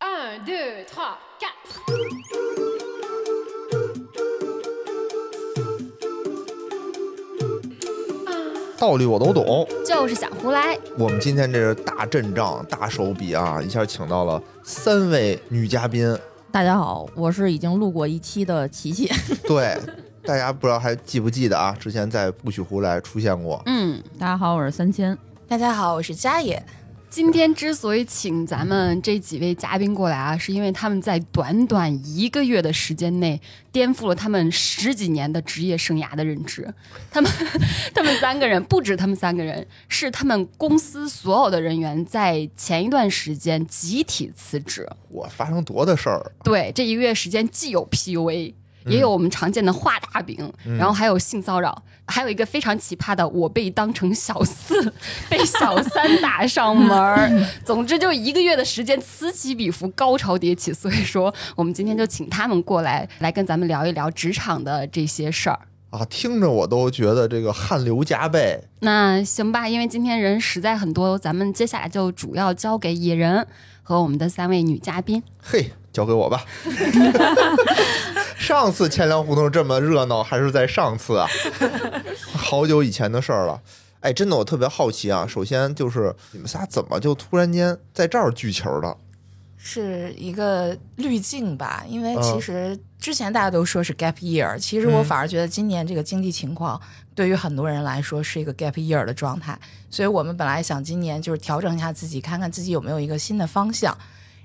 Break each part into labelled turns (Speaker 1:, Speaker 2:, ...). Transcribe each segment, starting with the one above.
Speaker 1: 1, 2, 3, 4. Ah,
Speaker 2: 道理我都懂。
Speaker 3: 就是想胡来。
Speaker 2: 我们今天这是大阵仗、大手笔啊，一下请到了三位女嘉宾。
Speaker 4: 大家好，我是已经录过一期的琪琪。
Speaker 2: 对，大家不知道还记不记得啊？之前在《不许胡来》出现过。
Speaker 3: 嗯，
Speaker 4: 大家好，我是三千。
Speaker 5: 大家好，我是佳野。
Speaker 1: 今天之所以请咱们这几位嘉宾过来啊，是因为他们在短短一个月的时间内，颠覆了他们十几年的职业生涯的认知。 他们，他们三个人，不止他们三个人，是他们公司所有的人员在前一段时间集体辞职。
Speaker 2: 我发生多的事儿，
Speaker 1: 对，这一个月时间既有 PUA，也有我们常见的画大饼，然后还有性骚扰，还有一个非常奇葩的，我被当成小四， 被小三打上门儿。总之，就一个月的时间，此起彼伏，高潮迭起。所以说，我们今天就请他们过来，来跟咱们聊一聊职场的这些事儿。
Speaker 2: 啊，听着我都觉得这个汗流浃背。
Speaker 1: 那行吧，因为今天人实在很多，咱们接下来就主要交给野人和我们的三位女嘉宾。
Speaker 2: 嘿，交给我吧。上次钱粮胡同这么热闹，还是在上次啊，好久以前的事儿了。哎，真的，我特别好奇啊。首先就是你们仨怎么就突然间在这儿聚球了？
Speaker 5: 是一个滤镜吧，因为
Speaker 2: 嗯
Speaker 5: 其实之前大家都说是 gap year，其实我
Speaker 2: 嗯
Speaker 5: 反而觉得今年这个经济情况对于很多人来说是一个 gap year 的状态，所以我们本来想今年就是调整一下自己，看看自己有没有一个新的方向，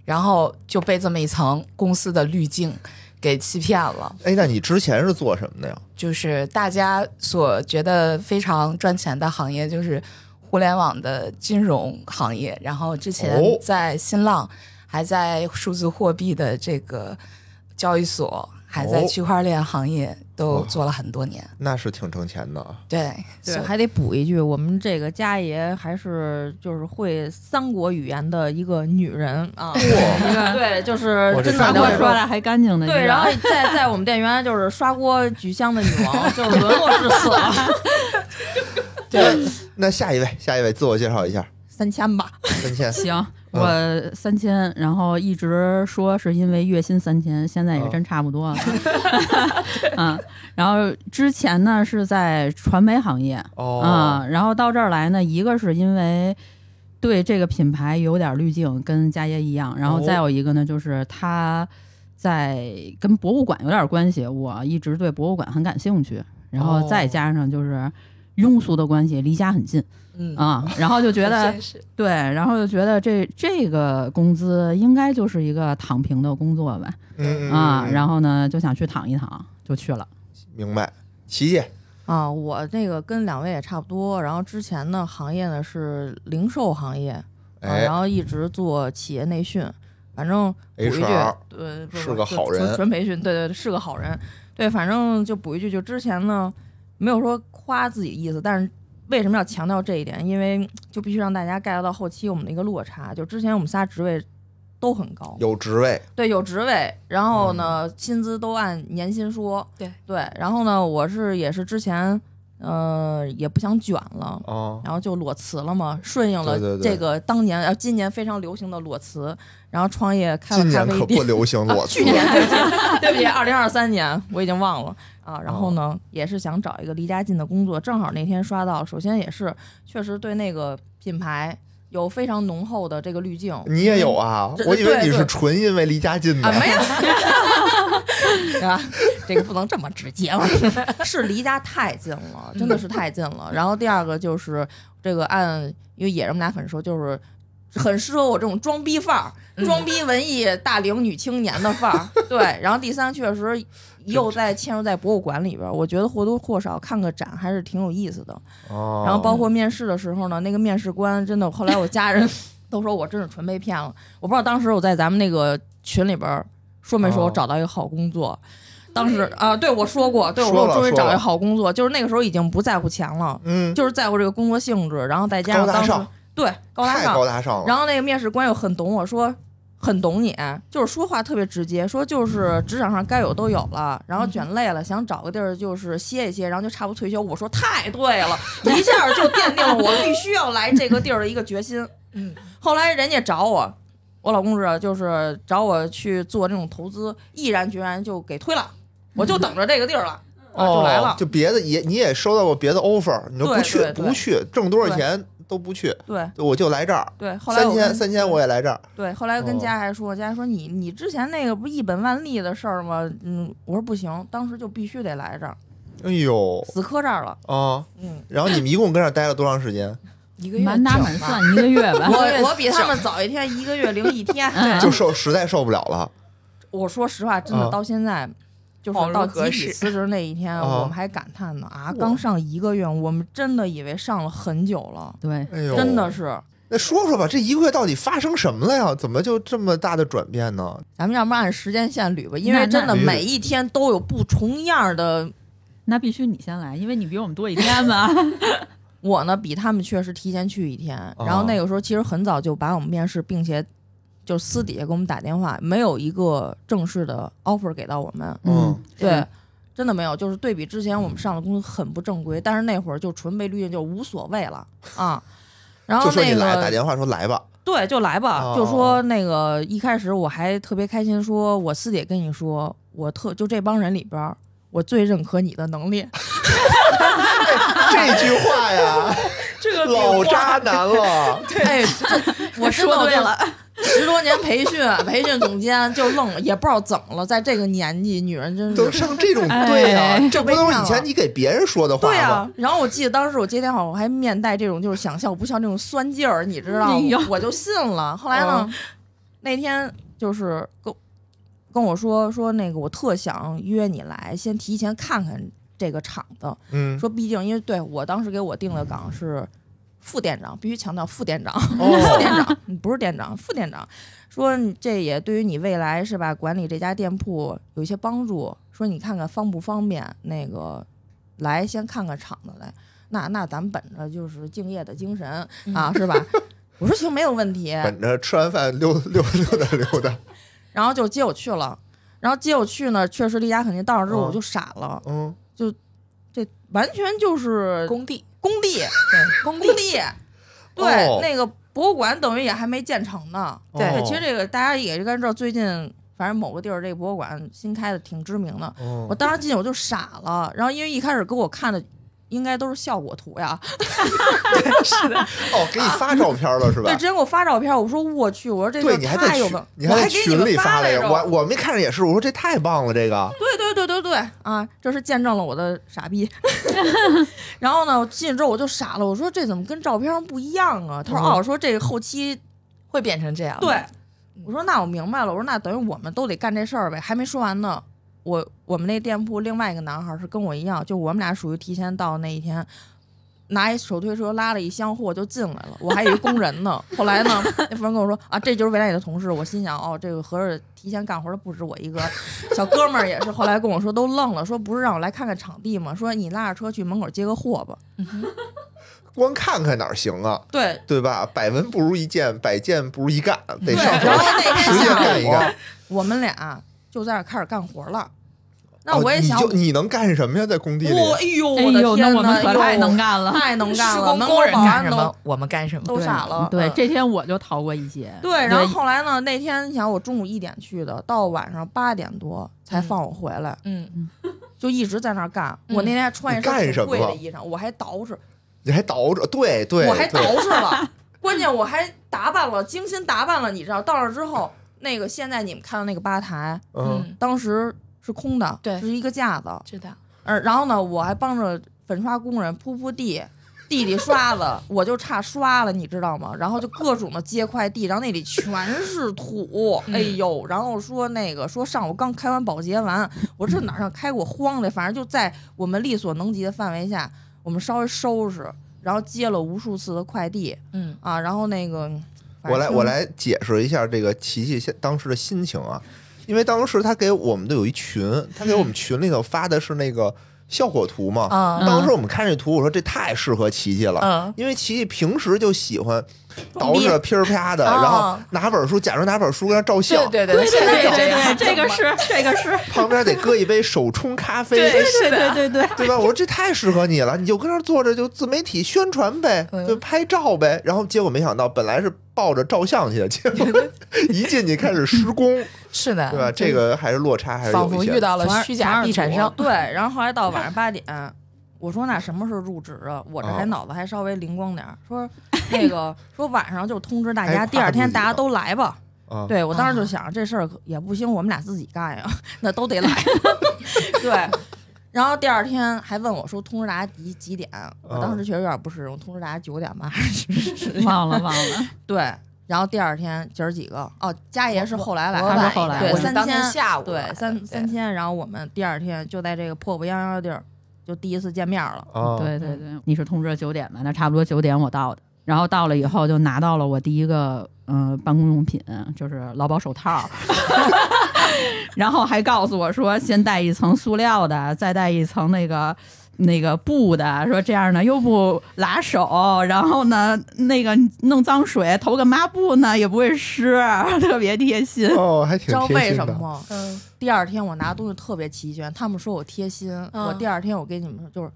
Speaker 5: 然后就被这么一层公司的滤镜给欺骗了，
Speaker 2: 哎，那你之前是做什么的呀？
Speaker 5: 就是大家所觉得非常赚钱的行业就是互联网的金融行业，然后之前
Speaker 2: 哦
Speaker 5: 在新浪，还在数字货币的这个交易所，还在
Speaker 2: 哦
Speaker 5: 区块链行业都做了很多年。
Speaker 2: 那是挺挣钱的啊。
Speaker 5: 对
Speaker 4: 对，
Speaker 5: 所以
Speaker 4: 还得补一句，我们这个家爷还是就是会三国语言的一个女人啊。对，就是
Speaker 2: 我这
Speaker 4: 真的
Speaker 2: 三国
Speaker 6: 刷锅
Speaker 4: 聊
Speaker 6: 刷的还干净的，。
Speaker 4: 对，然后在在我们店原来就是刷锅举香的女王，就是沦落至此了。
Speaker 2: 对，那下一位，下一位，自我介绍一下，
Speaker 4: 三千吧，
Speaker 2: 三千
Speaker 6: 行，
Speaker 2: 嗯
Speaker 6: 我三千，然后一直说是因为月薪三千，现在也真差不多 了。嗯，然后之前呢是在传媒行业，
Speaker 2: 哦，
Speaker 7: 啊
Speaker 6: 嗯，然后到这儿来呢，一个是因为对这个品牌有点滤镜，跟佳爷一样，然后
Speaker 2: 哦
Speaker 6: 再有一个呢，就是他在跟博物馆有点关系，我一直对博物馆很感兴趣，然后
Speaker 2: 哦
Speaker 6: 再加上就是庸俗的关系，离家很近
Speaker 5: 嗯，
Speaker 6: 啊、然后就觉得
Speaker 5: 真是
Speaker 6: 对，哎然后就觉得这这个工资应该就是一个躺平的工作吧，
Speaker 2: 嗯嗯
Speaker 6: 啊，
Speaker 2: 嗯
Speaker 6: 然后呢就想去躺一躺，就去了。
Speaker 2: 明白。琪琪，
Speaker 7: 啊，我那个跟两位也差不多，然后之前呢，行业呢是零售行业，啊
Speaker 2: 哎
Speaker 7: 然后一直做企业内训，反正补一句
Speaker 2: ，HR，
Speaker 7: 对，不
Speaker 2: 是
Speaker 7: 不
Speaker 2: 个
Speaker 7: 就
Speaker 2: 好
Speaker 7: 就
Speaker 2: 人
Speaker 7: 纯培训，对对对，是个好人，对，反正就补一句，就之前呢没有说夸自己意思，但是为什么要强调这一点？因为就必须让大家 get 到后期我们的一个落差，就之前我们仨职位都很高，
Speaker 2: 有嗯职位，
Speaker 7: 对，有职位，然后呢，薪资都按年薪说。
Speaker 5: 对
Speaker 7: 对，然后呢，我是也是之前，呃，也不想卷了，
Speaker 2: 哦，
Speaker 7: 然后就裸辞了嘛，顺应了
Speaker 2: 对对对
Speaker 7: 这个当年呃今年非常流行的裸辞，然后创业开了
Speaker 2: 今
Speaker 7: 咖
Speaker 2: 年
Speaker 7: 啡
Speaker 2: 可
Speaker 7: 店啊
Speaker 2: 不。流行裸辞。
Speaker 7: 去年对不起，对不起，二零二三年我已经忘了啊。然后呢，
Speaker 2: 哦
Speaker 7: 也是想找一个离家近的工作，正好那天刷到，首先也是确实对那个品牌有非常浓厚的这个滤镜，
Speaker 2: 你也有啊？
Speaker 7: 这
Speaker 2: 我以为
Speaker 7: 嗯对
Speaker 2: 你是
Speaker 7: 对
Speaker 2: 纯因为离家近的。
Speaker 7: 啊，没有， 对吧？这个不能这么直接嘛，是离家太近了，真的是太近了。然后第二个就是这个按，因为也是我们俩很熟，就是很适合我这种装逼范
Speaker 2: 嗯
Speaker 7: 儿、装逼文艺大龄女青年的 范儿。对，然后第三确实又在嵌入在博物馆里边儿，我觉得或多或少看个展还是挺有意思的。
Speaker 2: 哦，
Speaker 7: 然后包括面试的时候呢，那个面试官真的，后来我家 人都说我真是纯被骗了。我不知道当时我在咱们那个群里边儿说没说我
Speaker 2: 哦
Speaker 7: 找到一个好工作。当时啊，对我说过，对我
Speaker 2: 说
Speaker 7: 说
Speaker 2: 了
Speaker 7: 我终于
Speaker 2: 说
Speaker 7: 找到
Speaker 2: 了
Speaker 7: 一个好工作，就是那个时候已经不在乎钱了，
Speaker 2: 嗯，
Speaker 7: 就是在乎这个工作性质，然后再加
Speaker 2: 高
Speaker 7: 上
Speaker 2: 大
Speaker 7: 当时
Speaker 2: 上，
Speaker 7: 对高大
Speaker 2: 太
Speaker 7: 上，
Speaker 2: 高大上了。
Speaker 7: 然后那个面试官又很懂我说，很懂你，就是说话特别直接，说就是职场上该有都有了，然后卷累了，想找个地儿就是歇一歇，然后就差不多退休。我说太对了， 一下就奠定了我必须要来这个地儿的一个决心。
Speaker 5: 嗯，
Speaker 7: 后来人家找我。我老公知道，就是找我去做那种投资，毅然决然就给推了，我就等着这个地儿了，啊就来了。
Speaker 2: 哦就别的也你也收到过别的 offer，你说不
Speaker 7: 对
Speaker 2: 去
Speaker 7: 对对
Speaker 2: 不去，挣多少钱都不去，
Speaker 7: 对
Speaker 2: 就我就来这儿，
Speaker 7: 对，后来
Speaker 2: 三
Speaker 7: 我
Speaker 2: 千
Speaker 7: 跟
Speaker 2: 三千我也来这儿，
Speaker 7: 对，后来跟
Speaker 2: 哦
Speaker 7: 家还说，家说你你之前那个不一本万利的事儿吗？嗯，我说不行，当时就必须得来这儿，
Speaker 2: 哎呦
Speaker 7: 死磕这儿了。
Speaker 2: 啊！
Speaker 7: 嗯，
Speaker 2: 然后你们一共跟这儿待了多长时 间？
Speaker 5: 一个月
Speaker 6: 满打
Speaker 5: 整
Speaker 6: 满
Speaker 5: 吧
Speaker 6: 算一个月吧。
Speaker 7: 嗯我我比他们早一天，一个月零一 天。
Speaker 6: 嗯
Speaker 2: 就受实在受不了了，
Speaker 7: 我说实话，真
Speaker 2: 啊
Speaker 7: 的到现在，就是
Speaker 5: 恍如
Speaker 7: 到
Speaker 5: 隔
Speaker 7: 集体
Speaker 5: 世
Speaker 7: 辞职那一天，
Speaker 2: 啊
Speaker 7: 我们还感叹呢啊，刚上一个月，我们真的以为上了很久了，
Speaker 6: 对，
Speaker 2: 哎呦，
Speaker 7: 真的。是。
Speaker 2: 那说说吧，这一个月到底发生什么了呀？怎么就这么大的转变呢？
Speaker 7: 咱们要不然按时间线捋吧，因为
Speaker 6: 那
Speaker 7: 真的
Speaker 2: 那
Speaker 7: 每一天都有不重样的。
Speaker 6: 那必须你先来，因为你比我们多一天嘛。
Speaker 7: 我呢比他们确实提前去一天，然后那
Speaker 2: 哦
Speaker 7: 个时候其实很早就把我们面试，并且就私底下给我们打电话，没有一个正式的 offer 给到我们。
Speaker 2: 嗯，
Speaker 7: 对，真的没有，就是对比之前我们上的公司很不正规，但是那会儿就纯被绿就无所谓了啊。然后
Speaker 2: 就说
Speaker 7: 那
Speaker 2: 你来，打
Speaker 7: 个
Speaker 2: 电话说来吧。
Speaker 7: 对，就来吧，
Speaker 2: 哦
Speaker 7: 就说那个一开始我还特别开心，说我私底下跟你说，我特就这帮人里边儿，我最认可你的能力。
Speaker 2: 这句话呀，
Speaker 7: 这个
Speaker 2: 老渣男 了。
Speaker 7: 哎，这我
Speaker 6: 说对了，
Speaker 7: 十多年培训，培训总监就愣了，也不知道怎么了，在这个年纪，女人真
Speaker 2: 都
Speaker 7: 是。
Speaker 2: 上这种对呀、
Speaker 6: 哎
Speaker 2: 这不都是以前你给别人说的话
Speaker 7: 对啊呀、
Speaker 2: 吗？
Speaker 7: 然后我记得当时我接电话，我还面带这种就是想笑不笑那种酸劲儿，你知道
Speaker 6: 哎呦
Speaker 7: 吗？我就信了。后来呢，那天就是跟跟我说说那个我特想约你来，先提前看看这个厂子。
Speaker 2: 嗯，
Speaker 7: 说毕竟因为对我当时给我定的岗是副店长，必须强调副店长， 副店
Speaker 2: 哦，
Speaker 7: 长，你不是店长，副店长。说你这也对于你未来是吧，管理这家店铺有一些帮助。说你看看方不方便，那个来先看看厂子来。那那咱们本着就是敬业的精神啊，是吧？ 我说行，没有问题。
Speaker 2: 嗯本着吃完饭溜溜溜达溜达，
Speaker 7: 然后就接我去了，然后接我去呢，确实离家肯定到那之后
Speaker 2: 嗯
Speaker 7: 我就傻了，
Speaker 2: 嗯，
Speaker 7: 这完全就是
Speaker 5: 工地，
Speaker 7: 工地，
Speaker 5: 对工
Speaker 7: 工
Speaker 5: 地，
Speaker 7: 地，对，
Speaker 2: 哦
Speaker 7: 那个博物馆等于也还没建成呢。
Speaker 5: 对
Speaker 2: 哦
Speaker 7: 对，其实这个大家也应该知道，最近反正某个地儿这个博物馆新开的挺知名的。
Speaker 2: 嗯
Speaker 7: 我当时进去我就傻了，然后因为一开始给我看的应该都是效果图呀，
Speaker 2: 哦，给你发照片了是吧
Speaker 7: 对，直？接给我发照片，我说我去，我说这地
Speaker 2: 对，
Speaker 7: 儿
Speaker 2: 你还在
Speaker 7: 太有
Speaker 2: 群
Speaker 7: 名，，
Speaker 2: 你
Speaker 7: 我
Speaker 2: 还在
Speaker 7: 还给你
Speaker 2: 群里
Speaker 7: 们发
Speaker 2: 来
Speaker 7: 来
Speaker 2: 着。
Speaker 7: 着，
Speaker 2: 我我没看着也是，我说这太棒了，这个
Speaker 7: 对对对对对啊，这是见证了我的傻 逼。然后呢，我进去之后我就傻了，我说这怎么跟照片上不一样啊？他说
Speaker 2: 嗯
Speaker 7: 哦，说这个后期
Speaker 5: 会变成这样。
Speaker 7: 对，我说那我明白了，我说那等于我们都得干这事儿呗。还没说完呢，我我们那店铺另外一个男孩儿是跟我一样，就我们俩属于提前到那一天，拿一手推车拉了一箱货就进来了，我还以为工人呢。后来呢，那夫人跟我说啊，这就是未来你的同事。我心想哦，这个合着提前干活的不止我一个，小哥们儿也是。后来跟我说都愣了，说不是让我来看看场地吗？说你拉着车去门口接个货吧。
Speaker 2: 光看看哪儿行啊？
Speaker 7: 对，
Speaker 2: 对吧？百闻不如一见，百见不如一干，得
Speaker 7: 对，
Speaker 2: 上
Speaker 7: 然后
Speaker 2: 手
Speaker 7: 那
Speaker 2: 实
Speaker 7: 天
Speaker 2: 践
Speaker 7: 下
Speaker 2: 干一
Speaker 7: 午
Speaker 2: 干。，
Speaker 7: 我们俩就在那儿开始干活了。那
Speaker 2: 哦
Speaker 7: 我也
Speaker 2: 你
Speaker 7: 想，
Speaker 2: 就你能干什么呀？在工地里，
Speaker 7: 我哎呦，
Speaker 6: 哎
Speaker 7: 我的
Speaker 6: 呦，
Speaker 7: 天
Speaker 6: 那我
Speaker 7: 呐，
Speaker 6: 们可太
Speaker 7: 哎呦
Speaker 6: 能干了，
Speaker 7: 太能干
Speaker 5: 施
Speaker 7: 了，
Speaker 5: 工
Speaker 7: 门口
Speaker 5: 工人
Speaker 7: 保
Speaker 5: 干
Speaker 7: 安
Speaker 5: 什么
Speaker 7: 都，
Speaker 5: 我们干什么。
Speaker 7: 都傻了。
Speaker 6: 对，
Speaker 7: 嗯
Speaker 6: 这天我就逃过一劫。
Speaker 7: 对，然后后来呢？那天你想，我中午一点去的，到晚上八点多才
Speaker 5: 嗯
Speaker 7: 放我回来，
Speaker 5: 嗯，
Speaker 7: 就一直在那儿干。
Speaker 5: 嗯
Speaker 7: 我那天还穿一
Speaker 2: 你干
Speaker 7: 身
Speaker 2: 什
Speaker 7: 挺
Speaker 2: 么
Speaker 7: 贵
Speaker 2: 了
Speaker 7: 的衣裳，我还捯饬，
Speaker 2: 你还倒着，对对，
Speaker 7: 我还
Speaker 2: 对
Speaker 7: 捯饬了， 关键我还打扮了，精心打扮了。你知道，到那儿之后，那个现在你们看到那个吧台，
Speaker 2: 嗯，
Speaker 5: 嗯，
Speaker 7: 当时是空的，
Speaker 5: 对
Speaker 7: 是一个架子。
Speaker 5: 知道。
Speaker 7: 呃，然后呢，我还帮着粉刷工人铺铺地， 地里刷子，我就差刷了，你知道吗？然后就各种的接快递，然后那里全是土，
Speaker 5: 嗯
Speaker 7: 哎呦！然后说那个说上午刚开完保洁完，我这哪上开过荒的，反正就在我们力所能及的范围下，我们稍微收拾，然后接了无数次的快递
Speaker 5: 嗯，
Speaker 7: 啊，然后那个。
Speaker 2: 我来，我
Speaker 7: 来。
Speaker 2: 来解释一下这个琪琪现当时的心情啊，因为当时他给我们的有一群，他给我
Speaker 5: 嗯
Speaker 2: 们群里头发的是那个效果图嘛。
Speaker 5: 啊，
Speaker 2: 当时我们看这图，我说这太适合琪琪了，
Speaker 5: 嗯
Speaker 2: 因为琪琪平时就喜欢捯饬噼儿啪的，
Speaker 5: 哦
Speaker 2: 然后拿本书，假装拿本书跟他照相，
Speaker 5: 对对对，
Speaker 6: 对
Speaker 5: 现在
Speaker 6: 对
Speaker 5: 有这样
Speaker 6: 对，这个是这个是，
Speaker 2: 旁边得搁一杯手冲咖啡，
Speaker 5: 对
Speaker 6: 对对对对，
Speaker 2: 对吧？我说这太适合你了，你就跟那儿坐着就自媒体宣传呗，
Speaker 5: 嗯
Speaker 2: 就拍照呗。然后结果没想到，本来是抱着照相去的，结果 一进去开始施工，
Speaker 5: 是
Speaker 2: 对吧？
Speaker 5: 的，
Speaker 2: 这个还是落差还是
Speaker 5: 仿
Speaker 2: 有
Speaker 5: 佛
Speaker 2: 一
Speaker 5: 遇
Speaker 2: 些。
Speaker 5: 到了
Speaker 6: 从二
Speaker 5: 虚假地产商。
Speaker 7: 对，然后后来到晚上八点，我说那什么时候入职啊？我这还
Speaker 2: 哦
Speaker 7: 脑子还稍微灵光点儿，说那 个说晚上就通知大家，
Speaker 2: 还
Speaker 7: 第二
Speaker 2: 夸自
Speaker 7: 天
Speaker 2: 己
Speaker 7: 大家
Speaker 2: 呢
Speaker 7: 都来吧。
Speaker 2: 啊，
Speaker 7: 对我当
Speaker 5: 哦
Speaker 7: 时就想这事儿可也不行，我们俩自己干呀，那都得来。 对。然后第二天还问我说通知大家几几点，啊我当
Speaker 2: 哦
Speaker 7: 时确实有点不适应，通知大家九点吧，还是十点？
Speaker 6: 忘了忘了，
Speaker 7: 对。然后第二天姐儿几个哦，佳爷是后来来
Speaker 5: 我
Speaker 7: 的，
Speaker 6: 他
Speaker 5: 晚
Speaker 6: 说
Speaker 5: 一
Speaker 6: 后来
Speaker 7: 对
Speaker 5: 点我是
Speaker 7: 三
Speaker 5: 当天
Speaker 7: 天
Speaker 5: 下午来
Speaker 7: 对
Speaker 5: 的
Speaker 7: 三三天，然后我们第二天就在这个破破泱泱的地儿就第一次见面了。
Speaker 2: 啊，
Speaker 6: 对对对，你是通知了九点嘛？那差不多九点我到的，然后到了以后就拿到了我第一个嗯、呃办公用品，就是劳保手套， 然后还告诉我说先戴一层塑料的，再戴一层那个。那个布的说这样呢又不拉手，然后呢那个弄脏水投个抹布呢也不会湿，特别贴心。
Speaker 2: 哦，还
Speaker 7: 知
Speaker 2: 挺
Speaker 7: 道
Speaker 2: 贴
Speaker 7: 为
Speaker 2: 心
Speaker 7: 什么
Speaker 2: 的。
Speaker 7: 吗？
Speaker 5: 嗯，
Speaker 7: 第二天我拿东西特别齐全，他们说我贴心。
Speaker 5: 嗯
Speaker 7: 我第二天我跟你们说，就是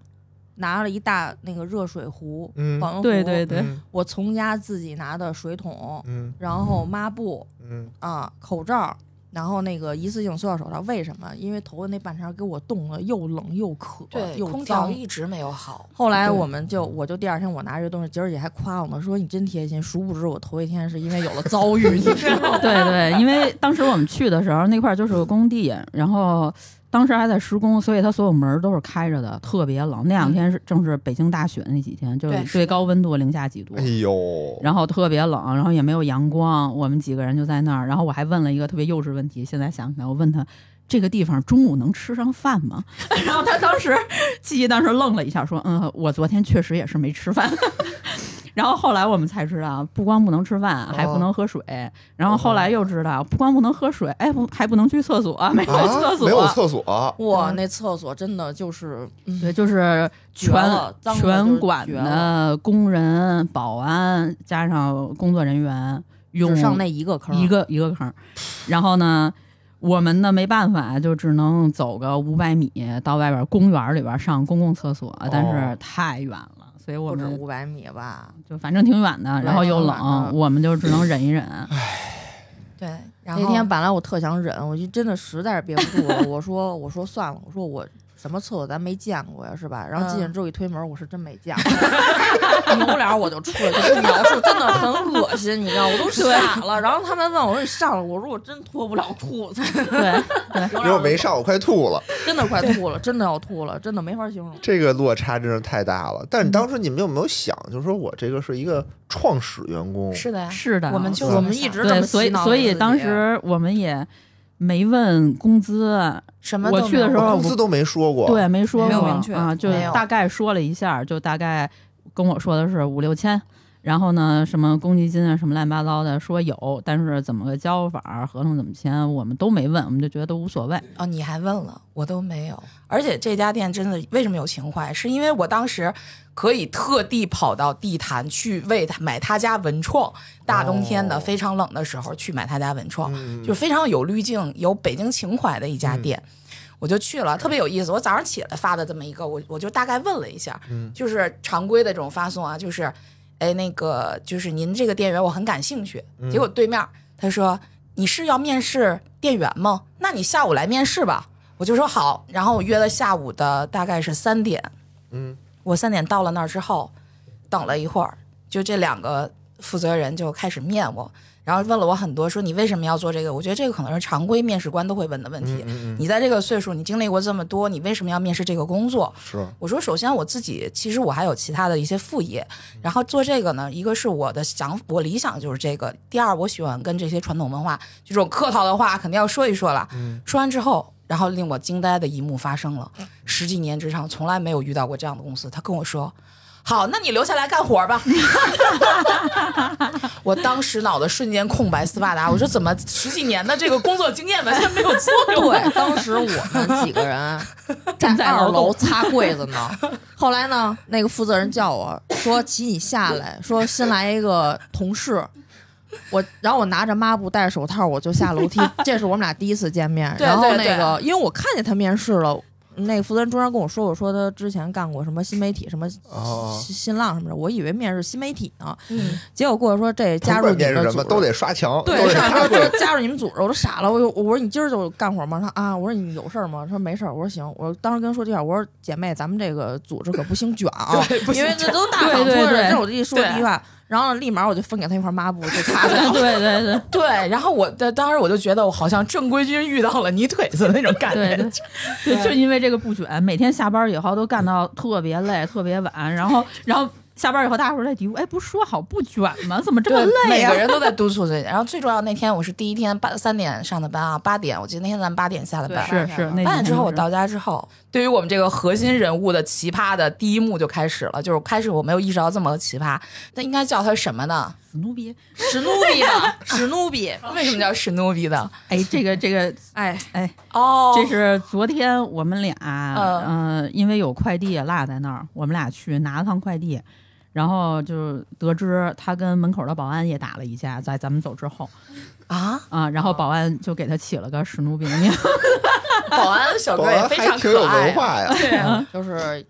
Speaker 7: 拿了一大那个热水壶、
Speaker 2: 嗯
Speaker 7: 保温壶，
Speaker 6: 对对对，
Speaker 2: 嗯
Speaker 7: 我从家自己拿的水桶，
Speaker 2: 嗯
Speaker 7: 然后抹布
Speaker 2: 嗯，
Speaker 7: 啊、口罩，然后那个一次性塑料手套。为什么？因为头发那半条给我冻得又冷又渴，
Speaker 5: 对，
Speaker 7: 又
Speaker 5: 空调
Speaker 7: 脏。
Speaker 5: 一直没有好。
Speaker 7: 后来
Speaker 6: 对
Speaker 7: 我们就，我就第二天我拿这东西，姐儿姐还夸我呢，说你真贴心。殊不知我头一天是因为有了遭遇，你知道 吗？
Speaker 6: 对对，因为当时我们去的时候，那块儿就是个工地，然后当时还在施工，所以它所有门儿都是开着的，特别冷。那两天是正是北京大雪那几天，就是
Speaker 5: 对是
Speaker 6: 最高温度零下几度
Speaker 2: 哎。呦，
Speaker 6: 然后特别冷，然后也没有阳光，我们几个人就在那儿。然后我还问了一个特别幼稚问题，现在想起来，我问他这个地方中午能吃上饭吗？ 然后他当时记忆当时愣了一下，说：“嗯，我昨天确实也是没吃饭。” 然后后来我们才知道，不光不能吃饭，还
Speaker 2: 哦
Speaker 6: 不能喝水。然后后来又知道，不光不能喝水，哎，不还不能去厕所，没有厕
Speaker 2: 啊，
Speaker 6: 所，
Speaker 2: 没有厕所，
Speaker 7: 哇，那厕所真的就是，嗯
Speaker 6: 对，就是
Speaker 7: 绝
Speaker 6: 全
Speaker 7: 了脏了就是
Speaker 6: 全馆
Speaker 7: 绝
Speaker 6: 的工人、保安加上工作人员，
Speaker 7: 只
Speaker 6: 用
Speaker 7: 上那一个坑，
Speaker 6: 一个一个坑儿。然后呢，我们呢没办法，就只能走个五百米到外边儿公园儿里边儿上公共厕所，但是太远了，所以我
Speaker 7: 哦不止
Speaker 6: 们
Speaker 7: 五百米吧。
Speaker 6: 就反正挺远的，然后又
Speaker 7: 挺远的
Speaker 6: 冷，我们就只能忍一 忍。
Speaker 5: 对，然后
Speaker 7: 那天本来我特想忍，我就真的实在是憋不住 了，我说我说算了，我说我什么厕所咱没见过呀，是吧？然后进去之后一推门，我是真没见过， 扭嗯脸我就出来，就不描述，真的很恶心，你知道，我都傻了。然后他们问我说你上了，我说我真脱不了裤子，
Speaker 6: 对，
Speaker 7: 因
Speaker 2: 因为我没，上，我快吐了。
Speaker 7: 真的快吐了，真的要吐了，真的没法形 容。
Speaker 2: 这个落差真是太大了。但是当时你们有没有想，就是说我这个是一个创始员工，
Speaker 5: 是的呀，
Speaker 6: 是的，
Speaker 5: 我们就
Speaker 2: 我们
Speaker 5: 这么想
Speaker 7: 一直
Speaker 6: 对，所以
Speaker 7: 这么洗脑
Speaker 6: 所以
Speaker 7: 自己
Speaker 6: 当时我们也没问工资，
Speaker 5: 什么
Speaker 6: 我
Speaker 5: 都
Speaker 6: 去
Speaker 5: 没
Speaker 6: 的
Speaker 5: 有
Speaker 6: 时候
Speaker 2: 公司都没说过。
Speaker 6: 对，没说
Speaker 7: 没有
Speaker 6: 过
Speaker 7: 明确
Speaker 6: 啊，就
Speaker 5: 没有
Speaker 6: 大概说了一下，就大概跟我说的是五六千，然后呢，什么公积金啊，什么乱七八糟的，说有，但是怎么个交法，合同怎么签，我们都没问，我们就觉得都无所谓。
Speaker 5: 哦，你还问了，我都没有。而且这家店真的为什么有情怀，是因为我当时可以特地跑到地坛去为他买他家文创，大冬天的、
Speaker 2: 哦
Speaker 5: 非常冷的时候去买他家文创，
Speaker 2: 嗯，
Speaker 5: 就非常有滤镜、有北京情怀的一家店。我就去了，特别有意思。我早上起来发的这么一个，我我就大概问了一下，
Speaker 2: 嗯
Speaker 5: 就是常规的这种发送啊，就是，哎，那个就是您这个店员我很感兴趣。
Speaker 2: 嗯
Speaker 5: 结果对面他说你是要面试店员吗？那你下午来面试吧。我就说好，然后我约了下午的大概是三点，
Speaker 2: 嗯，
Speaker 5: 我三点到了那儿之后，等了一会儿，就这两个负责人就开始面我，然后问了我很多，说你为什么要做这个？我觉得这个可能是常规面试官都会问的问题。
Speaker 2: 嗯嗯嗯
Speaker 5: 你在这个岁数，你经历过这么多，你为什么要面试这个工作？
Speaker 2: 嗯是
Speaker 5: 我说，首先我自己其实我还有其他的一些副业，然后做这个呢，一个是我的想我理想就是这个，第二我喜欢跟这些传统文化这种客套的话肯定要说一说了。
Speaker 2: 嗯
Speaker 5: 说完之后，然后令我惊呆的一幕发生了，十几年职场从来没有遇到过这样的公司，他跟我说。好，那你留下来干活吧。 我当时脑子瞬间空白，斯巴达，我说怎么十几年的这个工作经验完全 没有作用？
Speaker 7: 对，当时我们几个人啊在二楼擦柜子呢。后来呢，那个负责人叫我说：“请你下来。”说新来一个同事，我然后我拿着抹布戴着手套，我就下楼梯。这是我们俩第一次见面。
Speaker 5: 对
Speaker 7: 然后
Speaker 5: 对对
Speaker 7: 那个，因为我看见他面试了。那个负责人中间跟我说，我说他之前干过什么新媒体，什么
Speaker 2: 哦
Speaker 7: 新新浪什么的，我以为面试新媒体呢。
Speaker 5: 嗯，
Speaker 7: 结果跟我说这加入
Speaker 2: 甭管
Speaker 7: 你
Speaker 2: 面
Speaker 7: 们
Speaker 2: 试
Speaker 7: 的
Speaker 2: 什
Speaker 7: 组
Speaker 2: 么
Speaker 7: 织
Speaker 2: 都得刷墙，
Speaker 7: 对
Speaker 2: 都，得
Speaker 7: 上
Speaker 2: 插
Speaker 7: 来
Speaker 2: 队
Speaker 7: 说。加入你们组织，我都傻了。我说我说你今儿就干活吗？他说啊，我说你有事儿吗？他说没事儿。我说行。我当时跟他说这话，我说姐妹，咱们这个组织可不兴卷啊，因为这都大
Speaker 6: 对
Speaker 7: 厂
Speaker 6: 对
Speaker 7: 村人，
Speaker 6: 对
Speaker 7: 这是我这一说第一话。然后立马我就分给他一块抹布，就擦擦。
Speaker 6: 对对对
Speaker 5: 对。然后我的当时我就觉得我好像正规军遇到了泥腿子那种感
Speaker 6: 对
Speaker 5: 觉。
Speaker 6: 对对，就因为这个不卷，每天下班以后都干到特别累、特别晚，然后然后下班以后大家伙儿在嘀咕：“哎，不是说好不卷吗？怎么这么累啊
Speaker 5: 每
Speaker 6: 呀、
Speaker 5: 个人都在督促自己。然后最重要那天我是第一天八三点上的班啊，八点，我记得那天咱们八点下的班。
Speaker 6: 是是，那
Speaker 5: 八点
Speaker 6: 几
Speaker 5: 之
Speaker 6: 天
Speaker 5: 后我
Speaker 6: 是
Speaker 5: 到家之后，对于我们这个核心人物的奇葩的第一幕就开始了，就是开始我没有意识到这么个奇葩，那应该叫他什么呢？
Speaker 6: 死奴逼。
Speaker 7: 史努比吧，史努比，
Speaker 5: 为什么叫史努比的？
Speaker 6: 哎，这个这个，
Speaker 7: 哎，
Speaker 6: 哎，
Speaker 5: 哦
Speaker 6: 这是昨天我们俩，
Speaker 5: 嗯
Speaker 6: 嗯、因为有快递落在那儿，我们俩去拿了趟快递，然后就得知他跟门口的保安也打了一架，在咱们走之后
Speaker 5: 啊，
Speaker 6: 啊、然后保安就给他起了个史努 比的名，
Speaker 5: 保安小
Speaker 2: 保
Speaker 5: 哥也
Speaker 2: 安
Speaker 5: 非
Speaker 2: 还
Speaker 5: 常
Speaker 2: 挺有
Speaker 5: 可爱
Speaker 2: 文
Speaker 5: 啊。
Speaker 2: 化呀，
Speaker 7: 就是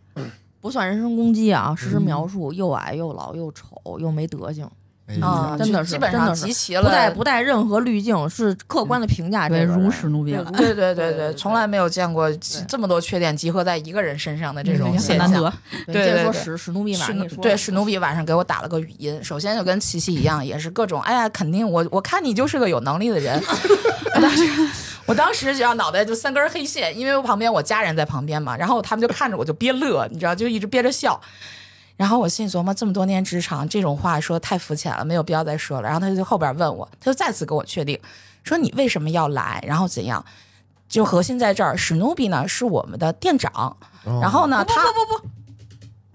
Speaker 7: 不算人身攻击啊，实时描述，又矮又老又丑又没德行，
Speaker 2: 哎呀
Speaker 5: 啊，
Speaker 7: 嗯真的
Speaker 5: 就是基本
Speaker 7: 真
Speaker 5: 上
Speaker 7: 的是
Speaker 5: 集齐了，
Speaker 7: 不带不带任何滤镜，是客观的评价这
Speaker 6: 对，
Speaker 7: 个
Speaker 6: 如
Speaker 7: 人。
Speaker 6: 史努比了。
Speaker 5: 对
Speaker 7: 对
Speaker 5: 对对对，
Speaker 7: 对
Speaker 5: 从来没有见过这么多缺点集合在一个人身上的这种
Speaker 6: 也很
Speaker 5: 现
Speaker 6: 难
Speaker 5: 象。
Speaker 6: 得，
Speaker 7: 对接着
Speaker 5: 对
Speaker 7: 说
Speaker 5: 对
Speaker 7: 史史努比马
Speaker 5: 史
Speaker 7: 上跟
Speaker 5: 努
Speaker 7: 你说，
Speaker 5: 对史努比晚上给我打了个语音，首先就跟琪琪一样，也是各种哎呀，肯定我我看你就是个有能力的人。 我当时我当时就要脑袋就三根黑线，因为我旁边我家人在旁边嘛，然后他们就看着我就憋乐，你知道，就一直憋着笑。然后我心里琢磨，这么多年职场这种话说太肤浅了，没有必要再说了。然后他就后边问我，他就再次跟我确定说你为什么要来，然后怎样。就核心在这儿，史努比呢是我们的店长，
Speaker 2: 哦
Speaker 5: 然后呢，他不不不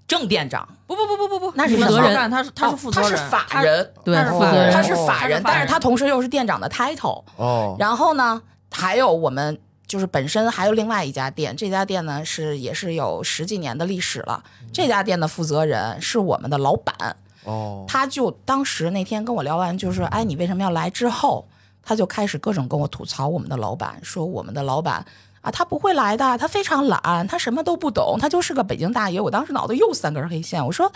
Speaker 5: 正店长，
Speaker 7: 不不不不不不，
Speaker 5: 那是
Speaker 7: 负
Speaker 5: 什
Speaker 7: 责
Speaker 5: 么
Speaker 7: 人，他是他是
Speaker 5: 哦
Speaker 7: 负责人，
Speaker 5: 他是法
Speaker 7: 他
Speaker 5: 人，
Speaker 6: 对
Speaker 7: 他是
Speaker 6: 负
Speaker 7: 法
Speaker 6: 责
Speaker 7: 人哦
Speaker 5: 他
Speaker 6: 人
Speaker 5: 是法人，但是
Speaker 7: 他
Speaker 5: 他同时又是店长的 title。
Speaker 2: 哦，
Speaker 5: 然后呢，还有我们就是本身还有另外一家店，这家店呢是也是有十几年的历史了。这家店的负责人是我们的老板，
Speaker 2: 哦，
Speaker 5: 他就当时那天跟我聊完，就是哎，你为什么要来？之后他就开始各种跟我吐槽我们的老板，说我们的老板啊，他不会来的，他非常懒，他什么都不懂，他就是个北京大爷。我当时脑袋又三根黑线，我说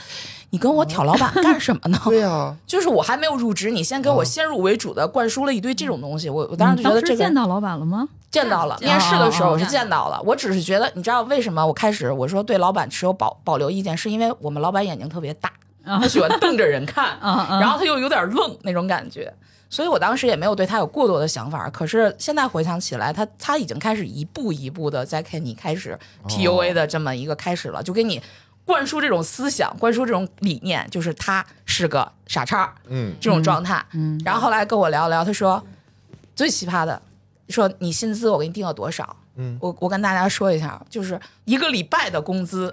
Speaker 5: 你跟我挑老板干什么呢？
Speaker 2: 对呀， 嗯
Speaker 5: 就是我还没有入职，你先给我先入为主的灌输了一堆这种东西，我我当时就觉
Speaker 6: 嗯当
Speaker 5: 得
Speaker 6: 时
Speaker 5: 这个
Speaker 6: 见到老板了吗？
Speaker 5: 见到了，
Speaker 6: 见到
Speaker 5: 面试的时候
Speaker 6: 哦
Speaker 5: 我是见到了，我只是觉得，你知道为什么我开始我说对老板持有
Speaker 6: 嗯
Speaker 5: 保保留意见，是因为我们老板眼睛特别大，
Speaker 6: 啊
Speaker 5: 他喜欢瞪着人 看，
Speaker 6: 啊啊！
Speaker 5: 然后他又有点愣那种感觉，所以我当时也没有对他有过多的想法。可是现在回想起来，他他已经开始一步一步的在给你开始 PUA 的这么一个开始了，就给你灌输这种思想，灌输这种理念，就是他是个傻叉儿
Speaker 2: 嗯，
Speaker 5: 这种状态。
Speaker 6: 嗯，
Speaker 5: 然后后来跟我聊聊，他说最奇葩的，说你薪资我给你定了多少？
Speaker 2: 嗯
Speaker 5: 我我跟大家说一下，就是一个礼拜的工资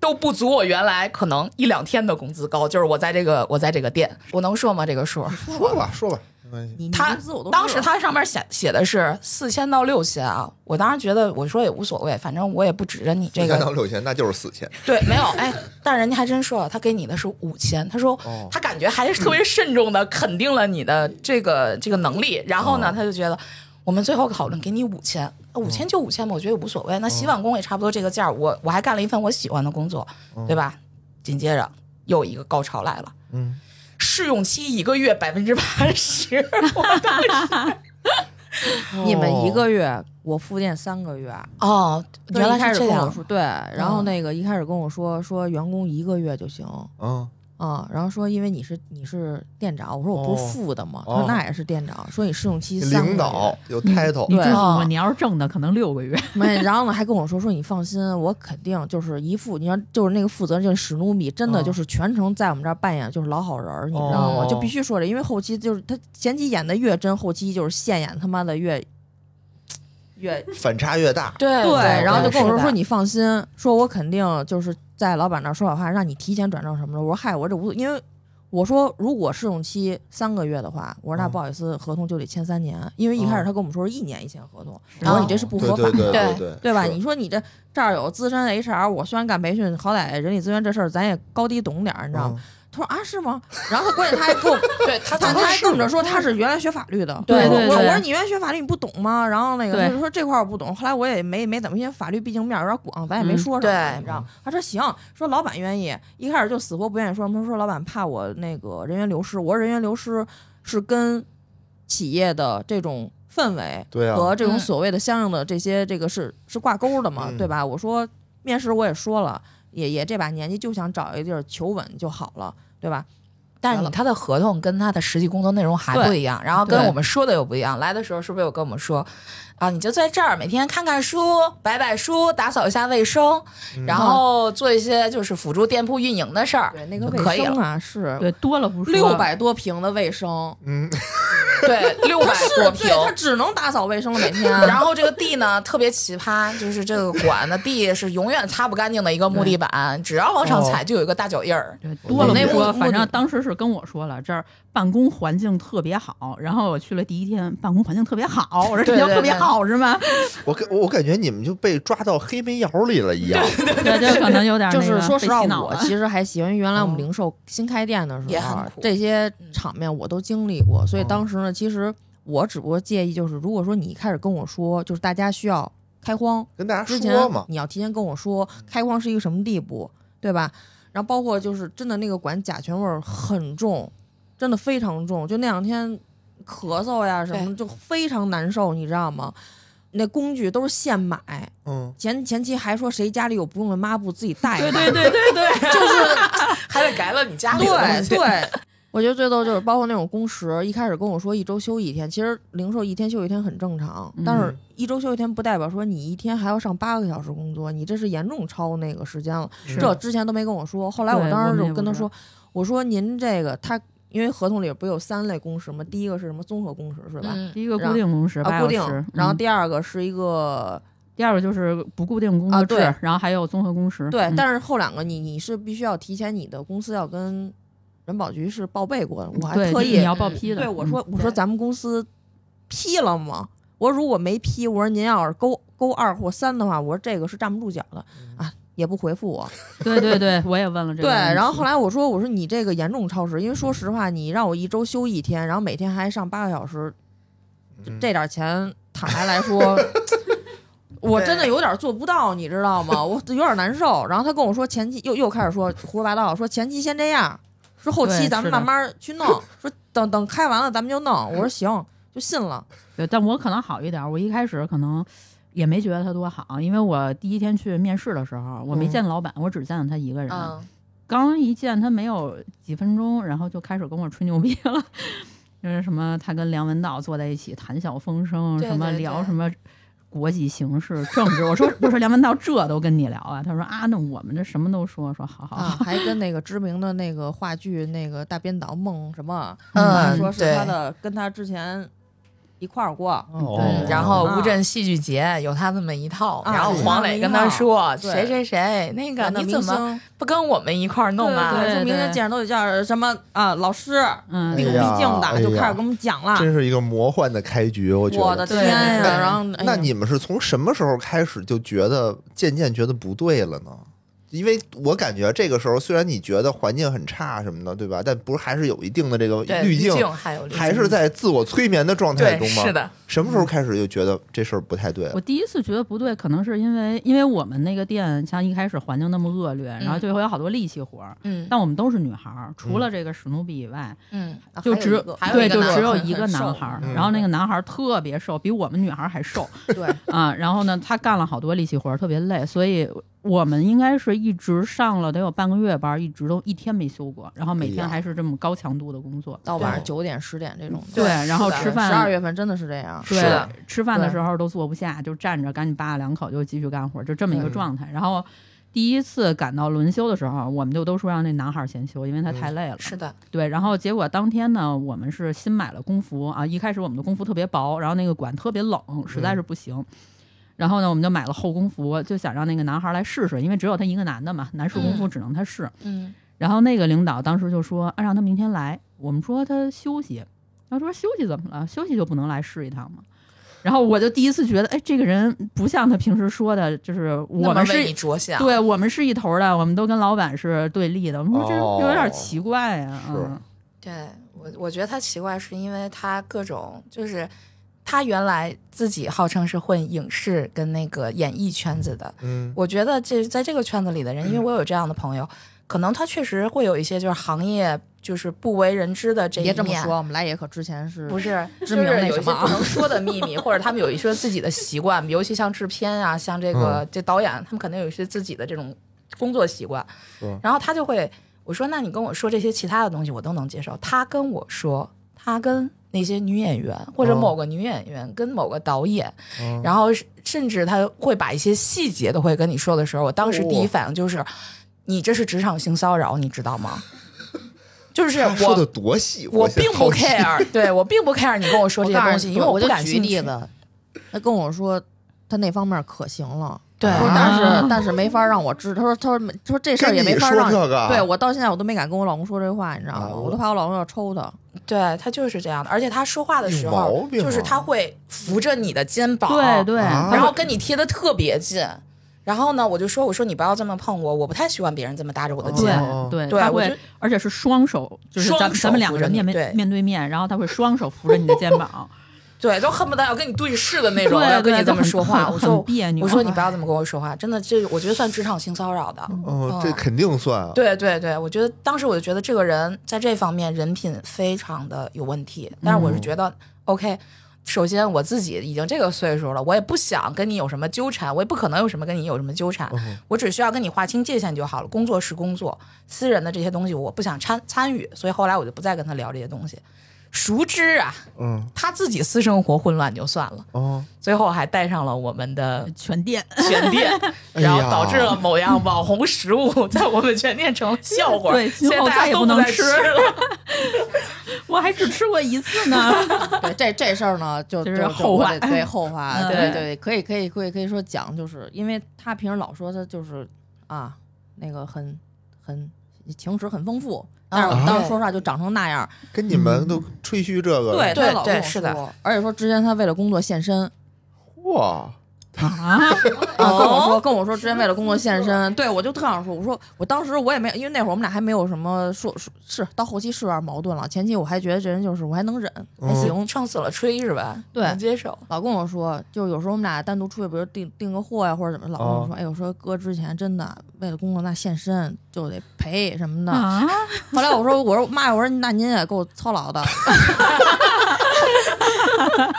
Speaker 5: 都不足我原来可能一两天的工资高，就是我在这个我在这个店，我能说吗？这个数？
Speaker 2: 说吧说吧，没关系。
Speaker 7: 你
Speaker 5: 他
Speaker 7: 你公司我都
Speaker 5: 当时
Speaker 7: 知道
Speaker 5: 他上面写写的是四千到六千啊，我当时觉得我说也无所谓，反正我也不指着你这
Speaker 2: 应
Speaker 5: 个
Speaker 2: 该到六千，那就是四千。
Speaker 5: 对，没有哎，但人家还真说了，他给你的是五千，他说、
Speaker 2: 哦
Speaker 5: 他感觉还是特别慎重的肯定了你的这个这个能力，然后呢，
Speaker 2: 哦嗯
Speaker 5: 他就觉得我们最后讨论给你五千，五千就五千吧，我觉得也无所谓。那洗碗工也差不多这个价儿，我我还干了一份我喜欢的工作，对吧？紧接着又一个高潮来了，
Speaker 2: 嗯，
Speaker 5: 试用期一个月百分之八十，
Speaker 7: 你们一个月，我复店三个月，
Speaker 5: 哦，
Speaker 7: 对
Speaker 5: 原来
Speaker 7: 一开
Speaker 5: 是
Speaker 7: 始
Speaker 5: 这
Speaker 7: 跟
Speaker 5: 样
Speaker 7: 我，说对，然后那个一开始跟我说说员工一个月就行
Speaker 2: 嗯，
Speaker 7: 啊，然后说因为你是你是店长，我说我不是副的嘛，他
Speaker 2: 哦
Speaker 7: 说那也是店长，说你试用期三个月
Speaker 2: 领导有
Speaker 6: 嗯
Speaker 2: title，
Speaker 6: 你
Speaker 7: 对哦
Speaker 6: 祝福
Speaker 5: 啊
Speaker 6: 我，你要是挣的可能六个月，
Speaker 7: 没，然后呢还跟我说说你放心，我肯定就是一副，你说就是那个负责人就是史努比，真的
Speaker 2: 哦
Speaker 7: 就是全程在我们这儿扮演就是老好人儿，你知道吗？
Speaker 2: 哦
Speaker 7: 就必须说这，因为后期就是他前期演的越真，后期就是现演他妈的越越
Speaker 2: 反差越大。
Speaker 5: 对
Speaker 7: 对，然后就跟我
Speaker 5: 是
Speaker 7: 说
Speaker 5: 的
Speaker 7: 说你放心，说我肯定就是在老板那儿说好话，让你提前转正什么的。我说嗨，我这无所，因为我说如果试用期三个月的话，我说那
Speaker 2: 嗯
Speaker 7: 不好意思，合同就得签三年，因为一开始
Speaker 2: 哦
Speaker 7: 他跟我们说是一年一签合同，
Speaker 6: 是
Speaker 7: 然后你这是不合法
Speaker 2: 啊对对
Speaker 5: 对
Speaker 2: 对
Speaker 7: 对吧？
Speaker 2: 是
Speaker 7: 你说你这这儿有资深 HR，我虽然干培训，好歹人力资源这事儿咱也高低懂点儿，你知道吗？
Speaker 2: 嗯
Speaker 7: 他说啊是吗？然后他关键他还跟我
Speaker 5: 对他
Speaker 7: 啊他
Speaker 5: 他
Speaker 7: 他还
Speaker 5: 还
Speaker 7: 跟我
Speaker 2: 嗯
Speaker 7: 们这说他是原来学法律的，我
Speaker 6: 对对
Speaker 7: 我
Speaker 6: 对
Speaker 7: 我说你原来学法律你不懂吗？然后那个
Speaker 6: 对
Speaker 7: 他就说这块儿我不懂，后来我也没没怎么，因为法律毕竟面儿有点广，咱也没
Speaker 6: 嗯
Speaker 7: 说什么，
Speaker 5: 对
Speaker 7: 你知道吗？他说行，说老板愿意，一开始就死活不愿意说什么，说老板怕我那个人员流失，我说人员流失是跟企业的这种氛围
Speaker 2: 对啊，
Speaker 7: 和这种
Speaker 5: 嗯
Speaker 7: 所谓的相应的这些这个是是挂钩的嘛，
Speaker 2: 嗯
Speaker 7: 对吧？我说面试我也说了，也也这把年纪就想找一地儿求稳就好了，对吧？
Speaker 5: 但是你他的合同跟他的实际工作内容还不一样，然后跟
Speaker 6: 对
Speaker 5: 我们说的又不一样。来的时候是不是有跟我们说，啊，你就在这儿每天看看书、摆摆书、打扫一下卫生，
Speaker 2: 嗯
Speaker 5: 然后做一些就是辅助店铺运营的事儿。
Speaker 7: 对，那个卫
Speaker 5: 就可以
Speaker 7: 生啊是
Speaker 6: 对，多了不说，
Speaker 7: 六百多平的卫生，
Speaker 2: 嗯，
Speaker 5: 对，六百
Speaker 7: 对
Speaker 5: 多平。
Speaker 7: 他只能打扫卫生了每天。
Speaker 5: 然后这个地呢特别奇葩，就是这个馆的地是永远擦不干净的一个木地板，只要往上踩就有一个大脚印儿。
Speaker 6: 对，多了
Speaker 2: 那
Speaker 6: 不说，
Speaker 7: 屋
Speaker 6: 反
Speaker 7: 屋
Speaker 6: 正
Speaker 7: 里
Speaker 6: 当时是跟我说了，这儿办公环境特别好。然后我去了第一天，办公环境特别好，我说这
Speaker 5: 对
Speaker 6: 叫
Speaker 5: 对
Speaker 6: 特别
Speaker 5: 对
Speaker 6: 好是吗？
Speaker 2: 我感我感觉你们就被抓到黑煤窑里了一样，
Speaker 6: 对，就可能有点
Speaker 7: 就
Speaker 6: 那
Speaker 7: 是
Speaker 6: 个
Speaker 7: 说
Speaker 6: 被
Speaker 7: 实话，
Speaker 6: 洗脑
Speaker 7: 我
Speaker 6: 了嗯
Speaker 7: 其实还行，因为原来我们零售新开店的时
Speaker 5: 也
Speaker 7: 候
Speaker 5: 很苦，
Speaker 7: 这些场面我都经历过，所以
Speaker 2: 嗯
Speaker 7: 当时呢，其实我只不过介意就是，如果说你一开始跟我说，就是大家需要开荒，
Speaker 2: 跟大家
Speaker 7: 之
Speaker 2: 啊说
Speaker 7: 前
Speaker 2: 嘛，嗯
Speaker 7: 你要提前跟我说开荒是一个什么地步，对吧？然后包括就是真的那个管甲醛味儿很重，真的非常重，就那两天咳嗽呀什么就非常难受，你知道吗？那工具都是现买，
Speaker 2: 嗯，
Speaker 7: 前前期还说谁家里有不用的抹布自己带，
Speaker 6: 对对对对对，
Speaker 5: 还得改了你家里的东
Speaker 7: 对
Speaker 5: 西。
Speaker 7: 对，我觉得最逗就是包括那种工时，一开始跟我说一周休一天，其实零售一天休一天很正常，但是
Speaker 2: 嗯
Speaker 7: 一周休一天不代表说你一天还要上八个小时工作，你这是严重超那个时间了。
Speaker 2: 是
Speaker 7: 这之前都没跟我说，后来
Speaker 6: 对
Speaker 7: 我当
Speaker 6: 我
Speaker 7: 时
Speaker 6: 们
Speaker 7: 就
Speaker 6: 也
Speaker 7: 跟
Speaker 6: 不
Speaker 7: 他
Speaker 6: 知
Speaker 7: 说，我说您这个他因为合同里不有三类工时吗？第一个是什么综合工时是吧？
Speaker 5: 嗯，
Speaker 6: 第一个固定工时
Speaker 7: 啊，
Speaker 6: 八
Speaker 7: 固
Speaker 6: 小
Speaker 7: 定
Speaker 6: 时，，
Speaker 7: 然后
Speaker 6: 嗯
Speaker 7: 第二个是一个、
Speaker 6: 第二个就是不固定工作
Speaker 7: 啊对
Speaker 6: 制，然后还有综合工时。
Speaker 7: 对
Speaker 6: 嗯，
Speaker 7: 但是后两个你你是必须要提前，你的公司要跟人保局是报备过的，我还
Speaker 6: 对
Speaker 7: 特
Speaker 6: 你
Speaker 7: 意
Speaker 6: 要报批的。
Speaker 7: 对，我
Speaker 6: 嗯
Speaker 7: 说我说
Speaker 5: 对
Speaker 7: 咱们公司批了吗？我说如果没批，我说您要是勾勾二或三的话，我说这个是站不住脚的
Speaker 6: 嗯
Speaker 7: 啊，也不回复我。
Speaker 6: 对对对，我也问了这
Speaker 7: 对，
Speaker 6: 个问题。
Speaker 7: 然后后来我说我说你这个严重超时，因为说实话，你让我一周休一天，然后每天还上八个小时，
Speaker 2: 嗯
Speaker 7: 这点钱坦白来 说。我真的有点做不到，你知道吗？我有点难受。然后他跟我说前期又又开始说胡说八道，说前期先这样，说后期
Speaker 6: 对
Speaker 7: 咱们
Speaker 6: 是的
Speaker 7: 慢慢去 弄，说等等开完了咱们就弄。我说行，就信了。
Speaker 6: 对，但我可能好一点，我一开始可能也没觉得他多好，因为我第一天去面试的时候，我没
Speaker 2: 嗯
Speaker 6: 见老板，我只见了他一个人。
Speaker 7: 啊
Speaker 5: 嗯，
Speaker 6: 刚一见他没有几分钟，然后就开始跟我吹牛逼了，就是什么他跟梁文道坐在一起谈笑风生，
Speaker 5: 对
Speaker 6: 什么
Speaker 5: 对
Speaker 6: 聊
Speaker 5: 对
Speaker 6: 什么国际形势、政治。我说我说梁文道这都跟你聊啊？他说啊，那我们这什么都说。说好好
Speaker 7: 啊，
Speaker 6: 好，
Speaker 7: 还跟那个知名的那个话剧那个大编导孟什么，
Speaker 5: 嗯
Speaker 7: 说是
Speaker 5: 对
Speaker 7: 他的，跟他之前一块儿过，
Speaker 2: 哦
Speaker 5: 嗯，然后乌镇戏剧节有他那么一套，
Speaker 7: 啊
Speaker 5: 然后黄磊跟他说：“
Speaker 7: 对
Speaker 5: 谁谁谁，那个
Speaker 7: 演的
Speaker 5: 你
Speaker 7: 明
Speaker 5: 怎么
Speaker 7: 星
Speaker 5: 不跟我们一块儿弄啊？”
Speaker 7: 对对对
Speaker 6: 对
Speaker 7: 说明星见着都得叫什么啊老师，
Speaker 6: 嗯，
Speaker 7: 毕恭
Speaker 2: 哎呀
Speaker 7: 毕敬
Speaker 2: 哎
Speaker 7: 的，就开
Speaker 2: 呀
Speaker 7: 始跟我们讲了。
Speaker 2: 真是一个魔幻的开局，我觉
Speaker 7: 我
Speaker 2: 得
Speaker 7: 的。
Speaker 5: 对
Speaker 7: 天呀！
Speaker 5: 对
Speaker 7: 然后哎
Speaker 2: 那
Speaker 7: 呀
Speaker 2: 你们是从什么时候开始就觉得渐渐觉得不对了呢？因为我感觉这个时候，虽然你觉得环境很差什么的，对吧？但不是还是有一定的这个
Speaker 5: 对，
Speaker 2: 滤镜，
Speaker 5: 还有滤镜
Speaker 2: 还是在自我催眠的状态
Speaker 5: 对，
Speaker 2: 中吗？
Speaker 5: 是。的，
Speaker 2: 什么时候开始就觉得这事儿不太对了
Speaker 6: 我？第一次觉得不对，可能是因为因为我们那个店像一开始环境那么恶劣，然后就会有好多力气活儿，
Speaker 5: 嗯
Speaker 6: 但我们都是女孩儿，除了这个史努比以外，
Speaker 5: 嗯，
Speaker 7: 啊
Speaker 6: 就
Speaker 7: 还有
Speaker 6: 只
Speaker 7: 一个
Speaker 5: 还有
Speaker 6: 对，
Speaker 5: 一个
Speaker 6: 就
Speaker 5: 男
Speaker 6: 只有
Speaker 5: 孩
Speaker 6: 一个
Speaker 7: 很
Speaker 6: 男
Speaker 7: 瘦
Speaker 6: 孩儿
Speaker 2: 嗯，
Speaker 6: 然后那个男孩儿特别瘦，比我们女孩儿还瘦
Speaker 7: 对，
Speaker 6: 啊。然后呢，他干了好多力气活儿，特别累，所以我们应该是一直上了得有半个月班儿，一直都一天没休过，然后每
Speaker 2: 哎呀
Speaker 6: 天还是这么高强度的工作。
Speaker 7: 到晚上
Speaker 2: 对
Speaker 7: 九点十点这种的。
Speaker 6: 对，然
Speaker 5: 是
Speaker 6: 后
Speaker 5: 的
Speaker 6: 吃
Speaker 7: 十二
Speaker 6: 饭。
Speaker 7: 月份真的是这样。
Speaker 2: 是
Speaker 6: 对
Speaker 2: 的，
Speaker 6: 吃饭的
Speaker 7: 对
Speaker 6: 时候都坐不下，就站着，赶紧扒拉两口就继续干活，就这么一个
Speaker 2: 嗯
Speaker 6: 状态。然后第一次赶到轮休的时候，啊我们就都说让那男孩儿先休，因为他太累了。
Speaker 5: 是的，
Speaker 6: 对，然后结果当天呢，我们是
Speaker 5: 嗯
Speaker 6: 新买了工服啊，一开始我们的工服特别薄，然后那个管特别冷，实在是不行。然后呢，我们就买了后宫服，就想让那个男孩来试试，因为只有他一个男的嘛，男士工服只能他试。
Speaker 5: 嗯
Speaker 6: 然后那个领导当时就说、啊，让他明天来。我们说他休息，他说休息怎么了？休息就不能来试一趟吗？然后我就第一次觉得，哎，这个人不像他平时说的，就是我
Speaker 5: 那么
Speaker 6: 们
Speaker 5: 为
Speaker 6: 是
Speaker 5: 你着想，
Speaker 6: 对我们是一头的，我们都跟老板是对立的。我们说这
Speaker 2: 哦
Speaker 6: 有点奇怪呀、
Speaker 2: 是
Speaker 6: 嗯
Speaker 5: 对我，我觉得他奇怪，是因为他各种就是他原来自己号称是混影视跟那个演艺圈子的。
Speaker 2: 嗯，
Speaker 5: 我觉得这在这个圈子里的人，因为我有这样的朋友，可能他确实会有一些就是行业就是不为人知的这一
Speaker 7: 别
Speaker 5: 面。
Speaker 7: 这么说，我们来也可之前是
Speaker 5: 不 是
Speaker 7: 知名
Speaker 5: 就是
Speaker 7: 那
Speaker 5: 有
Speaker 7: 什
Speaker 5: 一些
Speaker 7: 么啊
Speaker 5: 不能说的秘密， 或者他们有一些自己的习惯，尤其像制片啊，像这个、这导演，他们肯定有一些自己的这种工作习惯
Speaker 2: 是。
Speaker 5: 然后他就会我说，那你跟我说这些其他的东西，我都能接受。他跟我说，他跟那些女演员或者
Speaker 2: 嗯
Speaker 5: 某个女演员跟某个导演，
Speaker 2: 嗯
Speaker 5: 然后是甚至他会把一些细节都会跟你说的时候，我当时第一
Speaker 2: 哦
Speaker 5: 反应就是，你这是职场性骚扰，你知道吗？ 就是
Speaker 2: 他
Speaker 5: 我
Speaker 2: 说的多细，
Speaker 5: 我
Speaker 2: 现在
Speaker 5: 并
Speaker 2: 好
Speaker 5: 不
Speaker 2: 奇
Speaker 5: care，对我并不 care 你跟我说这
Speaker 7: 我
Speaker 5: 些
Speaker 7: 告诉
Speaker 5: 东
Speaker 7: 你
Speaker 5: 西，因为我
Speaker 7: 我
Speaker 5: 不
Speaker 7: 就
Speaker 5: 感
Speaker 7: 举
Speaker 5: 兴
Speaker 7: 例
Speaker 5: 趣。
Speaker 7: 子，他跟我说他那方面可行了，
Speaker 5: 对
Speaker 7: 说
Speaker 5: 啊，
Speaker 7: 但是、
Speaker 6: 啊
Speaker 7: 但是没法让我知，他说他说他说这事儿也没法
Speaker 2: 跟
Speaker 7: 让
Speaker 2: 你说这个
Speaker 7: 对我到现在我都没敢跟我老公说这话，你知道吗？
Speaker 2: 啊
Speaker 7: 我都怕我老公要抽他。
Speaker 5: 对他就是这样的，而且他说话的时
Speaker 2: 有
Speaker 5: 候
Speaker 2: 毛，病啊
Speaker 5: 就是他会扶着你的肩膀，
Speaker 6: 对对，
Speaker 2: 啊
Speaker 5: 然后跟你贴的特别近。然后呢，我就说，我说你不要这么碰我，我不太喜欢别人这么搭着我的肩。
Speaker 2: 哦
Speaker 6: 对
Speaker 5: 对啊
Speaker 6: 他
Speaker 5: 我觉
Speaker 6: 会
Speaker 5: 得，
Speaker 6: 而且是双手，就是咱
Speaker 5: 双手
Speaker 6: 咱们两个人
Speaker 5: 扶着
Speaker 6: 面
Speaker 5: 你
Speaker 6: 面
Speaker 5: 对
Speaker 6: 面对面，然后他会双手扶着你的肩 膀，
Speaker 5: 对，都恨不得要跟你对视的那种，
Speaker 6: 对
Speaker 5: 哎要跟
Speaker 6: 对
Speaker 5: 你这么
Speaker 6: 很
Speaker 5: 说话。
Speaker 6: 很
Speaker 5: 我说
Speaker 6: 很别扭啊
Speaker 5: 我说你不要这么跟我说话，真的，这我觉得算职场性骚扰的。
Speaker 2: 哦
Speaker 5: 嗯，
Speaker 2: 这肯定算啊。
Speaker 5: 对对对，我觉得当时我就觉得这个人在这方面人品非常的有问题，但是我是觉得、OK。首先，我自己已经这个岁数了，我也不想跟你有什么纠缠，我也不可能有什么跟你有什么纠缠，
Speaker 2: 嗯
Speaker 5: 我只需要跟你划清界限就好了。工作是工作，私人的这些东西我不想参参与，所以后来我就不再跟他聊这些东西。熟知啊，
Speaker 2: 嗯
Speaker 5: 他自己私生活混乱就算了，
Speaker 2: 哦，
Speaker 5: 最后还带上了我们的
Speaker 6: 全垫。
Speaker 5: 全店，
Speaker 2: 哎
Speaker 5: 然后
Speaker 2: 呀
Speaker 5: 导致了某样网红食物在我们全店成了笑话，
Speaker 6: 对
Speaker 5: 现在
Speaker 6: 今后
Speaker 5: 大
Speaker 6: 再
Speaker 5: 家
Speaker 6: 也
Speaker 5: 都
Speaker 6: 不能
Speaker 5: 再吃
Speaker 6: 吃
Speaker 5: 了。
Speaker 6: 我还只吃过一 次呢。
Speaker 5: 啊
Speaker 7: 对，这这事儿呢，就
Speaker 6: 就
Speaker 7: 就是
Speaker 6: 后
Speaker 7: 我
Speaker 6: 话
Speaker 7: 得对后话，
Speaker 6: 嗯
Speaker 7: 对对，可以可以可以可以说讲，就是因为他平时老说他就是啊，那个很很情史很丰富，但是我
Speaker 2: 啊
Speaker 7: 当时说实话就长成那样儿，
Speaker 2: 跟你们都吹嘘这个，
Speaker 7: 嗯对，他
Speaker 5: 对
Speaker 7: 老
Speaker 5: 对
Speaker 7: 跟我
Speaker 5: 是的
Speaker 7: 说，而且说之前他为了工作献身，
Speaker 2: 哇，
Speaker 6: 啊，
Speaker 7: 啊，跟我说跟我说，之前为了工作献身，对我就特想说，我说我当时我也没，因为那会儿我们俩还没有什么说说是到后期是有点矛盾了，前期我还觉得这人就是我还能忍，还
Speaker 2: 嗯
Speaker 7: 行。
Speaker 5: 撑死了吹是 吧？
Speaker 7: 对
Speaker 5: 能接受。
Speaker 7: 老跟我说，就是有时候我们俩单独出去，比如订订个货呀、或者怎么，老跟
Speaker 2: 哦
Speaker 7: 我说，哎，我说哥之前真的为了工作那献身就得赔什么的。
Speaker 5: 嗯
Speaker 6: 啊
Speaker 7: 后来我说我说妈，我说那您也给我操劳的，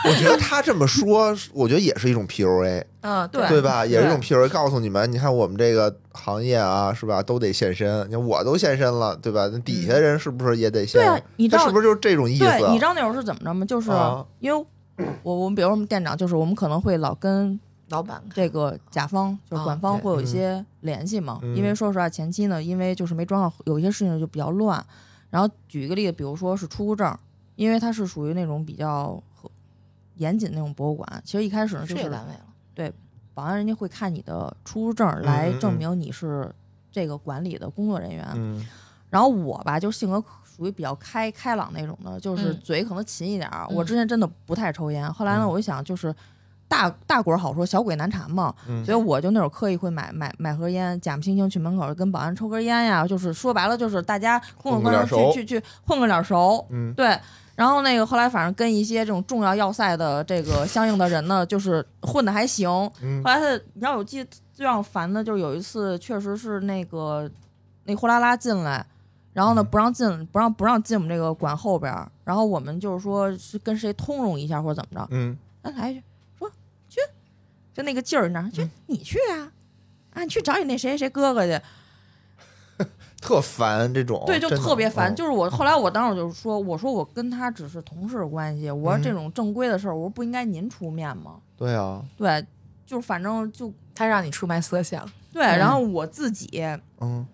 Speaker 2: 我觉得他这么说，我觉得也是一种 PUA，
Speaker 5: 嗯，对
Speaker 2: 对吧？也是一种 PUA，告诉你们，你看我们这个行业啊，是吧，都得献身。你看我都献身了，对吧？那底下人是不是也得献？
Speaker 7: 对啊，你知
Speaker 2: 他
Speaker 7: 道
Speaker 2: 是不是就是这种意思啊？
Speaker 7: 对，你知道那会儿是怎么着吗？就是、
Speaker 2: 啊
Speaker 7: 因为我我们比如我们店长，就是我们可能会老跟
Speaker 5: 老板
Speaker 7: 这个甲方就是
Speaker 5: 啊
Speaker 7: 管方
Speaker 5: 对
Speaker 7: 会有一些联系嘛，
Speaker 2: 嗯
Speaker 7: 因为说实话，前期呢，因为就是没装好，有一些事情就比较乱。然后举一个例子，比如说是出入证，因为它是属于那种比较和严谨那种博物馆，其实一开始呢
Speaker 5: 事
Speaker 7: 就
Speaker 5: 业
Speaker 7: 是
Speaker 5: 单位了，
Speaker 7: 保安人家会看你的出入证来证明你是这个管理的工作人员。
Speaker 2: 嗯，
Speaker 7: 然后我吧，就性格属于比较开开朗那种的，就是嘴可能勤一点儿。
Speaker 5: 嗯
Speaker 7: 我之前真的不太抽烟，后来呢，
Speaker 2: 嗯
Speaker 7: 我就想就是大大鬼儿好说，小鬼难缠嘛，
Speaker 2: 嗯
Speaker 7: 所以我就那会儿刻意会买买买盒烟，假不惺惺去门口跟保安抽根烟呀，就是说白了就是大家工作
Speaker 2: 混个
Speaker 7: 关
Speaker 2: 脸
Speaker 7: 系
Speaker 2: 熟
Speaker 7: 去去去混个脸熟，
Speaker 2: 嗯
Speaker 7: 对。然后那个后来反正跟一些这种重要要塞的这个相应的人呢，就是混的还行，
Speaker 2: 嗯
Speaker 7: 后来他，你知道，我记得最让我烦的就是有一次，确实是那个那货拉拉进来，然后呢
Speaker 2: 嗯
Speaker 7: 不让进，不让不让进我们这个馆后边儿，然后我们就是说是跟谁通融一下或者怎么着，
Speaker 2: 嗯，
Speaker 7: 那来一句说去，就那个劲儿，你知道，
Speaker 2: 嗯
Speaker 7: 去你去啊，啊你去找你那谁谁哥哥去，
Speaker 2: 特烦这种，
Speaker 7: 对，就
Speaker 2: 哦真的
Speaker 7: 特别烦。
Speaker 2: 嗯
Speaker 7: 就是我后来我当时我就说，我说我跟他只是同事关系，我说这
Speaker 2: 嗯
Speaker 7: 种正规的事儿，我说不应该您出面吗？
Speaker 2: 对啊，
Speaker 7: 对，就是反正就
Speaker 5: 他让你出卖色相，
Speaker 7: 对，然后我自己。
Speaker 2: 嗯，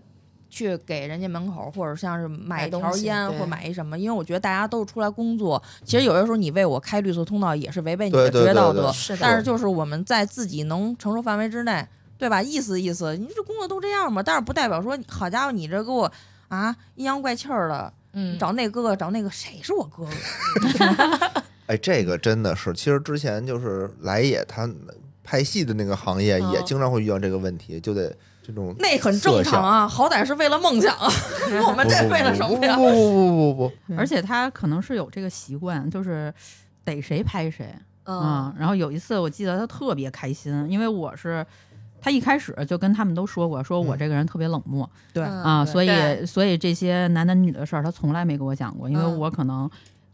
Speaker 7: 去给人家门口，或者像是买
Speaker 5: 买
Speaker 7: 一条
Speaker 5: 东西
Speaker 7: 烟
Speaker 5: 对
Speaker 7: 或买一什么，因为我觉得大家都是出来工作，其实有些时候你为我开绿色通道也是违背你的
Speaker 2: 对对
Speaker 7: 职业道
Speaker 2: 对
Speaker 7: 德
Speaker 2: 对，
Speaker 5: 是的，
Speaker 7: 但是就是我们在自己能承受范围之内，对吧？意思意思，你这工作都这样嘛，但是不代表说，好家伙，你这给我啊阴阳怪气儿的，
Speaker 5: 嗯，
Speaker 7: 找那哥哥找那个，谁是我哥哥？
Speaker 2: 哎，这个真的是，其实之前就是来也他拍戏的那个行业也
Speaker 7: 嗯
Speaker 2: 经常会遇到这个问题，就得这种
Speaker 7: 那很正
Speaker 2: 色
Speaker 7: 常
Speaker 2: 相
Speaker 7: 啊，好歹是为了梦想 啊，我们
Speaker 2: 不
Speaker 7: 这
Speaker 2: 不
Speaker 7: 为了
Speaker 2: 不
Speaker 7: 什
Speaker 2: 不
Speaker 7: 么呀？
Speaker 2: 不不不不不，
Speaker 5: 嗯
Speaker 6: 而且他可能是有这个习惯，就是逮谁拍谁
Speaker 5: 嗯
Speaker 6: 啊、然后有一次我记得他特别开心，因为我是他一开始就跟他们都说过，说我
Speaker 2: 嗯
Speaker 6: 这个人特别冷漠、
Speaker 7: 对
Speaker 6: 啊，所
Speaker 5: 嗯对
Speaker 6: 以所以这些男男女的事儿他从来没给我讲过，因为
Speaker 5: 嗯
Speaker 6: 我可能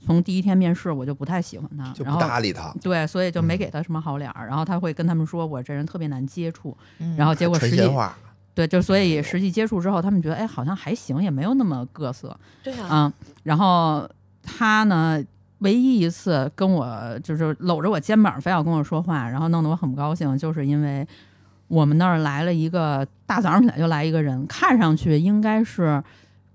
Speaker 6: 从第一天面试我就不太喜欢他，
Speaker 2: 就
Speaker 6: 然
Speaker 2: 不
Speaker 6: 后
Speaker 2: 搭嗯理他。
Speaker 6: 对，所以就没给他什么好脸儿。然后他会跟他们说我这人特别难接触，
Speaker 7: 嗯
Speaker 6: 然后结果
Speaker 2: 纯
Speaker 6: 实际
Speaker 2: 闲话，哎
Speaker 6: 对，就所以实际接触之后，他们觉得哎好像还行，也没有那么各色。
Speaker 5: 对啊，
Speaker 6: 嗯，然后他呢，唯一一次跟我就是搂着我肩膀，非要跟我说话，然后弄得我很不高兴，就是因为我们那儿来了一个大早上起来就来一个人，看上去应该是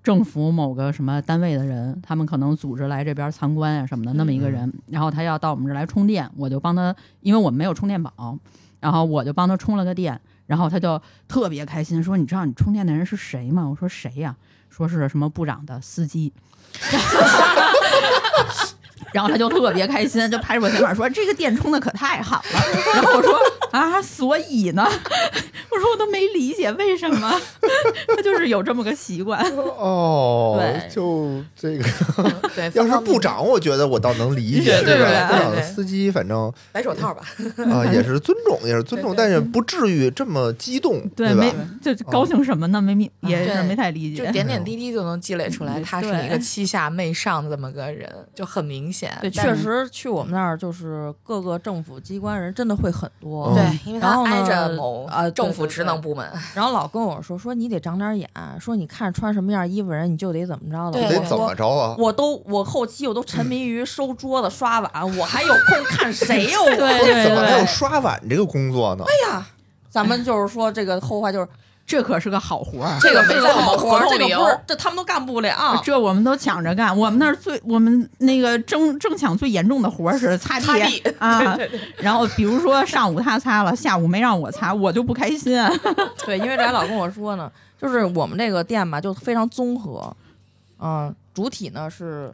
Speaker 6: 政府某个什么单位的人，他们可能组织来这边参观啊什么的，那么一个人，然后他要到我们这儿来充电，我就帮他，因为我们没有充电宝，然后我就帮他充了个电。然后他就特别开心，说：“你知道你充电的人是谁吗？”我说：“谁呀、说是什么部长的司机。然后他就特别开心，就拍着我肩膀说：“这个电充的可太好了。”然后我说：“啊，所以呢？”我说：“我都没理解为什么。”他就是有这么个习惯。
Speaker 2: 哦
Speaker 7: 对，
Speaker 2: 就这个，
Speaker 5: 对，
Speaker 2: 要
Speaker 5: 方
Speaker 2: 是
Speaker 5: 方面
Speaker 2: 部长，我觉得我倒能 理解，
Speaker 6: 对
Speaker 2: 吧？
Speaker 6: 对
Speaker 2: 部长
Speaker 5: 对
Speaker 2: 司机，反正
Speaker 5: 白手套吧，
Speaker 2: 啊也是尊重，也是尊重，
Speaker 5: 对对
Speaker 2: 但是不至于这么激动，
Speaker 6: 对，嗯
Speaker 2: 吧
Speaker 6: 没？就是高兴什么呢？没明也是
Speaker 5: 对
Speaker 6: 没太理
Speaker 5: 就
Speaker 6: 解。
Speaker 5: 点点滴滴就能积累出来，
Speaker 6: 嗯
Speaker 5: 他是
Speaker 6: 对
Speaker 5: 一个欺下媚上的这么个人，就很明显。
Speaker 7: 对，
Speaker 5: 但
Speaker 7: 确实去我们那儿就是各个政府机关人真的会很多，
Speaker 2: 嗯
Speaker 5: 对，因为
Speaker 7: 然
Speaker 5: 他
Speaker 7: 后呢
Speaker 5: 挨着某
Speaker 7: 啊
Speaker 5: 政府
Speaker 7: 对对对
Speaker 5: 职能部门，
Speaker 7: 然后老跟我说说你得长点眼，说你看穿什么样衣服人你就得怎么着的。
Speaker 5: 对
Speaker 2: 得
Speaker 7: 我
Speaker 2: 怎么
Speaker 7: 说？
Speaker 2: 着啊？
Speaker 7: 我都我后期我都沉迷于收桌子刷碗，我还有空看谁 呀？我
Speaker 6: 对
Speaker 2: 不是
Speaker 6: 对
Speaker 2: 怎么还有
Speaker 6: 对，
Speaker 2: 刷碗这个工作
Speaker 7: 哎
Speaker 2: 呢？
Speaker 7: 咱们就是说这个后话就是
Speaker 6: 这可是个好活 儿。
Speaker 5: 这个没
Speaker 7: 这
Speaker 5: 在
Speaker 7: 个
Speaker 5: 我们
Speaker 7: 好活
Speaker 5: 合
Speaker 7: 儿，
Speaker 5: 同
Speaker 7: 这
Speaker 5: 里
Speaker 7: 个
Speaker 5: 有
Speaker 7: 不是这他们都干不了。
Speaker 6: 哦这我们都抢着干，我们那儿最我们那个争争抢最严重的活儿是擦
Speaker 5: 擦地，
Speaker 6: 啊，然后比如说上午他擦了，下午没让我擦，我就不开心。
Speaker 7: 对，因为这还老跟我说呢，就是我们这个店吧，就非常综合，嗯，主体呢是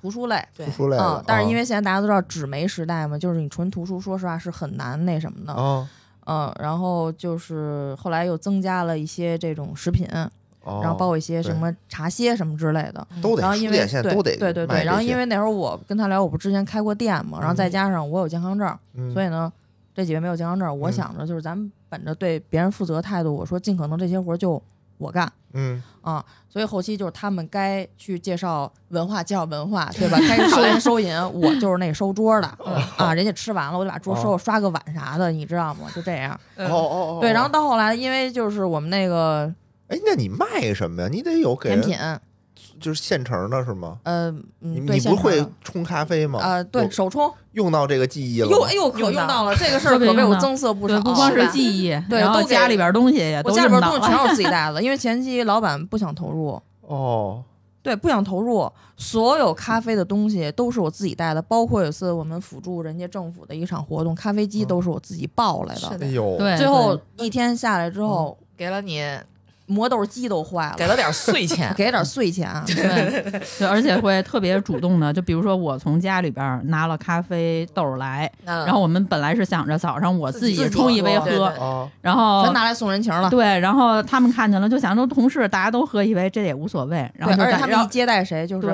Speaker 7: 图书类，
Speaker 5: 对啊
Speaker 2: 不，出来
Speaker 7: 嗯
Speaker 2: 了，，啊
Speaker 7: 但是因
Speaker 2: 为
Speaker 7: 为现在大家都知道纸媒时代嘛，就是你纯图书，说实话是很难那什么的，
Speaker 2: 啊，
Speaker 7: 嗯，然后就是后来又增加了一些这种食品，
Speaker 2: 然
Speaker 7: 然后包括一些什么茶歇什么之类的。
Speaker 2: 哦嗯都得
Speaker 7: 然后
Speaker 2: 书
Speaker 7: 因为
Speaker 2: 店现在都得
Speaker 7: 对对
Speaker 2: 卖
Speaker 7: 对，
Speaker 2: 这
Speaker 7: 然后
Speaker 2: 些
Speaker 7: 因为那时候我跟他聊，我不之前开过店嘛，然后再
Speaker 2: 嗯
Speaker 7: 加上我有健康证，
Speaker 2: 嗯
Speaker 7: 所以呢，这几位没有健康证，我
Speaker 2: 嗯
Speaker 7: 想着就是咱们本着对别人负责的态度，我说尽可能这些活儿就我干
Speaker 2: 嗯，
Speaker 7: 啊。所以后期就是他们该去介绍文化，介绍文化，对吧？该收银收银，我就是那收桌的
Speaker 2: 哦
Speaker 7: 啊。人家吃完了，我就把桌收了，刷个碗啥的，你知道吗？就这样。
Speaker 2: 哦哦哦，
Speaker 7: 嗯对，然后
Speaker 2: 哦
Speaker 7: 到后来，因为就是我们那个
Speaker 2: 哎，那你卖什么呀？你得有给
Speaker 7: 甜
Speaker 2: 人
Speaker 7: 品，
Speaker 2: 就是现成的是吗？
Speaker 7: 呃，
Speaker 2: 你
Speaker 7: 嗯，对，
Speaker 2: 你
Speaker 7: 现
Speaker 2: 不
Speaker 7: 成
Speaker 2: 会
Speaker 7: 的
Speaker 2: 冲咖啡吗？
Speaker 7: 呃，对
Speaker 2: 有
Speaker 7: 手冲，
Speaker 2: 用到这个技艺了吗。
Speaker 7: 哟哎呦，可
Speaker 5: 用到
Speaker 7: 用 到了这个事儿，
Speaker 6: 特别
Speaker 7: 可为
Speaker 6: 用
Speaker 7: 我
Speaker 6: 到
Speaker 7: 增色不
Speaker 6: 对，
Speaker 7: 少。
Speaker 6: 不光
Speaker 5: 是
Speaker 6: 是
Speaker 5: 吧
Speaker 6: 记忆，
Speaker 7: 对
Speaker 6: 然后
Speaker 7: 都给
Speaker 6: 家里边东西也
Speaker 7: 我
Speaker 6: 都啊
Speaker 7: 家里
Speaker 6: 用
Speaker 7: 边
Speaker 6: 到
Speaker 7: 东西全
Speaker 6: 了。
Speaker 7: 是 我自己带的，因为前期老板不想投入，
Speaker 2: 哦，
Speaker 7: 对，不想投入，所有咖啡的东西都是我自己带的，包括有次我们辅助人家政府的一场活动，咖啡
Speaker 2: 嗯
Speaker 7: 机都是我自己抱来的。
Speaker 5: 是
Speaker 2: 哎
Speaker 5: 的
Speaker 2: 呦，
Speaker 6: 对，
Speaker 7: 最后一天下来之后，
Speaker 2: 嗯
Speaker 5: 给了你
Speaker 7: 磨豆机都坏
Speaker 5: 给
Speaker 7: 了，，
Speaker 5: 了点碎钱
Speaker 7: 给点碎钱啊。
Speaker 6: 对对对，而且会特别主动的，就比如说我从家里边拿了咖啡豆来，
Speaker 5: 嗯
Speaker 6: 然后我们本来是想着早上我自
Speaker 5: 自
Speaker 6: 己
Speaker 5: 己
Speaker 6: 冲一杯
Speaker 5: 喝对
Speaker 6: 喝
Speaker 5: 对，
Speaker 2: 啊，
Speaker 6: 然后
Speaker 7: 全拿来送人情了，
Speaker 6: 哦对，然后他们看见了，就想说同事大家都喝一杯，这也无所谓。然
Speaker 7: 对
Speaker 6: 后，就
Speaker 7: 而且
Speaker 6: 感
Speaker 7: 他
Speaker 6: 然
Speaker 7: 们一
Speaker 6: 后
Speaker 7: 接待谁就是
Speaker 6: 对，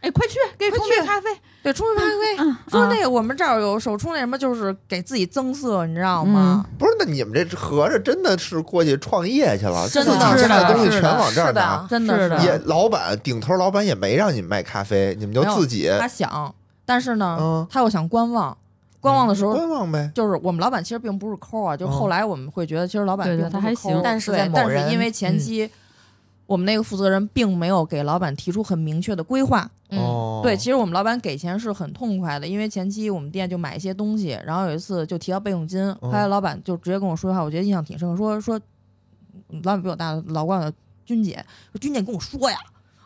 Speaker 6: 哎，快去给
Speaker 7: 快
Speaker 6: 冲杯
Speaker 7: 去
Speaker 6: 咖啡。
Speaker 7: 对冲一杯咖啡，
Speaker 6: 嗯，
Speaker 7: 说
Speaker 6: 嗯
Speaker 7: 那个我们这儿有手冲那什么，就是给自己增色，你知道吗？
Speaker 6: 嗯
Speaker 2: 不是，那你们这合着真的是过去创业去了，
Speaker 7: 真
Speaker 2: 自己
Speaker 7: 的是
Speaker 2: 家
Speaker 7: 的
Speaker 2: 的东西
Speaker 6: 是
Speaker 2: 全
Speaker 6: 的
Speaker 2: 往这儿
Speaker 5: 是
Speaker 2: 拿
Speaker 5: 的。嗯
Speaker 7: 真的
Speaker 6: 是的
Speaker 2: 也老板顶头老板也没让你们卖咖啡，你们就
Speaker 7: 没有
Speaker 2: 自己
Speaker 7: 他想，但是呢，
Speaker 2: 嗯，
Speaker 7: 他又想观望，观望的时候
Speaker 5: 嗯
Speaker 2: 观望呗。
Speaker 7: 就是我们老板其实并不是抠啊，就
Speaker 2: 嗯
Speaker 7: 后来我们会觉得其实老板
Speaker 6: 对对
Speaker 7: 并不
Speaker 6: 他还
Speaker 7: 是抠
Speaker 6: 行嗯
Speaker 5: 但是
Speaker 7: 对
Speaker 5: 在某
Speaker 7: 但
Speaker 5: 人
Speaker 7: 是因为前期我们那个负责人并没有给老板提出很明确的规划，
Speaker 5: 嗯，
Speaker 2: 哦，
Speaker 7: 对，其实我们老板给钱是很痛快的，因为前期我们店就买一些东西，然后有一次就提到备用金，后来老板就直接跟我说一句话，我觉得印象挺深刻，说说老板比我大，老管我君姐，说君姐跟我说呀。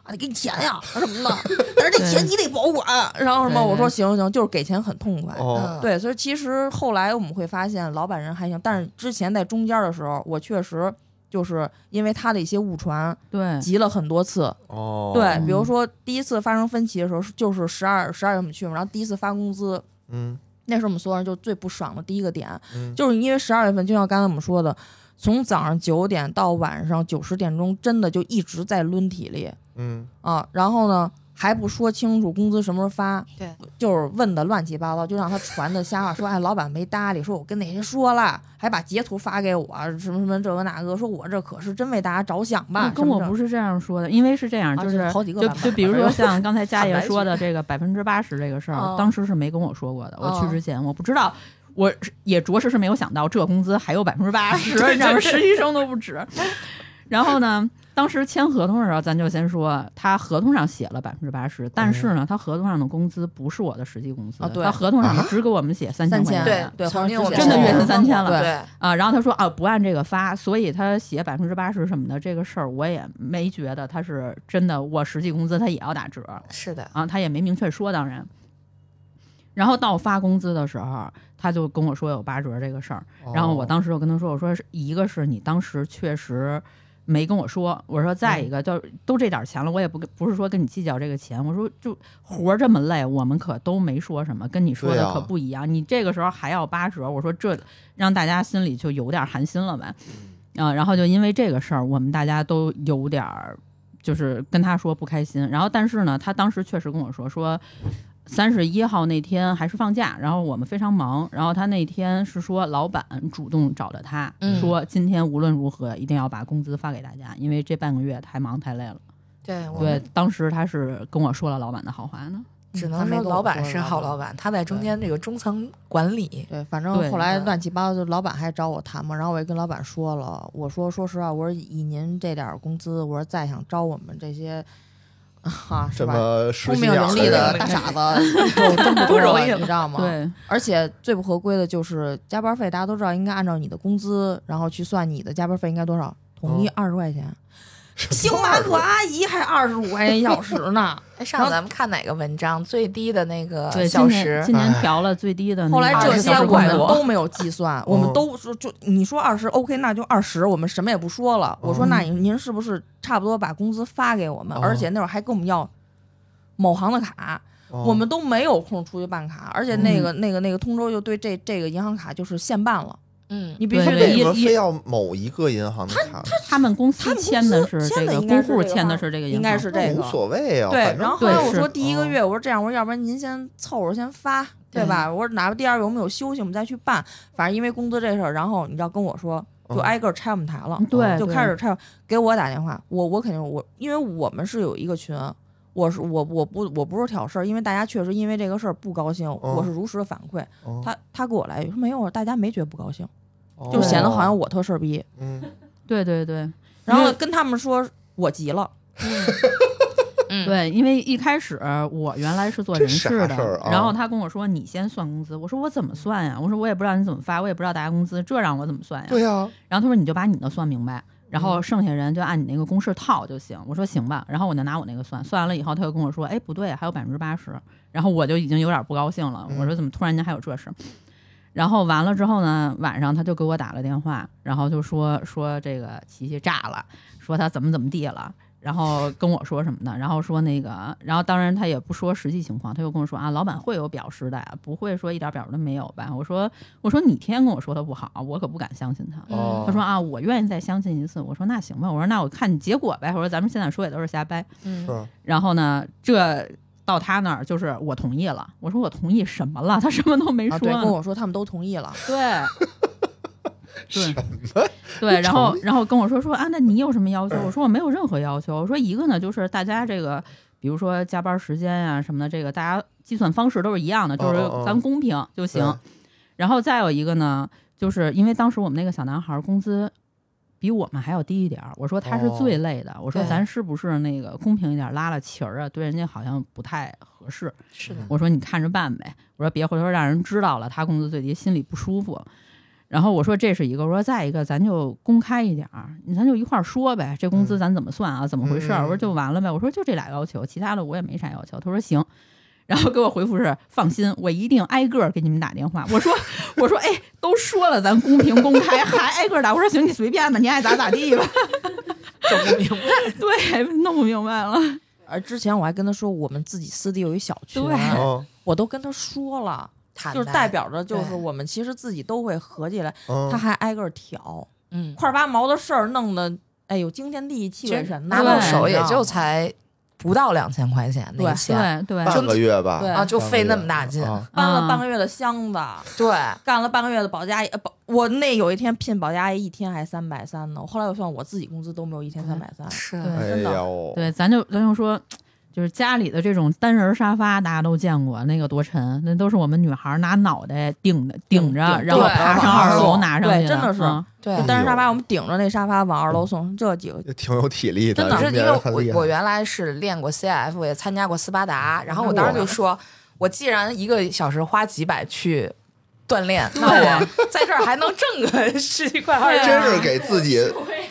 Speaker 7: 啊，得给你钱呀，什么的，但是这钱你得保管。然后什么，
Speaker 6: 对
Speaker 7: 我说行行行，就是给钱很痛快。
Speaker 2: 哦，
Speaker 7: 对，所以其实后来我们会发现，老板人还行，但是之前在中间的时候，我确实就是因为他的一些误传，
Speaker 6: 对，
Speaker 7: 急了很多次。
Speaker 2: 哦，
Speaker 7: 对，比
Speaker 6: 嗯
Speaker 7: 如说第一次发生分歧的时候，就是十二十二月我们去嘛，然后第一次发工资，
Speaker 2: 嗯
Speaker 7: 那是我们所有人就最不爽的第一个点，
Speaker 2: 嗯，
Speaker 7: 就是因为十二月份，就像刚才我们说的，从早上九点到晚上九十点钟，真的就一直在抡体力
Speaker 2: 嗯
Speaker 7: 啊，然后呢。还不说清楚工资什么时候发，
Speaker 5: 对，
Speaker 7: 就是问的乱七八糟，就让他传的瞎话，说哎，老板没搭理，说我跟哪些说了，还把截图发给我，什么什么这个那个，说我这可是真为大家着想吧，
Speaker 6: 跟我
Speaker 7: 什么啊
Speaker 6: 不是这样说的，因为是这样，
Speaker 7: 这，
Speaker 6: 就
Speaker 7: 而
Speaker 6: 是
Speaker 7: 且好几个
Speaker 6: 就
Speaker 7: 版本
Speaker 6: 就比如
Speaker 7: 反正
Speaker 6: 说像刚才佳
Speaker 7: 坦
Speaker 6: 爷
Speaker 7: 白
Speaker 6: 说的这个百分之八十这个事
Speaker 7: 哦
Speaker 6: 儿，当时是没跟我说过的。我
Speaker 7: 哦
Speaker 6: 去之前我不知道，我是也着实是没有想到这工资还有百分之八十， 你知道吗？实习生都不止。然后呢，当时签合同的时候，咱就先说他合同上写了百分之八十，但是呢，他合同上的工资不是我的实际工资
Speaker 7: 啊，对
Speaker 6: 他合同上的只给我们写三千块
Speaker 7: 三千
Speaker 6: 啊钱。
Speaker 5: 对
Speaker 7: 对对
Speaker 5: 曾经我们
Speaker 6: 真的月薪三千了
Speaker 5: 对，
Speaker 6: 啊，然后他说啊，不按这个发，所以他写百分之八十什么的这个事儿，我也没觉得他是真的，我实际工资他也要打折
Speaker 5: 是的，
Speaker 6: 啊，他也没明确说，当然。然后到发工资的时候，他就跟我说有八折这个事儿，
Speaker 2: 嗯哦
Speaker 6: 然后我当时就跟他说，我说是一个是你当时确实没跟我说，我说再一个就都这点钱了，我也不跟不是说跟你计较这个钱，我说就活儿这么累，我们可都没说什么，跟你说
Speaker 2: 对
Speaker 6: 的
Speaker 2: 啊
Speaker 6: 可不一样，你这个时候还要八折，我说这让大家心里就有点寒心了呗，
Speaker 2: 嗯
Speaker 6: 啊、然后就因为这个事儿，我们大家都有点儿就是跟他说不开心，然后但是呢，他当时确实跟我说说。三十一号那天还是放假，然后我们非常忙，然后他那天是说老板主动找的他，
Speaker 5: 嗯
Speaker 2: 哦
Speaker 6: 说今天无论如何一定要把工资发给大家，因为这半个月太忙太累了。
Speaker 5: 对我
Speaker 6: 对
Speaker 5: 们，
Speaker 6: 当时他是跟我说了老板的好话呢。
Speaker 5: 只
Speaker 7: 他
Speaker 5: 能
Speaker 7: 没
Speaker 5: 说
Speaker 7: 跟我
Speaker 5: 老板
Speaker 7: 说
Speaker 5: 是
Speaker 7: 老
Speaker 5: 好
Speaker 7: 板
Speaker 5: 老板，他在中间这个中层管理，
Speaker 7: 对，反正
Speaker 6: 对
Speaker 7: 后来
Speaker 5: 嗯
Speaker 7: 乱七八糟，就老板还找我谈嘛，然后我也跟老板说了，我说说实话，我说以您这点儿工资，我说再想招我们这些，啊，是
Speaker 2: 这
Speaker 7: 吧？
Speaker 2: 么实
Speaker 7: 聪
Speaker 2: 心
Speaker 7: 明
Speaker 2: 眼儿
Speaker 7: 伶俐的大
Speaker 2: 人
Speaker 7: 傻子就 真不多
Speaker 5: 容易
Speaker 7: 你知道吗？。
Speaker 6: 对，
Speaker 7: 而且最不合规的就是加班费，大家都知道应该按照你的工资，然后去算你的加班费应该多少，统一
Speaker 2: 哦
Speaker 7: 二十块钱。星巴克阿姨还二十五块钱一小时呢，
Speaker 5: 哎，上次咱们看哪个文章最低的那个
Speaker 6: 对，今
Speaker 5: 小
Speaker 6: 年
Speaker 5: 时
Speaker 6: 今年调了最低的那个
Speaker 7: 后来这
Speaker 6: 20
Speaker 7: 些
Speaker 6: 小时
Speaker 7: 我
Speaker 6: 工
Speaker 7: 们
Speaker 6: 作
Speaker 7: 都没有计 算，我
Speaker 2: 哦
Speaker 7: 们都说就你说二十，OK，那就二十，我们什么也不说了。我说
Speaker 6: 哦
Speaker 7: 那您您是不是差不多把工资发给我们？
Speaker 2: 哦
Speaker 7: 而且那会儿还跟我们要某行的卡，
Speaker 6: 哦
Speaker 2: 哦
Speaker 7: 我们都没有空出去办卡，而且那
Speaker 6: 嗯
Speaker 7: 个那个那个通州就对这这个银行卡就是限办了，
Speaker 5: 嗯，
Speaker 7: 你必须
Speaker 6: 对
Speaker 7: 得
Speaker 2: 为
Speaker 6: 一
Speaker 2: 什么
Speaker 6: 一
Speaker 2: 非要某一个银行的卡？
Speaker 6: 他们公司
Speaker 7: 他们
Speaker 6: 签的是
Speaker 7: 公司
Speaker 6: 这
Speaker 7: 签的
Speaker 6: 个
Speaker 7: 应该
Speaker 6: 公
Speaker 7: 是
Speaker 6: 户
Speaker 7: 这个
Speaker 6: 签的
Speaker 7: 吧
Speaker 6: 是这个银
Speaker 7: 应该
Speaker 6: 行
Speaker 7: 是
Speaker 2: 那
Speaker 7: 这
Speaker 2: 无
Speaker 7: 个。
Speaker 2: 所谓啊，
Speaker 7: 对
Speaker 2: 反，
Speaker 7: 然后
Speaker 2: 正
Speaker 7: 后来我
Speaker 6: 对
Speaker 7: 说
Speaker 6: 是
Speaker 7: 第一个
Speaker 2: 哦
Speaker 7: 月，我说这样，我说要不然您先凑合先发，对吧？我说哪怕第二个月我们有休息，我们再去办。反正因为工资这事儿，然后你知道跟我说，就
Speaker 2: 嗯
Speaker 7: 挨个拆我们台了。
Speaker 6: 对，
Speaker 7: 就
Speaker 6: 哎对
Speaker 7: 开始拆，给我打电话，我我肯定我，因为我们是有一个群，我是我我不我不是挑事儿，因为大家确实因为这个事儿不高兴，我
Speaker 2: 嗯
Speaker 7: 是如实的反馈。
Speaker 2: 哦
Speaker 7: 他他给我来一句说没有，啊大家没觉得不高兴，
Speaker 2: 哦
Speaker 7: 就显得好像我特事儿
Speaker 6: 哦
Speaker 7: 逼。
Speaker 2: 嗯
Speaker 6: 对对对，
Speaker 7: 然
Speaker 6: 因
Speaker 7: 后
Speaker 6: 为
Speaker 7: 跟他们说我急了，
Speaker 5: 嗯
Speaker 6: 对，因为一开始我原来是做人事
Speaker 2: 这啥事
Speaker 6: 的
Speaker 2: 儿，啊
Speaker 6: 然后他跟我说你先算工资，我说我怎么算呀？我说我也不知道你怎么发，我也不知道大家工资，这让我怎么
Speaker 7: 哎
Speaker 6: 算呀？
Speaker 2: 对啊呀，
Speaker 6: 然后他说你就把你的算明白，然后剩下人就按你那个公式套就行。我说行吧，然后我就拿我那个算，算完了以后他又跟我说，哎不对，还有百分之八十，然后我就已经有点不高兴了，
Speaker 2: 嗯
Speaker 6: 我说怎么突然间还有这事？然后完了之后呢，晚上他就给我打了电话，然后就说说这个琪琪炸了，说他怎么怎么地了。然后跟我说什么的，然后说那个，然后当然他也不说实际情况，他又跟我说啊，老板会有表示的，不会说一点表示都没有吧？我说我说你天天跟我说他不好，我可不敢相信他。
Speaker 2: 哦
Speaker 6: 他说啊，我愿意再相信一次。我说那行吧，我说那我看你结果呗。我说咱们现在说也都是瞎掰。
Speaker 5: 嗯，
Speaker 2: 是
Speaker 6: 然后呢，这到他那儿就是我同意了。我说我同意什么了？他什么都没
Speaker 7: 啊，
Speaker 6: 说
Speaker 7: 对，
Speaker 6: 呢
Speaker 7: 跟我说他们都同意了，
Speaker 6: 对。对对，然后然后跟我说说啊，那你有什么 要求？我说我没有任何要求。我说一个呢，就是大家这个，比如说加班时间呀、什么的，这个大家计算方式都是一样的，就
Speaker 2: 哦哦哦
Speaker 6: 是咱公平就行。
Speaker 2: 嗯
Speaker 6: 然后再有一个呢，就是因为当时我们那个小男孩儿工资比我们还要低一点儿，我说他是
Speaker 2: 哦
Speaker 6: 最累的，我说
Speaker 5: 对
Speaker 6: 咱是不是那个公平一点儿，拉拉旗儿啊，对人家好像不太合适。
Speaker 5: 是的，
Speaker 6: 我说你看着办呗，我说别回头让人知道了，他工资最低，心里不舒服。然后我说这是一个，我说再一个咱就公开一点儿，咱就一块儿说呗，这工资咱怎么算啊，怎么回事儿？
Speaker 2: 嗯
Speaker 6: 我说就完了呗，我说就这俩要求，其他的我也没啥要求。他说行，然后给我回复是放心，我一定挨个儿给你们打电话。我说我说哎，都说了咱公平公开，还挨个儿打。我说行，你随便吧，你爱咋咋地吧。
Speaker 5: 整不明白。
Speaker 6: 对，弄不明白了。
Speaker 7: 而之前我还跟他说，我们自己私底有一小群，
Speaker 6: 对
Speaker 2: 嗯
Speaker 7: 我都跟他说了，
Speaker 5: 坦
Speaker 7: 就是
Speaker 5: 白
Speaker 7: 代表着就是
Speaker 5: 对
Speaker 7: 我们其实自己都会合计来，
Speaker 2: 嗯
Speaker 7: 他还挨个儿挑，
Speaker 5: 嗯，
Speaker 7: 块儿八毛的事儿弄得，哎呦惊天地泣鬼神的，
Speaker 5: 拿到
Speaker 6: 对
Speaker 5: 手也
Speaker 7: 你知道
Speaker 5: 就
Speaker 7: 吗
Speaker 5: 才不到两千块钱那
Speaker 7: 对
Speaker 5: 个钱
Speaker 6: 对
Speaker 2: 嗯
Speaker 6: 对，
Speaker 2: 半个月吧，
Speaker 7: 对
Speaker 5: 啊，就
Speaker 2: 半个
Speaker 5: 费那
Speaker 2: 月
Speaker 5: 么大劲，
Speaker 2: 啊
Speaker 7: 搬了
Speaker 6: 嗯
Speaker 7: 半个月的箱子，
Speaker 5: 对，
Speaker 7: 干了半个月的保洁阿姨，呃，保我那有一天聘保洁阿姨一天还三百三呢，我后来我算我自己工资都没有一千三百三，
Speaker 5: 是
Speaker 6: 对
Speaker 2: 哎
Speaker 7: 真的
Speaker 2: 呦，
Speaker 6: 对，咱就咱就说，就是家里的这种单人沙发，大家都见过，那个多沉，那都是我们女孩拿脑袋顶着顶着，
Speaker 7: 顶
Speaker 6: 然后
Speaker 5: 对
Speaker 6: 爬上
Speaker 5: 往
Speaker 6: 二
Speaker 5: 上
Speaker 6: 楼
Speaker 7: 送
Speaker 6: 拿上
Speaker 7: 对
Speaker 6: 去
Speaker 7: 真的是
Speaker 6: 嗯
Speaker 5: 对
Speaker 7: 就。单人沙发我们顶着那沙发往二楼送，这几个
Speaker 2: 也挺有体力的，
Speaker 5: 不
Speaker 2: 这
Speaker 5: 是因
Speaker 2: 面
Speaker 5: 为
Speaker 2: 人很厉
Speaker 5: 我
Speaker 2: 害
Speaker 5: 我原来是练过 CF，我也参加过斯巴达，然后我当时就说，我既然一个小时花几百去锻炼，那我在这儿还能挣个 十几块二十，
Speaker 2: 真
Speaker 7: 啊
Speaker 2: 是给自己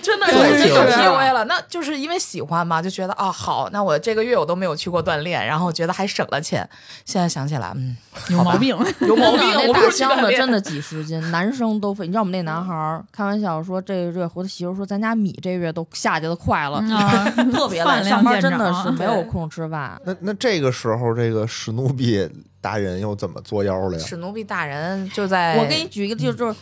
Speaker 5: 真的
Speaker 2: 对
Speaker 5: 是这个
Speaker 2: 啊是
Speaker 5: PUA 了。那就是因为喜欢嘛，就觉得啊好，那我这个月我都没有去过锻炼，然后觉得还省了钱。现在想起来，嗯，
Speaker 6: 有毛病。
Speaker 5: 有毛病，
Speaker 7: 那
Speaker 5: 我不
Speaker 7: 大
Speaker 5: 是去
Speaker 7: 箱
Speaker 5: 锻
Speaker 7: 子
Speaker 5: 炼
Speaker 7: 真的几十斤，男生都费。你知道我们那男孩儿开玩笑说，这个月和他媳妇说，咱家米这月都下去的快了，
Speaker 6: 嗯 啊
Speaker 7: 特别
Speaker 6: 饭
Speaker 7: 累，上
Speaker 6: 量
Speaker 7: 班
Speaker 6: 见
Speaker 7: 真的
Speaker 6: 长
Speaker 7: 是没有空吃饭。
Speaker 2: 那那这个时候，这个史努比达人又怎么作妖了呀？
Speaker 5: 史努比大人就在
Speaker 6: 哎
Speaker 7: 我给你举一个，就
Speaker 6: 嗯
Speaker 7: 就是。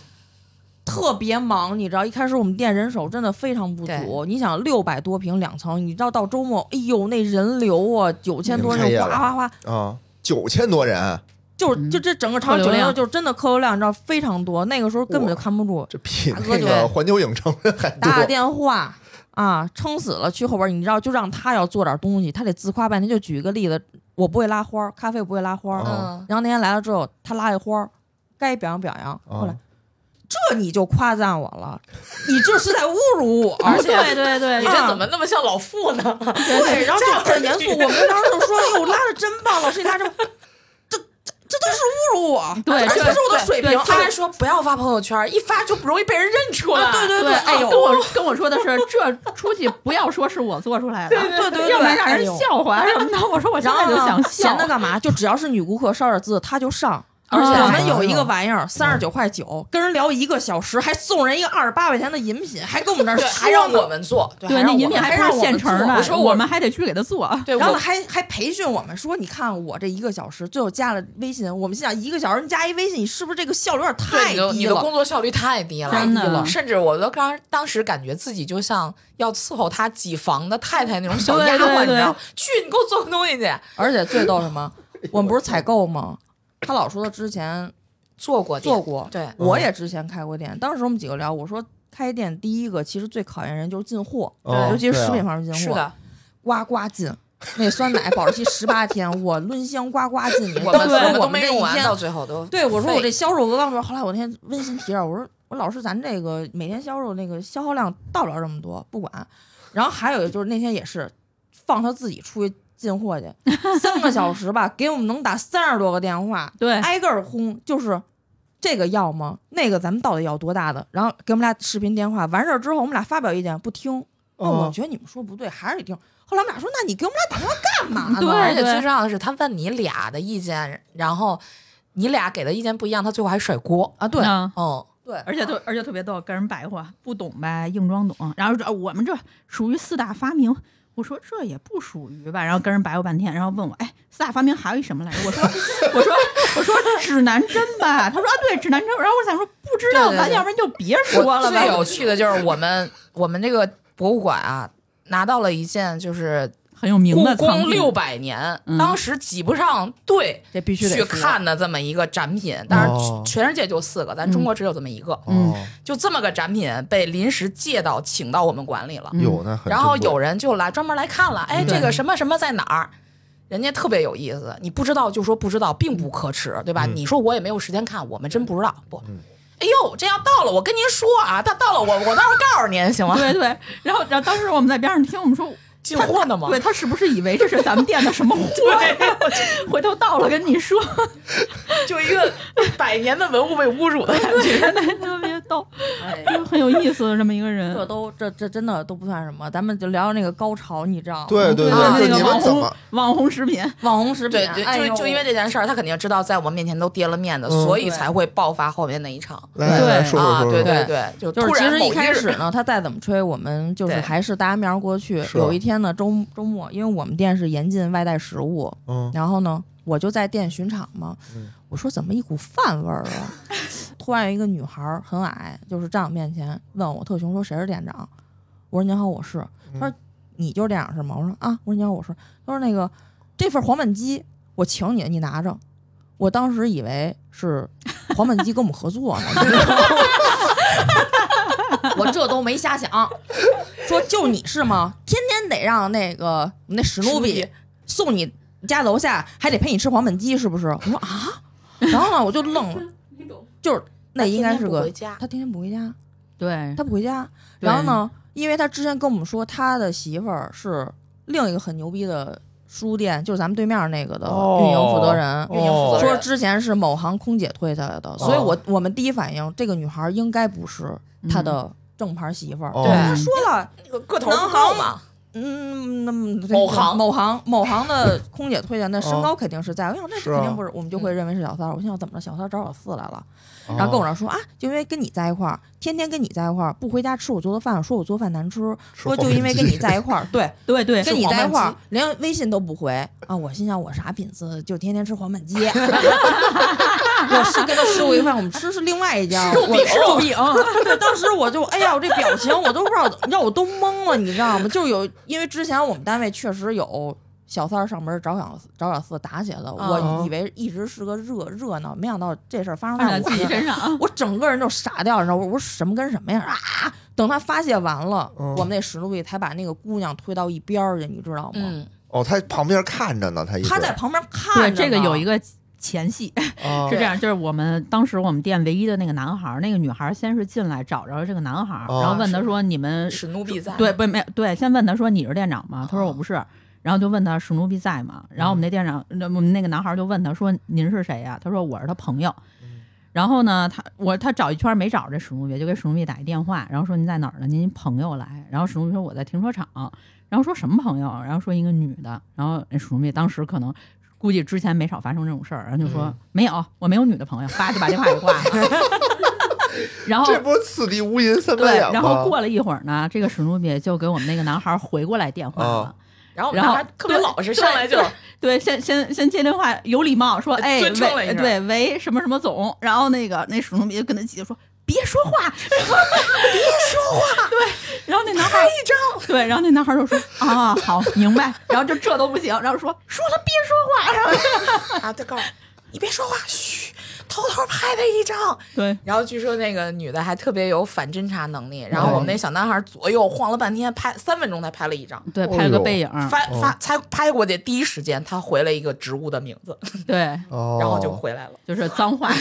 Speaker 7: 特别忙，你知道，一开始我们店人手真的非常不足。
Speaker 5: 对
Speaker 7: 你想，六百多平两层，你知道到周末，哎呦，那人流啊，九千多
Speaker 2: 你们开业
Speaker 7: 人，哗
Speaker 2: 了
Speaker 7: 哗哗，
Speaker 2: 啊，九千多人，
Speaker 7: 就是
Speaker 6: 嗯
Speaker 7: 就这整个
Speaker 6: 客
Speaker 7: 场
Speaker 6: 流
Speaker 7: 九千多，
Speaker 6: 量
Speaker 7: 就是真的客流量，你知道非常多。那个时候根本就
Speaker 2: 哇
Speaker 7: 看不住，
Speaker 2: 这比
Speaker 7: 大哥
Speaker 2: 那
Speaker 7: 就
Speaker 2: 个环球影城还多
Speaker 7: 打打电话啊，撑死了去后边儿，你知道，就让他要做点东西，他得自夸半天。就举一个例子，我不会拉花儿，咖啡不会拉花儿。
Speaker 2: 啊
Speaker 5: 嗯，
Speaker 7: 然后那天来了之后，他拉一花儿，该表扬表扬。后来
Speaker 2: 啊，
Speaker 7: 这你就夸赞我了，你这是在侮辱我。
Speaker 5: 而且
Speaker 6: 对对对，
Speaker 5: 你
Speaker 6: 对
Speaker 5: 这怎么那么像老傅呢？
Speaker 7: 对，然后就很严肃。我们当时就说：“哟，拉的真棒，老师你拉这，这这这都是侮辱我，
Speaker 6: 对
Speaker 7: 而且
Speaker 6: 对
Speaker 7: 是我的水平。”
Speaker 5: 他还说不要发朋友圈，一发就不容易被人认出来。
Speaker 7: 啊对对
Speaker 6: 对，
Speaker 7: 对，哎
Speaker 6: 哎
Speaker 7: 呦
Speaker 6: 跟，我跟我说的是，这出去不要说是我做出来的，
Speaker 7: 对对对
Speaker 6: 要不然让
Speaker 7: 哎
Speaker 6: 人
Speaker 7: 呦
Speaker 6: 笑话什么的。我说我现
Speaker 7: 然后
Speaker 6: 在就想
Speaker 7: 呢
Speaker 6: 笑
Speaker 7: 啊闲，的干嘛？就只要是女顾客烧点字，他就上。
Speaker 6: 嗯
Speaker 7: 而且我们有一个玩意儿，三十九块九，跟人聊一个小时，还送人一个二十八块钱的饮品，还跟我们这儿
Speaker 5: 对，
Speaker 7: 说
Speaker 5: 还让我们做，对
Speaker 6: 对，
Speaker 5: 还
Speaker 6: 那
Speaker 5: 让我
Speaker 6: 饮品
Speaker 5: 们
Speaker 6: 还不
Speaker 7: 还让
Speaker 6: 是
Speaker 7: 我们
Speaker 6: 现成
Speaker 7: 做
Speaker 6: 的，
Speaker 5: 我说
Speaker 6: 我
Speaker 5: 我
Speaker 6: 们还得去给他做。
Speaker 5: 对，
Speaker 7: 然后
Speaker 5: 我
Speaker 7: 还还培训我们说，你看我这一个小时，最后加了微信，我们心想一个小时你加一微信，你是不是这个效率有点
Speaker 5: 对
Speaker 7: 太
Speaker 5: 你的
Speaker 7: 低
Speaker 5: 你的
Speaker 7: 了？
Speaker 5: 工作效率太低了，
Speaker 6: 真的
Speaker 5: 甚至我都刚当时感觉自己就像要伺候他几房的太太那种小
Speaker 6: 对
Speaker 5: 丫
Speaker 6: 对
Speaker 5: 鬟，你知
Speaker 6: 对
Speaker 5: 道吗？去，你给我做个东西去。
Speaker 7: 而且最逗 什么？
Speaker 2: 哎
Speaker 7: 我们不是采购吗？他老说他之前
Speaker 5: 做过
Speaker 7: 做
Speaker 5: 做
Speaker 7: 过，
Speaker 5: 对，
Speaker 2: 嗯
Speaker 7: 我也之前开过店。当时我们几个聊，我说开店第一个其实最考验人就是进货，
Speaker 2: 哦
Speaker 7: 尤其是
Speaker 2: 对啊
Speaker 7: 食品方面进货。
Speaker 5: 是的，
Speaker 7: 呱呱进。那酸奶保质期十八天，我抡香呱呱进去。
Speaker 5: 我
Speaker 7: 当
Speaker 5: 们
Speaker 7: 时
Speaker 5: 我
Speaker 7: 我
Speaker 5: 们都
Speaker 7: 们
Speaker 5: 没
Speaker 7: 这
Speaker 5: 用
Speaker 7: 一
Speaker 5: 完，到
Speaker 7: 天，
Speaker 5: 最后都
Speaker 7: 对我说我这
Speaker 5: 废
Speaker 7: 销售额刚说，后来我那天温馨提示我说，我老师咱这个每天销售那个消耗量到不了这么多，不管。然后还有就是那天也是放他自己出去进货去，三个小时吧，给我们能打三十多个电话，
Speaker 6: 对，
Speaker 7: 挨个儿轰，就是这个要吗？那个咱们到底要多大的？然后给我们俩视频电话，完事儿之后我们俩发表意见，不听。那我
Speaker 2: 哦
Speaker 7: 觉得你们说不对，还是得听。后来我们俩说，那你给我们俩打电话干嘛
Speaker 6: 对
Speaker 7: 呢？
Speaker 5: 而且最重要的是，他问你俩的意见，然后你俩给的意见不一样，他最后还甩锅。
Speaker 7: 啊，对
Speaker 6: 嗯
Speaker 5: 嗯，
Speaker 7: 对，
Speaker 6: 而且特而且特别逗，跟人白话，不懂呗，硬装懂。然后说啊我们这属于四大发明，我说这也不属于吧，然后跟人白话半天，然后问我，哎，四大发明还有一什么来着？我 说我说我说指南针吧，他说啊对，指南针。然后我想说不知道，
Speaker 5: 对对对
Speaker 6: 咱要不然就别说
Speaker 5: 我
Speaker 6: 了吧
Speaker 5: 最。有趣的就是我们我们这个博物馆啊，拿到了一件就是
Speaker 6: 很有名
Speaker 5: 故
Speaker 6: 的藏
Speaker 5: 宫
Speaker 6: 品
Speaker 5: 六百年，
Speaker 6: 嗯
Speaker 5: 当时挤不上队
Speaker 7: 这必须得
Speaker 5: 去
Speaker 7: 说
Speaker 5: 看的这么一个展品，但是
Speaker 2: 哦
Speaker 5: 全全世界就四个，咱中国只有这么一个，
Speaker 6: 嗯
Speaker 2: 哦
Speaker 5: 就这么个展品被临时借到请到我们馆里了，
Speaker 6: 嗯
Speaker 2: 有呢，很
Speaker 5: 然后
Speaker 2: 珍贵
Speaker 5: 有人就来专门来看了，哎，
Speaker 2: 嗯
Speaker 5: 这个什么什么在哪儿？人家特别有意思，你不知道就说不知道，并不可耻，对吧？
Speaker 2: 嗯
Speaker 5: 你说我也没有时间看，我们真不知道不
Speaker 2: 嗯？
Speaker 5: 哎呦，这要到了，我跟您说啊，到到了我我到时候告诉您行吗？
Speaker 6: 对对，然后然后当时我们在边上听，我们说
Speaker 5: 进货呢 吗？
Speaker 6: 对他是不是以为这是咱们店的什么货？回头到了跟你说，
Speaker 5: 就一个百年的文物被侮辱的感觉。
Speaker 6: 对，特别逗，
Speaker 7: 哎
Speaker 6: 就很有意思的这么一个人
Speaker 7: 这。
Speaker 5: 嗯
Speaker 7: 都这这真的都不算什么，咱们就聊聊那个高潮，你知道吗？
Speaker 2: 嗯对对
Speaker 5: 啊
Speaker 2: 对，就
Speaker 6: 那
Speaker 2: 你
Speaker 6: 个
Speaker 2: 们
Speaker 6: 网
Speaker 2: 怎
Speaker 6: 红
Speaker 2: 么
Speaker 6: 网红食品，
Speaker 7: 网红食品，
Speaker 5: 对对，
Speaker 7: 哎呦
Speaker 5: 就就因为这件事儿，他肯定知道在我面前都跌了面子，
Speaker 2: 嗯
Speaker 5: 所以才会爆发后面那一场
Speaker 2: 来来来说说
Speaker 5: 啊！
Speaker 2: 说
Speaker 5: 对
Speaker 2: 说，
Speaker 5: 对对，就
Speaker 7: 就是
Speaker 5: 突
Speaker 7: 其
Speaker 5: 然
Speaker 7: 实
Speaker 5: 某
Speaker 7: 一开
Speaker 5: 日
Speaker 7: 始呢，他再怎么吹，我们就是
Speaker 5: 对
Speaker 7: 还是搭苗过去。
Speaker 2: 是
Speaker 7: 有一天呢，周周末，因为我们店是严禁外带食物，
Speaker 2: 嗯，
Speaker 7: 然后呢，我就在店巡场嘛，
Speaker 2: 嗯
Speaker 7: 我说怎么一股饭味儿啊？突然有一个女孩儿很矮，就是站我面前问我特熊说谁是店长？我说您好，我是。
Speaker 2: 嗯
Speaker 7: 她说你就是店长是吗？我说啊，我说您好，我是。她说那个这份黄焖鸡我请你，你拿着。我当时以为是黄焖鸡跟我们合作呢，你知道吗我这都没瞎想，说就你是吗？天天得让那个我们那史努比送你家楼下，还得陪你吃黄焖鸡，是不是？我说啊，然后呢，我就 愣了，就是那应该是
Speaker 5: 他天天不
Speaker 7: 个
Speaker 5: 回家，
Speaker 7: 他天天不回家，
Speaker 6: 对
Speaker 7: 他不回家。
Speaker 6: 对
Speaker 7: 然后呢，因为他之前跟我们说他的媳妇儿是另一个很牛逼的书店，就是咱们对面那个的
Speaker 2: 哦
Speaker 7: 运营负责人。
Speaker 5: 运营负责
Speaker 7: 说
Speaker 5: 人
Speaker 7: 之前是某行空姐推下来的，所以我我们第一反应，这个女孩应该不是他的正牌媳妇儿。
Speaker 2: 哦
Speaker 5: 对
Speaker 7: 他说了，
Speaker 5: 个个头不高嘛，
Speaker 7: 嗯，那么
Speaker 5: 某行嗯
Speaker 7: 某行某行 的空姐推荐，那身
Speaker 2: 哦
Speaker 7: 高肯定是在。我想那
Speaker 2: 是啊
Speaker 7: 肯定不是，我们就会认为是小三儿。我心想怎么着，小三儿找小四来了，
Speaker 5: 哦
Speaker 7: 然后跟
Speaker 2: 跟
Speaker 7: 我这说啊，就因为跟你在一块儿，天天跟你在一块儿，不回家吃我做的饭，说我做饭难吃，说就因为跟你在一块 儿，对，
Speaker 6: 对对，
Speaker 7: 跟你
Speaker 5: 黄
Speaker 7: 在一
Speaker 5: 焖
Speaker 7: 块儿
Speaker 5: 鸡
Speaker 7: 连微信都不回啊！我心想我啥品次，就天天吃黄焖 鸡。我是跟他吃过一饭，我们吃是另外一家，我吃肉饼。对，当时我就哎呀，我这表情我都不知道，你知道我都懵了，你知道吗？就是有，因为之前我们单位确实有小三儿上门找小找小四打起来了，
Speaker 2: 哦
Speaker 7: 我以为一直是个热热闹，没想到这事儿发生
Speaker 6: 放
Speaker 7: 在
Speaker 6: 在
Speaker 7: 我
Speaker 6: 自己
Speaker 7: 身上。
Speaker 6: 身 上啊。
Speaker 7: 我整个人就傻掉，你知道吗？我说什么跟什么呀啊！等他发泄完了，
Speaker 2: 嗯
Speaker 7: 我们那史努比才把那个姑娘推到一边儿去，你知道吗？
Speaker 5: 嗯，
Speaker 2: 哦，他旁边看着呢，他一直
Speaker 7: 他在旁边
Speaker 6: 对，
Speaker 7: 看着
Speaker 6: 这个有一
Speaker 7: 个
Speaker 6: 个前戏
Speaker 2: 啊
Speaker 6: 是这样，就是我们当时我们店唯一的那个男孩儿，那个女孩儿先是进来找着这个男孩儿，
Speaker 2: 哦
Speaker 6: 然后问他说：“你们
Speaker 5: 史努比在，
Speaker 6: 对，不没对，先问他说你是店长吗？他说我
Speaker 2: 哦
Speaker 6: 不是，然后就问他史努比在吗？然后我
Speaker 2: 嗯
Speaker 6: 们那店长，那我们那个男孩就问他说您是谁呀、他说我是他朋友。
Speaker 2: 嗯
Speaker 6: 然后呢，他我他找一圈没找着这史努比，就给史努比打一电话，然后说您在哪儿呢？您朋友来。然后史努比说我在停车场。然后说什么朋友？啊然后说一个女的。然后那史努比当时可能估计之前没少发生这种事儿，然后就说、
Speaker 2: 嗯
Speaker 6: 没有，我没有女的朋友，叭就把电话给挂了。 然后
Speaker 2: 这不是此地无银三百
Speaker 6: 对，啊
Speaker 2: 两吗？
Speaker 6: 然后过了一会儿呢，这个史努比就给我们那个男孩回过来电话了。
Speaker 2: 哦
Speaker 5: 然后我们
Speaker 6: 然后
Speaker 5: 还特别老实，上来就
Speaker 6: 对，先先先接电话，有礼貌说，哎，
Speaker 5: 尊称了一
Speaker 6: 喂，
Speaker 5: 下
Speaker 6: 对，喂，什么什么总，然后那个那史努比就跟他急说。别说话， 别说话，对。然后那男孩一张，对，然后那男孩就说啊，好，明白。然后就这都不行，然后说说了别说话，然后
Speaker 5: 啊，他告诉你别说话，嘘，偷偷拍他一张。
Speaker 6: 对
Speaker 5: 然后据说那个女的还特别有反侦查能力，然后我们那小男孩左右晃了半天，拍三分钟才拍了一张，
Speaker 6: 对，
Speaker 2: 哦
Speaker 6: 拍了个
Speaker 2: 呦
Speaker 6: 背影，
Speaker 5: 发发才拍过去第一时间，他回了一个植物的名字，
Speaker 6: 对，
Speaker 2: 哦，
Speaker 5: 然后就回来了。
Speaker 6: 就是 脏话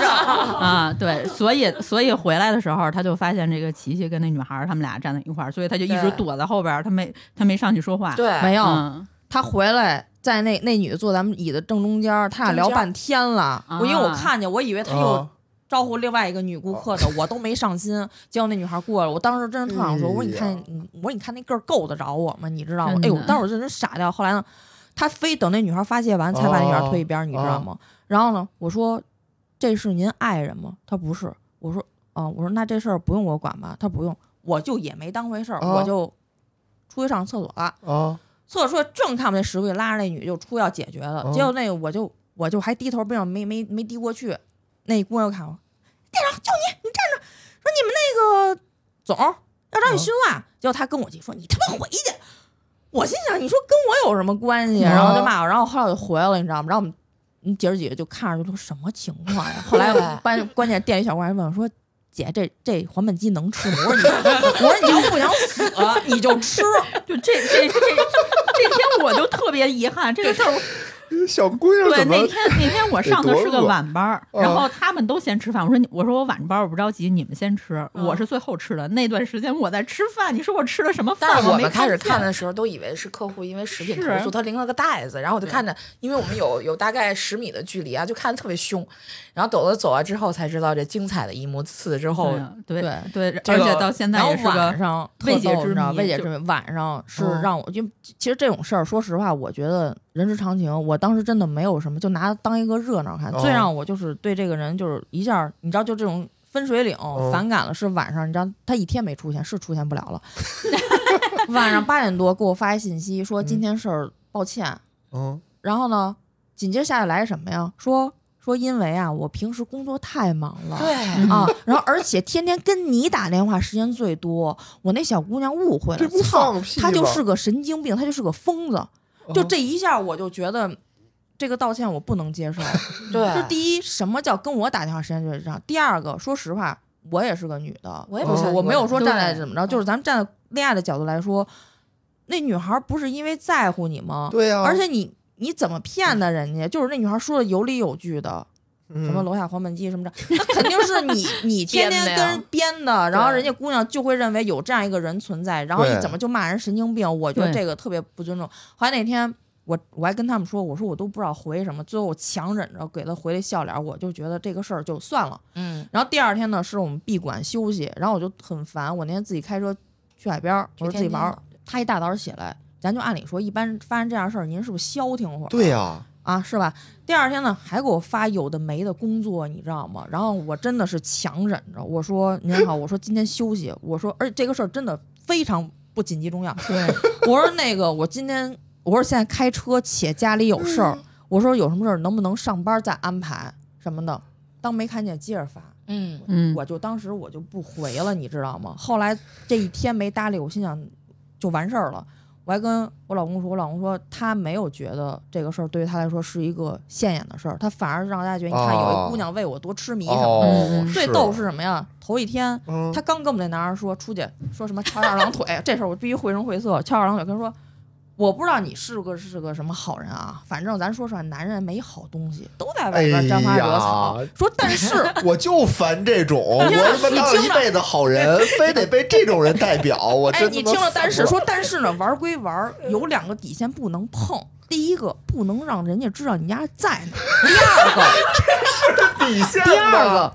Speaker 6: 啊啊，对，所以所以回来的时候，他就发现这个琪琪跟那女孩儿他们俩站在一块儿，所以他就一直
Speaker 5: 对
Speaker 6: 躲在后边儿，他没他没上去说话。，
Speaker 5: 对，哦
Speaker 7: 没有，
Speaker 6: 嗯，
Speaker 7: 他回来在那那女的坐咱们椅子正中间儿，他俩
Speaker 5: 中
Speaker 7: 聊
Speaker 5: 间儿
Speaker 7: 半天了。我因为我
Speaker 6: 啊
Speaker 7: 看见，我以为他又
Speaker 2: 啊
Speaker 7: 招呼另外一个女顾客呢，我都没上心。结果那女孩过来了，我当时真是特想说，我说你
Speaker 2: 哎
Speaker 7: 看，你我说你看那个儿够得着我吗？你知道吗？哎
Speaker 6: 真
Speaker 7: 呦
Speaker 6: 的，
Speaker 7: 当时我真是傻掉。后来呢，他非等那女孩发泄完才把那女
Speaker 2: 哦
Speaker 7: 孩推一边儿，你知道吗？然后呢，我说这是您爱人吗？他不是。我说啊、我说那这事儿不用我管吧？他不用，我就也没当回事儿，
Speaker 2: 哦
Speaker 7: 我就出去上厕所了。
Speaker 2: 啊
Speaker 7: 厕所正看不见石柜，拉着那女就出要解决了，
Speaker 2: 哦
Speaker 7: 结果那个我就我就还低头不想没没没低过去，那姑娘看我，店长就你，你站着，说你们那个总要
Speaker 2: 哦
Speaker 7: 找你训话，结果他跟我急说你他妈回去，我心想你说跟我有什么关系？
Speaker 2: 哦
Speaker 7: 然后就骂我，然后后来我就回来了，你知道吗？然后我们嗯姐儿几个就看着就说什么情况呀？后来我 关关键店里小姑还问我说。姐，这这黄焖鸡能吃吗？我说你，我说你要不想死， 你就吃。
Speaker 6: 就这这这这天我就特别遗憾，这个事儿我
Speaker 2: 小姑娘
Speaker 6: 对，
Speaker 2: 怎么
Speaker 6: 那天那天我上的是个晚班儿，
Speaker 2: 多饿
Speaker 6: 然后他们都先吃饭。我说你我说我晚班儿我不着急，你们先吃，
Speaker 5: 嗯
Speaker 6: 我是最后吃的。那段时间我在吃饭，你说我吃了什么饭？
Speaker 5: 但是我
Speaker 6: 没
Speaker 5: 们开始
Speaker 6: 看
Speaker 5: 看
Speaker 6: 见
Speaker 5: 的时候，都以为是客户因为食品投
Speaker 7: 啊
Speaker 6: 是
Speaker 5: 诉，他拎了个袋子，然后我就看着，因为我们有有大概十米的距离啊，就看着特别凶。然后走了走了之后，才知道这精彩的一幕。此之后，
Speaker 6: 对
Speaker 7: 对
Speaker 6: 对对，
Speaker 7: 这
Speaker 6: 而
Speaker 7: 个
Speaker 6: 且到现在
Speaker 7: 然后
Speaker 6: 也是个
Speaker 7: 晚上
Speaker 6: 未
Speaker 7: 特
Speaker 6: 解
Speaker 7: 逗
Speaker 6: 之
Speaker 7: 你知道
Speaker 6: 谜
Speaker 7: 未解
Speaker 6: 就
Speaker 7: 之谜。晚上是
Speaker 5: 嗯
Speaker 7: 让我就其实这种事儿，说实话，我觉得人之常情。我当时真的没有什么，就拿它当一个热闹看。最
Speaker 2: 哦
Speaker 7: 让我就是对这个人就是一下儿，你知道，就这种分水岭
Speaker 2: 嗯
Speaker 7: 反感了。是晚上，你知道他一天没出现，是出现不了 了。晚上八点多给我发一信息说今
Speaker 2: 嗯
Speaker 7: 天事儿抱歉，
Speaker 2: 嗯
Speaker 7: 然后呢，紧接着下来什么呀？说说因为啊，我平时工作太忙了。
Speaker 5: 对，
Speaker 2: 嗯
Speaker 7: 啊，然后而且天天跟你打电话时间最多，我那小姑娘误会
Speaker 2: 这
Speaker 7: 了
Speaker 2: 不，
Speaker 7: 操，
Speaker 2: 放屁吗？啊
Speaker 7: 她就是个神经病，她就是个疯子，
Speaker 2: 嗯
Speaker 7: 就这一下我就觉得。这个道歉我不能 接受，
Speaker 5: 对
Speaker 7: 就第一，什么叫跟我打电话时间最长？第二个，说实话，我也是个女的，
Speaker 5: 我也嗯
Speaker 2: 不
Speaker 7: 呃
Speaker 5: 想
Speaker 7: 我没有
Speaker 5: 过
Speaker 7: 说
Speaker 6: 对
Speaker 7: 站在怎么着，就是咱们站在恋爱的角度来说，那女孩不是因为在乎你
Speaker 5: 啊
Speaker 7: 吗？
Speaker 2: 对呀，
Speaker 7: 而且你你怎么骗的人家？就是那女孩说的有理有据的，
Speaker 2: 什
Speaker 7: 什么楼下黄焖鸡什么的，那肯定是你 你天天
Speaker 5: 编的
Speaker 7: 跟
Speaker 5: 呀
Speaker 7: 人编的，然后
Speaker 5: 对
Speaker 7: 人家姑娘就会认为有这样一个人存在，然后
Speaker 2: 对
Speaker 7: 你怎么就骂人神经病？我觉得
Speaker 6: 对
Speaker 7: 这个特别不尊重。后来那天我我还跟他们说，我说我都不知道回什么，最后我强忍着给他回了笑脸，我就觉得这个事儿就算了。
Speaker 5: 嗯，
Speaker 7: 然后第二天呢，是我们闭馆休息，然后我就很烦，我那天自己开车去海边儿，我说自己玩儿，他一大早起来。咱就按理说，一般发生这样的事儿，您是不是消停会儿？
Speaker 2: 对呀，
Speaker 7: 啊，是吧？第二天呢，还给我发有的没的工作，你知道吗？然后我真的是强忍着，我说您好，我说今天休息，我说而且这个事儿真的非常不紧急重要，对，我说那个我今天我说现在开车且家里有事儿，我说有什么事儿能不能上班再安排什么的，当没看见接着发，
Speaker 5: 嗯，
Speaker 6: 嗯，
Speaker 7: 我就当时我就不回了，你知道吗？后来这一天没搭理，我心想就完事儿了。我还跟我老公说，我老公说他没有觉得这个事儿对于他来说是一个现眼的事儿，他反而让大家觉得，你看有
Speaker 2: 哦
Speaker 7: 一姑娘为我多痴迷什么的。
Speaker 2: 哦，
Speaker 6: 嗯
Speaker 7: 最逗是什么呀？头一天
Speaker 2: 嗯
Speaker 7: 他刚跟我们那男孩说出去说什么翘二郎腿，这事儿我必须绘声绘色。翘二郎腿跟他说，我不知道你是个是个什么好人啊，反正咱说实话，男人没好东西，都在外边沾花惹草。
Speaker 2: 哎哎呀
Speaker 7: 说 但是哎
Speaker 2: 我就烦这种，我他妈当了一辈子好人，非得被这种人代表，我
Speaker 7: 哎，
Speaker 2: 真
Speaker 7: 你
Speaker 2: 他妈
Speaker 7: 听了，但
Speaker 2: 服
Speaker 7: 是说但是呢，玩儿归玩儿，有两个底线不能碰。第一个，不能让人家知道你丫在哪儿；
Speaker 2: 底线
Speaker 7: 第二
Speaker 2: 吧
Speaker 7: 个，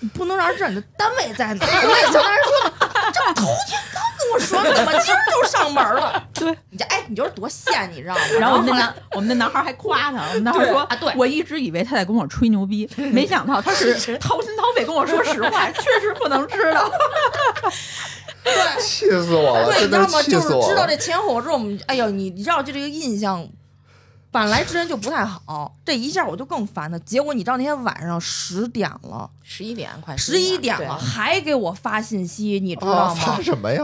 Speaker 7: 你不能让人知道你的单位在哪儿。我也想来说，这头天刚跟我说怎么今儿就上门了？ 对，你这哎，你就是多闲，你知道吗？
Speaker 6: 然后我们
Speaker 7: 后
Speaker 6: 那
Speaker 7: 来
Speaker 6: 男我们那男孩还夸他，我们男孩说：“啊，对，我一直以为他在跟我吹牛逼，没想到他是掏心掏肺跟我说实话，确实不能知道。
Speaker 2: 气死我了，
Speaker 7: 对，
Speaker 2: 真
Speaker 7: 你知
Speaker 2: 的
Speaker 7: 道吗？
Speaker 2: 气
Speaker 7: 就是
Speaker 2: 死我
Speaker 7: 知道
Speaker 2: 了。
Speaker 7: 这前后之后，我们哎呦，你你知道就这个印象，本来之前就不太好，这一下我就更烦他。结果你知道那天晚上十点了。
Speaker 5: 十一点快
Speaker 7: 十一点
Speaker 5: 对
Speaker 7: 了，还给我发信息，你知
Speaker 2: 啊，
Speaker 7: 道
Speaker 2: 发
Speaker 7: 吗？
Speaker 2: 什么呀？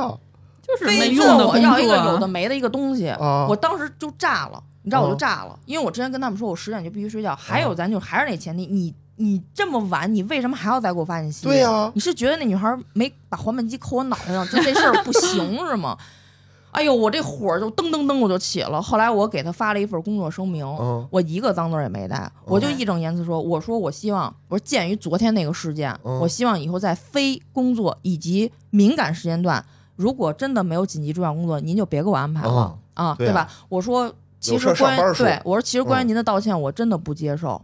Speaker 6: 就是没
Speaker 7: 非
Speaker 6: 用
Speaker 7: 问
Speaker 6: 的
Speaker 7: 我
Speaker 6: 工
Speaker 7: 要一个有的
Speaker 6: 作。啊
Speaker 7: 没的一个东西，
Speaker 2: 啊
Speaker 7: 我当时就炸了，你知道我就
Speaker 2: 啊
Speaker 7: 炸了，因为我之前跟他们说我十点就必须睡觉。还有咱就还是那前提，你你这么晚，你为什么还要再给我发信息？啊
Speaker 2: 对啊呀
Speaker 7: 你是觉得那女孩没把黄焖鸡扣我脑袋上，就这事儿不 行是吗？哎呦，我这火就噔噔噔我就起了。后来我给他发了一份工作声明，
Speaker 2: 嗯
Speaker 7: 我一个脏字儿也没带，我就义正言辞说，我说我希望，我说鉴于昨天那个事件，
Speaker 2: 嗯
Speaker 7: 我希望以后在非工作以及敏感时间段，如果真的没有紧急重要工作，您就别给我安排了、啊，
Speaker 2: 对啊
Speaker 7: 吧？我说其
Speaker 2: 有事
Speaker 7: 实
Speaker 2: 儿上
Speaker 7: 关
Speaker 2: 班儿
Speaker 7: 于
Speaker 2: 说
Speaker 7: 对我说其实关于
Speaker 2: 嗯
Speaker 7: 您的道歉，我真的不 接受。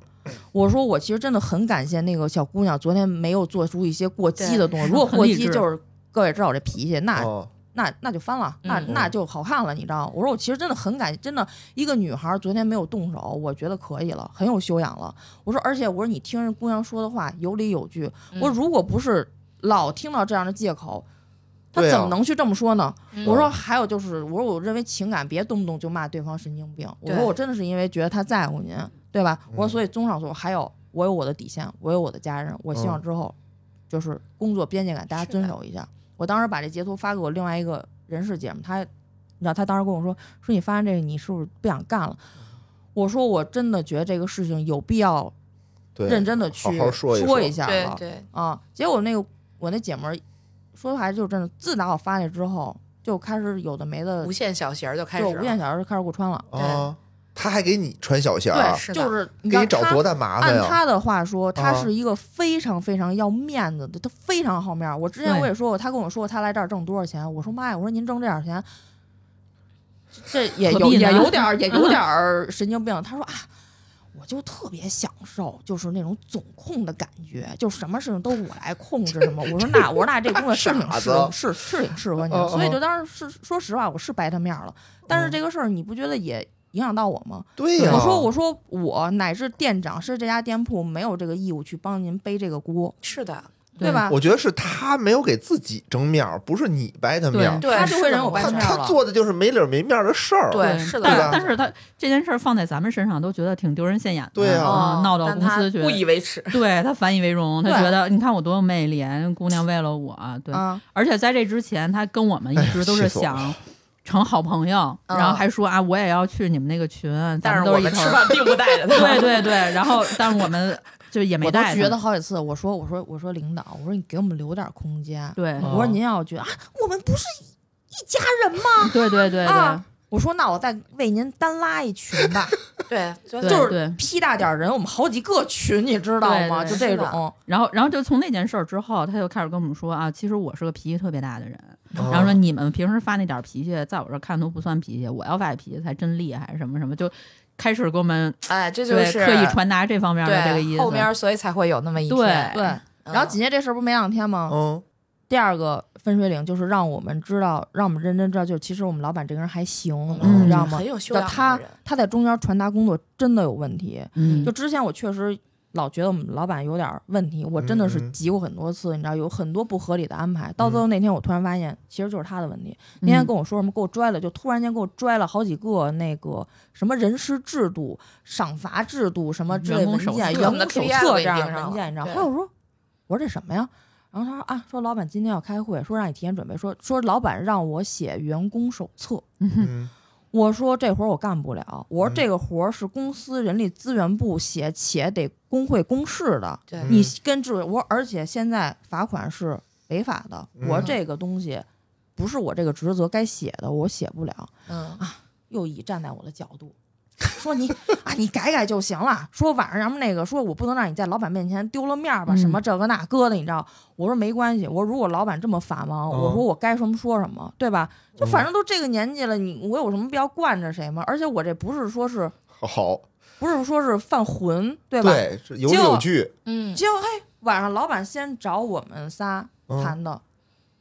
Speaker 7: 我说我其实真的很感谢那个小姑娘，昨天没有做出一些过激的动作。如果
Speaker 6: 很
Speaker 7: 过
Speaker 6: 理
Speaker 7: 激
Speaker 6: 智
Speaker 7: 就是各位知道我这脾气，那
Speaker 2: 哦，
Speaker 7: 那那就翻了，那、
Speaker 5: 嗯
Speaker 7: 那就好看了，你知道吗？我说我其实真的很感，真的一个女孩昨天没有动手，我觉得可以了，很有修养了。我说，而且我说你听人姑娘说的话有理有据。
Speaker 5: 嗯
Speaker 7: 我说如果不是老听到这样的借口，她
Speaker 2: 对啊
Speaker 7: 怎么能去这么说呢？
Speaker 5: 嗯
Speaker 7: 我
Speaker 2: 哦
Speaker 7: 说还有就是，我说我认为情感别动不动就骂对方神经病。我说
Speaker 5: 对
Speaker 7: 我真的是因为觉得他在乎您，对吧？我
Speaker 2: 嗯
Speaker 7: 说所以综上所述，还有我有我的底线，我有我的家人，我希望
Speaker 2: 嗯
Speaker 7: 之后就是工作边界感大家
Speaker 5: 是
Speaker 7: 遵
Speaker 5: 的
Speaker 7: 守一下。我当时把这截图发给我另外一个人事姐们，她你知道她当时跟我说说你发现这个你是不是不想干了？我说我真的觉得这个事情有必要
Speaker 2: 对，
Speaker 7: 认真的去
Speaker 2: 好好说一
Speaker 7: 说
Speaker 2: 说
Speaker 7: 一下
Speaker 5: 对
Speaker 7: 了。
Speaker 5: 对，
Speaker 7: 啊，结果那个我那姐们儿说的还就是真的，自打我发那之后，就开始有的没的
Speaker 5: 无，限小鞋儿就开始
Speaker 7: 就
Speaker 5: 了，
Speaker 7: 无限小时就开始给我穿了。
Speaker 2: 啊，他还给你穿小鞋儿啊
Speaker 7: 对，，
Speaker 5: 是的
Speaker 7: 就是你知
Speaker 2: 给
Speaker 7: 道
Speaker 2: 你找
Speaker 7: 他
Speaker 2: 多大麻烦
Speaker 7: 按
Speaker 2: 呀？
Speaker 7: 他的话说，他
Speaker 2: 啊
Speaker 7: 是一个非常非常要面子的，他非常好面儿。我之前
Speaker 6: 对
Speaker 7: 我也说过，他跟我说过他来这儿挣多少钱，我说妈呀，我说您挣这点儿钱，这这也
Speaker 6: 何
Speaker 7: 有
Speaker 6: 必呢
Speaker 7: 也有点儿也有点儿神经病。他说啊。我就特别享受，就是那种总控的感觉，就什么事情都是我来控制什么。我说那我说 那这工作是挺
Speaker 2: 傻
Speaker 7: 适
Speaker 2: 子
Speaker 7: 合是是挺适合你的，
Speaker 2: 嗯
Speaker 7: 所以
Speaker 2: 嗯
Speaker 7: 就当时是说实话，我是白他面儿了。但是
Speaker 2: 嗯
Speaker 7: 这个事儿你不觉得也影响到我吗？
Speaker 2: 对啊呀，
Speaker 7: 我说我说我乃至店长是这家店铺没有这个义务去帮您背这个锅，
Speaker 5: 是的，
Speaker 7: 对吧？
Speaker 2: 我觉得是他没有给自己争面儿，不是你掰他面儿。
Speaker 5: 对
Speaker 7: 他就会
Speaker 5: 是的
Speaker 7: 人有
Speaker 5: 我
Speaker 7: 掰
Speaker 2: 他
Speaker 5: 掰
Speaker 7: 面
Speaker 5: 面
Speaker 7: 儿
Speaker 2: 他
Speaker 7: 了。
Speaker 2: 做的就是没理儿没面儿的事儿。
Speaker 5: 对是的
Speaker 6: 但
Speaker 2: 对吧
Speaker 6: 但 是他这件事儿放在咱们身上，都觉得挺丢人现眼的。
Speaker 2: 对啊
Speaker 6: 嗯闹到
Speaker 5: 但
Speaker 6: 公
Speaker 5: 他
Speaker 6: 司去，
Speaker 1: 不以为耻。
Speaker 6: 对他反以为荣，他
Speaker 7: 对
Speaker 6: 觉得你看我多有魅力，啊姑娘为了我，对，
Speaker 7: 啊，
Speaker 6: 而且在这之前，他跟我们一直都
Speaker 2: 哎呀气死
Speaker 6: 是
Speaker 2: 我
Speaker 6: 想成好朋友，
Speaker 5: 嗯
Speaker 6: 然后还说啊，我也要去你们那个群，咱
Speaker 1: 但是
Speaker 6: 都
Speaker 1: 我
Speaker 6: 是一
Speaker 1: 们
Speaker 6: 头
Speaker 1: 吃
Speaker 6: 儿。
Speaker 1: 饭并不带 着他。
Speaker 6: 对对对，然后但是我们就也没
Speaker 7: 我都
Speaker 6: 带他
Speaker 7: 觉得好几次，我说我说我说领导，我说你给我们留点空间。
Speaker 6: 对
Speaker 7: 我说
Speaker 2: 嗯
Speaker 7: 您要觉得啊，我们不是一家人吗？
Speaker 6: 对对对对
Speaker 7: 啊，我说那我再为您单拉一群吧，
Speaker 5: 对，就
Speaker 6: 对
Speaker 7: 就
Speaker 6: 对
Speaker 7: 是屁大点儿人，我们好几个群，你知道吗？
Speaker 6: 对对
Speaker 7: 就这
Speaker 5: 是的
Speaker 7: 种，
Speaker 6: 然后然后就从那件事儿之后，他就开始跟我们说啊，其实我是个脾气特别大的人，
Speaker 7: 嗯哦
Speaker 2: 然
Speaker 6: 然后说你们平时发那点儿脾气，在我这儿看都不算脾气，我要发脾气才真厉害，什么什么就开始给我们
Speaker 5: 哎，这就
Speaker 6: 对
Speaker 5: 是
Speaker 6: 刻意传达这方面的这个意
Speaker 5: 对
Speaker 6: 思。
Speaker 5: 后面，所以才会有那么一
Speaker 6: 对
Speaker 5: 天。
Speaker 7: 对。
Speaker 5: 嗯
Speaker 7: 然后紧接着这事儿不没两天吗？
Speaker 2: 嗯，
Speaker 7: 第二个分水岭就是让我们知道，让我们认真知道，就是其实我们老板这个人还行，
Speaker 6: 嗯
Speaker 7: 你知道吗
Speaker 5: 很？有
Speaker 7: 就
Speaker 5: 修养的
Speaker 7: 他
Speaker 5: 人，
Speaker 7: 他在中间传达工作真的有问题。
Speaker 6: 嗯，
Speaker 7: 就之前我确实老觉得我们老板有点问题，我真的
Speaker 2: 嗯
Speaker 7: 是
Speaker 2: 嗯
Speaker 7: 急过很多次，你知道有很多不合理的安排。到最后那天我突然发现，其实就是他的问题。那
Speaker 6: 嗯
Speaker 7: 天跟我说什么给我拽了，就突然间给我拽了好几个那个什么人事制度、赏罚制度什么之类
Speaker 6: 员
Speaker 7: 文
Speaker 6: 工
Speaker 7: 件、
Speaker 6: 手册
Speaker 7: 员工手
Speaker 6: 啊
Speaker 5: KPI 都
Speaker 7: 册
Speaker 5: 给
Speaker 7: 这样
Speaker 5: 盯
Speaker 7: 的
Speaker 5: 上
Speaker 7: 文件，你知道
Speaker 5: 了
Speaker 7: 吗？后来我说我说这什么呀？然后他说啊，说老板今天要开会，说让你提前准备，说说老板让我写员工手册。
Speaker 6: 嗯
Speaker 2: 嗯
Speaker 7: 我说这活儿我干不了，我说
Speaker 2: 嗯
Speaker 7: 这个活儿是公司人力资源部写且得工会公示的，
Speaker 5: 对
Speaker 2: 嗯
Speaker 7: 你跟制我而且现在罚款是违法的，
Speaker 2: 嗯
Speaker 7: 我说这个东西不是我这个职责该写的，我写不了。
Speaker 5: 嗯，
Speaker 6: 啊
Speaker 7: 又以站在我的角度。说你 啊，你改改就行了。说晚上咱们那个，说我不能让你在老板面前丢了面儿吧，
Speaker 6: 嗯
Speaker 7: 什么这个那个的，你知道？我说没关系，我说如果老板这么繁忙，
Speaker 2: 嗯
Speaker 7: 我说我该什么说什么，对吧？就反正都这个年纪了，你我有什么必要惯着谁吗？而且我这不是说是
Speaker 2: 好，
Speaker 7: 不是说是犯浑，对吧？
Speaker 2: 对，是有理有据。
Speaker 5: 嗯，
Speaker 7: 结果嘿，晚上老板先找我们仨
Speaker 2: 嗯
Speaker 7: 谈的，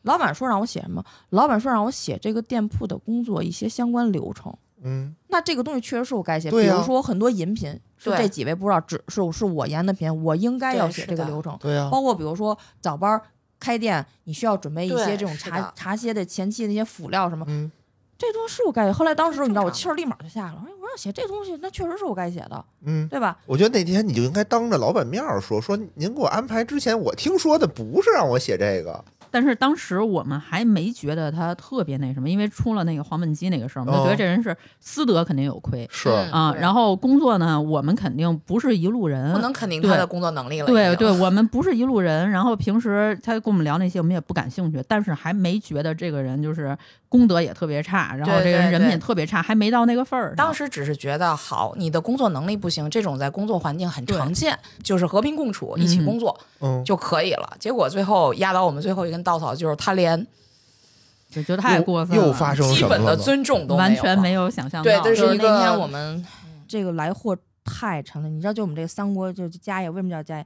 Speaker 7: 老板说让我写什么？老板说让我写这个店铺的工作一些相关流程。
Speaker 2: 嗯，
Speaker 7: 那这个东西确实是我该写，
Speaker 2: 对
Speaker 7: 比
Speaker 2: 呀
Speaker 7: 如说很多饮品是
Speaker 5: 对
Speaker 7: 这几位不知道，只是是我研的品，我应该要
Speaker 5: 对
Speaker 7: 写
Speaker 5: 是
Speaker 7: 这个
Speaker 5: 的
Speaker 7: 流程，
Speaker 2: 对呀，
Speaker 7: 包括比如说早班儿开店，你需要准备一
Speaker 5: 对
Speaker 7: 些这种
Speaker 5: 是
Speaker 7: 茶
Speaker 5: 的
Speaker 7: 茶歇的前期的那些辅料什么，
Speaker 2: 嗯，
Speaker 7: 这东西是我该写。后来当时
Speaker 5: 这
Speaker 7: 你知道，我
Speaker 5: 正常
Speaker 7: 气儿立马就下来了，我说我要写这东西，那确实是我该写的，
Speaker 2: 嗯，
Speaker 7: 对吧？
Speaker 2: 我觉得那天你就应该当着老板面儿说，说您给我安排之前，我听说的不是让我写这个，
Speaker 7: 嗯
Speaker 6: 但是当时我们还没觉得他特别那什么，因为出了那个黄焖鸡那个事儿，我们就觉
Speaker 2: 哦
Speaker 6: 得这人是私德肯定有亏
Speaker 2: 是
Speaker 5: 嗯
Speaker 6: 啊。
Speaker 5: 对
Speaker 6: 然后工作呢，我们肯定不是一路人
Speaker 5: 不，能肯定他
Speaker 6: 对
Speaker 5: 的工作能力了。
Speaker 6: 对
Speaker 5: 已经
Speaker 6: 对，，我们不是一路人。然后平时他跟我们聊那些，我们也不感兴趣，但是还没觉得这个人就是功德也特别差，然后
Speaker 5: 对
Speaker 6: 这个
Speaker 5: 对
Speaker 6: 人人品
Speaker 5: 对
Speaker 6: 特别差，还没到那个份儿上。
Speaker 5: 当时只是觉得好，你的工作能力不行，这种在工作环境很
Speaker 6: 对
Speaker 5: 常见，就是和平共处，一起
Speaker 6: 嗯
Speaker 5: 工作
Speaker 2: 嗯，
Speaker 5: 就可以了。结果最后压倒我们最后一根稻草就是他连
Speaker 6: 就觉得太
Speaker 2: 又
Speaker 6: 过分了，
Speaker 2: 又发生
Speaker 5: 基
Speaker 2: 什么
Speaker 5: 本
Speaker 2: 了
Speaker 5: 的
Speaker 2: 呢？
Speaker 5: 尊重都
Speaker 6: 完全没
Speaker 5: 有
Speaker 6: 有想象
Speaker 5: 了。
Speaker 6: 到。
Speaker 5: 对，这
Speaker 7: 就是
Speaker 5: 一个嗯
Speaker 7: 那天我们这个来货太沉了，你知道，就我们这个三国就家业为什么叫家业？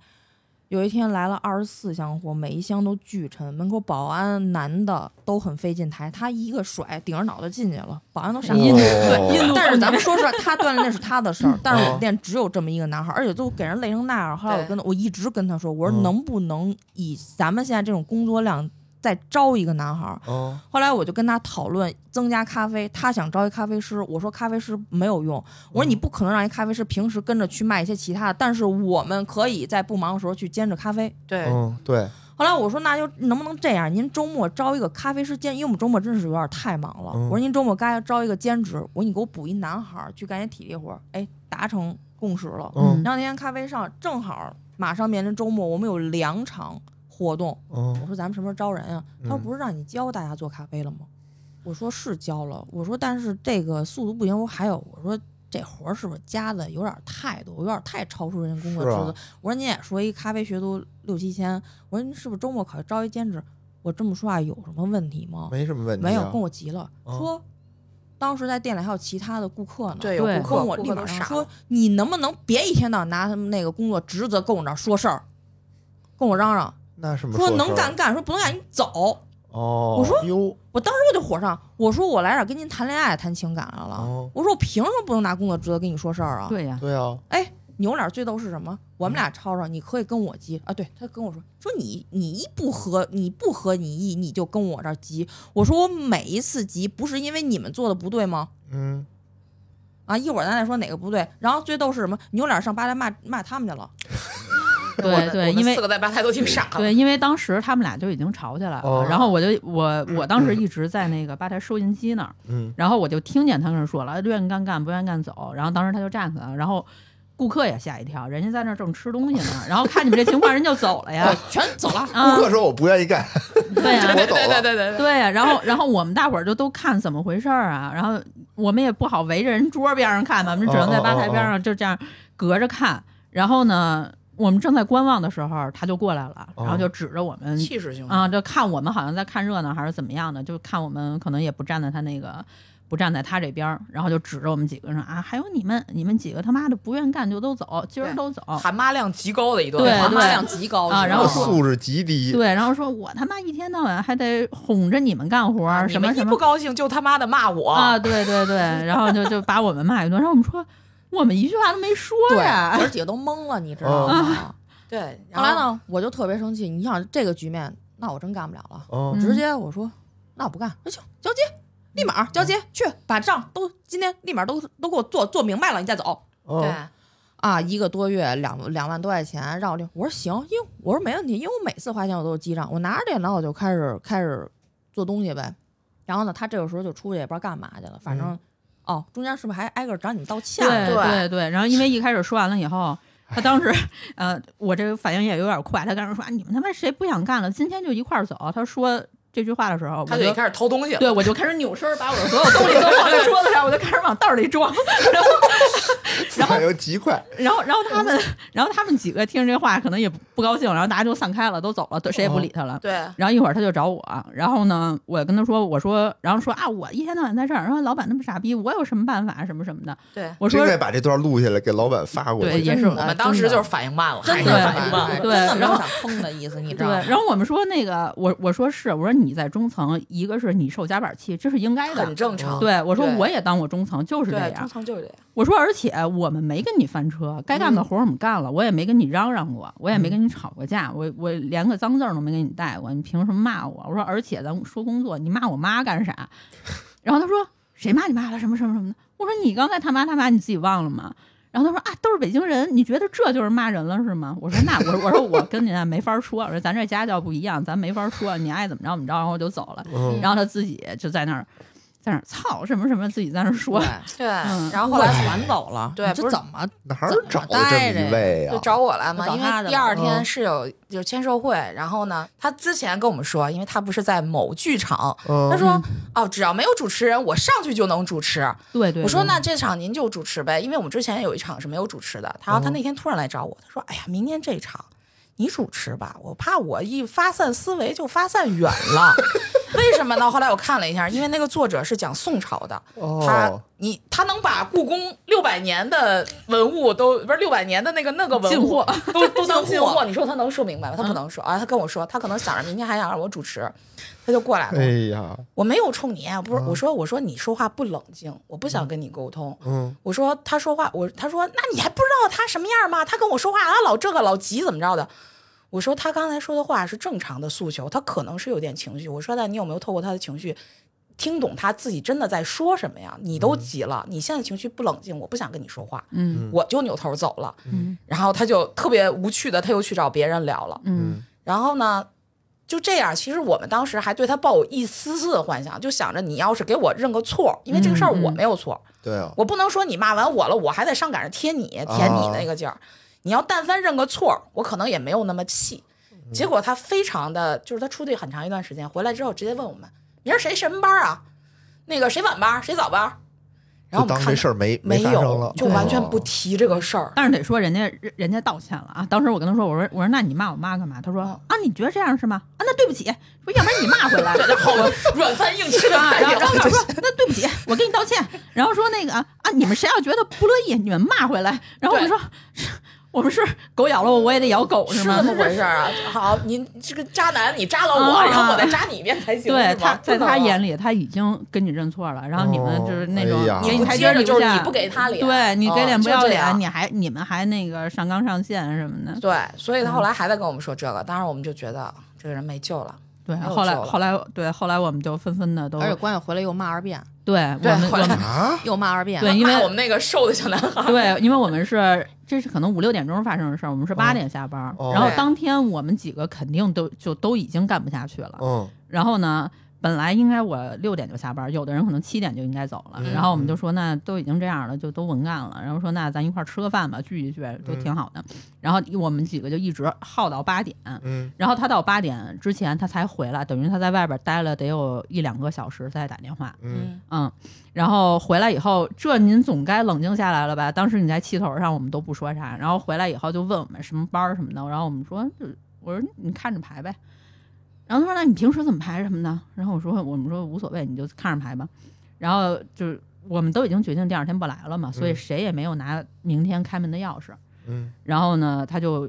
Speaker 7: 有一天来了二十四箱货，每一箱都巨沉，门口保安男的都很费劲抬，他一个甩顶着脑袋进去了，保安都傻了。
Speaker 6: 印度
Speaker 2: 哦
Speaker 6: 印 度
Speaker 7: 但是咱们说实话，他锻炼那是他的事 儿，但是我
Speaker 2: 哦
Speaker 7: 们店只有这么一个男孩儿，而且最后给人累成那样。后来我
Speaker 5: 对
Speaker 7: 跟他，我一直跟他说，我说
Speaker 2: 嗯
Speaker 7: 能不能以咱们现在这种工作量再招一个男孩儿？
Speaker 2: 哦，
Speaker 7: 后来我就跟他讨论增加咖啡，他想招一咖啡师，我说咖啡师没有用，
Speaker 2: 嗯
Speaker 7: 我说你不可能让一咖啡师平时跟着去卖一些其他的，但是我们可以在不忙的时候去兼着咖啡。
Speaker 5: 对
Speaker 2: 嗯，对，
Speaker 7: 后来我说那就能不能这样，您周末招一个咖啡师兼，因为我们周末真是有点太忙了，
Speaker 2: 嗯
Speaker 7: 我说您周末该招一个兼职，我说你给我补一男孩儿去干些体力活儿，哎，达成共识了。
Speaker 2: 嗯
Speaker 7: 然后那天咖啡上正好马上面临周末，我们有两场活动，我
Speaker 2: 嗯，
Speaker 7: 说咱们什么时候招人啊？他说
Speaker 2: 嗯
Speaker 7: 不是让你教大家做咖啡了吗？我说是教了，我说但是这个速度不行，我还有我说这活儿是不是加的有点太多，有点太超出人家工作
Speaker 2: 是
Speaker 7: 职
Speaker 2: 啊
Speaker 7: 责？我说您也说一咖啡学徒六七千，我说您是不是周末考虑招一兼职？我这么说啊话有什么问题吗？
Speaker 2: 没什么问题、啊。
Speaker 7: 没有，跟我急了，
Speaker 2: 嗯
Speaker 7: 说当时在店里还有其他的顾客呢。
Speaker 5: 对，有
Speaker 6: 对
Speaker 5: 顾客
Speaker 7: 跟我
Speaker 5: 顾
Speaker 7: 立
Speaker 5: 客
Speaker 7: 马
Speaker 5: 都
Speaker 7: 上
Speaker 5: 傻
Speaker 7: 说
Speaker 5: 了，：“
Speaker 7: 你能不能别一天到晚拿他们那个工作职责跟我这儿说事儿，跟我嚷嚷，
Speaker 2: 那什么
Speaker 7: 说
Speaker 2: 事儿
Speaker 7: 能干干，说不能干你走。
Speaker 2: 哦。
Speaker 7: 我说
Speaker 2: 哟，”
Speaker 7: 我当时我就火上，我说我来这儿跟您谈恋爱谈情感来了，
Speaker 2: 哦
Speaker 7: 我说我凭什么不能拿工作职责跟你说事儿啊？
Speaker 6: 对呀、
Speaker 2: 对啊，
Speaker 7: 哎，扭脸最逗是什么？我们俩吵吵，你可以跟我急啊！对他跟我说说你你一不合你不合你意，你就跟我这儿急。我说我每一次急不是因为你们做的不对吗？
Speaker 2: 嗯，
Speaker 7: 啊，一会儿咱再说哪个不对。然后最逗是什么？扭脸上吧台骂骂他们去了。
Speaker 5: 我
Speaker 6: 对
Speaker 5: 们我
Speaker 6: 对，
Speaker 5: 们
Speaker 6: 因为
Speaker 5: 四个在吧台都挺傻了。
Speaker 6: 对，因为当时他们俩就已经吵起来了，
Speaker 2: 哦
Speaker 6: 然后我就我我当
Speaker 5: 嗯
Speaker 6: 时一直在那个吧台收银机那儿，
Speaker 2: 嗯，
Speaker 6: 然后我就听见他跟人说了，愿意干干，不愿意干走。然后当时他就站起来了，然后顾客也吓一跳，人家在那儿正吃东西呢，然后看你们这情况，人就走 了呀，全走了啊
Speaker 2: 顾，客说我不愿意干，
Speaker 6: 对呀、
Speaker 2: 我走
Speaker 5: 对对
Speaker 2: 了。
Speaker 5: 对对对，
Speaker 6: 对呀、然后然后我们大伙儿就都看怎么回事儿啊，然后我们也不好围着人桌边上看嘛，我们只能在吧台边上就这样隔着看。然后呢，我们正在观望的时候，他就过来了，
Speaker 5: 哦
Speaker 6: 然后就指着我们
Speaker 5: 气势汹汹。
Speaker 6: 啊，就看我们好像在看热闹还是怎么样的，就看我们可能也不站在他那个。不站在他这边儿，然后就指着我们几个人啊，还有你们，你们几个他妈的不愿干就都走，今儿
Speaker 5: 对
Speaker 6: 都走
Speaker 5: 含妈量极高的一段
Speaker 6: 对
Speaker 5: 话，
Speaker 6: 对
Speaker 5: 妈量
Speaker 7: 极高
Speaker 6: 啊然后
Speaker 2: 我
Speaker 6: 说
Speaker 2: 素质极低，
Speaker 6: 对，然后说我他妈一天到晚还得哄着你们干活儿，
Speaker 5: 啊你
Speaker 6: 什么
Speaker 5: 们
Speaker 6: 什
Speaker 5: 一
Speaker 6: 么
Speaker 5: 不高兴就他妈的骂我
Speaker 6: 啊，对对对，然后就就把我们骂一顿，然后我们说我们一句话都没说
Speaker 7: 对，
Speaker 6: 呀，
Speaker 7: 我姐都懵了，你知道吗？
Speaker 5: 对，
Speaker 7: 后来？
Speaker 6: 哦
Speaker 7: 呢，我就特别生气。你想这个局面，那我真干不了了，
Speaker 2: 嗯，
Speaker 6: 嗯
Speaker 7: 直接我说那我不干，那行交接，立马交
Speaker 6: 嗯
Speaker 7: 接去，把账都今天立马都都给我做做明白了，你再走。
Speaker 2: 嗯，
Speaker 5: 对，
Speaker 7: 啊，一个多月两两万多块钱让我领，我说行，因为我说没问题，因为我每次花钱我都有记账，我拿着电脑我就开始开始做东西呗。然后呢，他这个时候就出去也不知道干嘛去了，反正、哦，中间是不是还挨个找你们道歉了？
Speaker 6: 嗯对对对，然后因为一开始说完了以后。他当时，呃，我这个反应也有点快。他当时说：“啊，你们他妈谁不想干了？今天就一块儿走。”他说这句话的时候，
Speaker 5: 他
Speaker 6: 我
Speaker 5: 就
Speaker 6: 就
Speaker 5: 开始偷东西了。
Speaker 6: 对我就开始扭身儿，把我的所有东西都放在桌子上，我就开始往袋里装。然后，然后
Speaker 2: 反应极快，
Speaker 6: 然后，然后他们，然后他们几个听这话，可能也不不高兴，然后大家就散开了，都走了，都谁也不理他了。
Speaker 5: 对，
Speaker 6: 然后一会儿他就找我，然后呢，我跟他说，我说，然后说啊，我一天到晚在这儿，然后老板那么傻逼，我有什么办法，什么什么的。
Speaker 5: 对，
Speaker 6: 我
Speaker 2: 真
Speaker 6: 说
Speaker 2: 该把这段录下来给老板发过
Speaker 6: 对，
Speaker 2: 去。
Speaker 6: 也是
Speaker 5: 我们当时就是反应慢了，哎
Speaker 7: 真
Speaker 5: 还是
Speaker 7: 的
Speaker 6: 对
Speaker 5: 反
Speaker 7: 反
Speaker 5: 应
Speaker 7: 应
Speaker 5: 慢
Speaker 7: 慢，
Speaker 5: 了。
Speaker 6: 对
Speaker 7: 真的没
Speaker 6: 然后
Speaker 7: 有想坑的意思，你知
Speaker 6: 对
Speaker 7: 道吗？，
Speaker 6: 然后我们说那个，我我说是，我说你在中层，一个是你受夹板气，这是应该
Speaker 5: 很
Speaker 6: 的。
Speaker 5: 正常。
Speaker 6: 对，我说
Speaker 5: 对
Speaker 6: 我也当过中层，就是这
Speaker 5: 对，中
Speaker 6: 样。
Speaker 5: 层就是这样。
Speaker 6: 我说，而且我们没跟你翻车，该干的活儿我们干了，我也没跟你嚷嚷过，我也没跟你吵过架，我我连个脏字儿都没给你带过，你凭什么骂我？我说，而且咱说工作，你骂我妈干啥？然后他说，谁骂你妈了？什么什么什么的？我说，你刚才他妈他妈你自己忘了吗？然后他说啊，都是北京人，你觉得这就是骂人了是吗？我说那我我说我跟您啊没法说，我说咱这家教不一样，咱没法说，你爱怎么着怎么着，然后我就走了。
Speaker 2: 嗯，
Speaker 6: 然后他自己就在那儿，在那儿操什么什么，自己在那儿说
Speaker 7: 对，
Speaker 5: 对，
Speaker 6: 嗯
Speaker 5: 然后后
Speaker 7: 后来
Speaker 5: 来
Speaker 7: 全走了，
Speaker 5: 对
Speaker 7: 你
Speaker 5: 不
Speaker 7: 这
Speaker 5: 是
Speaker 7: 怎么
Speaker 2: 哪儿找啊这么一
Speaker 7: 哎
Speaker 2: 位啊呀
Speaker 5: 就？找我来嘛，
Speaker 7: 就找
Speaker 5: 因
Speaker 7: 他
Speaker 5: 为
Speaker 7: 的
Speaker 5: 第二
Speaker 2: 了
Speaker 5: 天
Speaker 2: 嗯
Speaker 5: 是有就是签售会，然后呢，他之前跟我们说，因为他不是在某剧场，他
Speaker 2: 嗯，
Speaker 5: 说哦，只要没有主持人，我上去就能主持。
Speaker 6: 对对，
Speaker 5: 我说
Speaker 6: 对
Speaker 5: 那这场您就主持呗，因为我们之前有一场是没有主持的。他他那天突然来找我，他说：“哎呀，明天这一场你主持吧，我怕我一发散思维就发散远了。” 为什么呢？后来我看了一下，因为那个作者是讲宋朝的，他
Speaker 2: 哦，
Speaker 5: 你他能把故宫六百年的文物都不是六百年的那个那个文物
Speaker 6: 进货
Speaker 5: 都都当进
Speaker 6: 进货
Speaker 5: 货，你说他能说明白吗？他不能说、啊，他跟我说，他可能想着明天还想让我主持，他就过来了。
Speaker 2: 哎呀，
Speaker 5: 我没有冲你，啊不是，我说我说你说话不冷静，我不想跟你沟通。
Speaker 2: 嗯，
Speaker 5: 我说他说话，我他说那你还不知道他什么样吗？他跟我说话啊，老这个老急怎么着的？我说他刚才说的话是正常的诉求，他可能是有点情绪。我说但你有没有透过他的情绪听懂他自己真的在说什么呀？你都急了，你现在情绪不冷静，我不想跟你说话，
Speaker 6: 嗯
Speaker 5: 我就扭头走了。
Speaker 6: 嗯
Speaker 5: 然后他就特别无趣的，他又去找别人聊了。
Speaker 6: 嗯。
Speaker 5: 然后呢，就这样，其实我们当时还对他抱有一丝丝的幻想，就想着你要是给我认个错，因为这个事儿
Speaker 6: 嗯嗯
Speaker 5: 我没有错，
Speaker 2: 对啊，
Speaker 5: 我不能说你骂完我了，我还在上赶着贴你舔你那个劲儿。你要但凡认个错，我可能也没有那么气。结果他非常的，就是他出去很长一段时间，回来之后直接问我们：“明儿谁什么班儿啊？那个谁晚班儿，谁早班儿？”然后我
Speaker 2: 就
Speaker 5: 们
Speaker 2: 当
Speaker 5: 看
Speaker 2: 这事儿没
Speaker 5: 没
Speaker 2: 发生
Speaker 5: 有
Speaker 2: 了，，
Speaker 5: 就完全
Speaker 2: 哦
Speaker 5: 不提这个事儿。
Speaker 6: 但是得说人家人人家道歉了啊！当时我跟他说，我说我说那你骂我妈干嘛？他
Speaker 5: 哦
Speaker 6: 说啊你觉得这样是吗？啊那对不起，说要不然你骂回来。
Speaker 7: 这后软饭硬吃
Speaker 6: 啊，然后然后
Speaker 7: 啊
Speaker 6: 我说那对不起，我给你道歉。然后说那个啊，你们谁要觉得不乐意，你们骂回来。然后我们说，我们是狗咬了我，我也得咬狗
Speaker 5: 是
Speaker 6: 吗
Speaker 5: 这？么回事儿啊！好，你这个渣男，你渣了我，
Speaker 6: 啊
Speaker 5: 然后我再扎你一遍才行。
Speaker 6: 对
Speaker 5: 是吧啊
Speaker 6: 他，在他眼
Speaker 5: 里，
Speaker 6: 里他已经经跟你认错了，然后你们就是那种
Speaker 2: 哦哎呀
Speaker 6: 给
Speaker 5: 你不
Speaker 6: 台阶
Speaker 5: 接
Speaker 6: 儿
Speaker 5: 着
Speaker 6: 留
Speaker 5: 就是
Speaker 6: 下
Speaker 5: 你不给他脸，
Speaker 6: 对你给
Speaker 5: 嗯
Speaker 6: 脸不
Speaker 5: 就
Speaker 6: 要
Speaker 5: 这
Speaker 6: 脸，
Speaker 5: 样
Speaker 6: 你还你们还那个上纲上线什么的。
Speaker 5: 对，所以他
Speaker 6: 嗯
Speaker 5: 后来还在跟我们说这个，当时我们就觉得这个人没救了。
Speaker 6: 对，
Speaker 5: 没有
Speaker 6: 后来
Speaker 5: 救了
Speaker 6: 后来对后来我们就纷纷的都
Speaker 2: 哎
Speaker 7: 而且关键回来又骂二遍，
Speaker 6: 对
Speaker 5: 对
Speaker 6: 我们
Speaker 5: 后
Speaker 6: 我
Speaker 5: 来
Speaker 6: 们
Speaker 2: 啊，
Speaker 7: 又骂二遍。
Speaker 6: 对，因为
Speaker 5: 骂我们那个瘦的小男孩，
Speaker 6: 对，因为我们是这是可能五六点钟发生的事儿，我们是八
Speaker 2: 嗯
Speaker 6: 点下班儿，
Speaker 2: 哦
Speaker 6: 然后
Speaker 5: 对
Speaker 6: 当天我们几个肯定都就都已经干不下去了。
Speaker 2: 嗯，
Speaker 6: 然后呢，本来应该我六点就下班儿，有的人可能七点就应该走了。
Speaker 2: 嗯
Speaker 6: 然后我们就说，那都已经这样了，就都文干了。然后说，那咱一块儿吃个饭吧，聚一聚都挺好的。然后我们几个就一直耗到八点。
Speaker 2: 嗯，
Speaker 6: 然后他到八点之前他才回来，等于他在外边儿待了得有一两个小时才打电话。
Speaker 2: 嗯，
Speaker 6: 嗯，然后回来以后，这您总该冷静下来了吧？当时你在气头上，我们都不说啥。然后回来以后就问我们什么班儿什么的，然后我们说，就我说你看着排呗。然后他说那你平时怎么排什么的？然后我说我们说无所谓，你就看着排吧。然后就是我们都已经决定第二天不来了嘛，所以
Speaker 2: 嗯
Speaker 6: 谁也没有拿明天开门的钥匙。
Speaker 2: 嗯，
Speaker 6: 然后呢，他就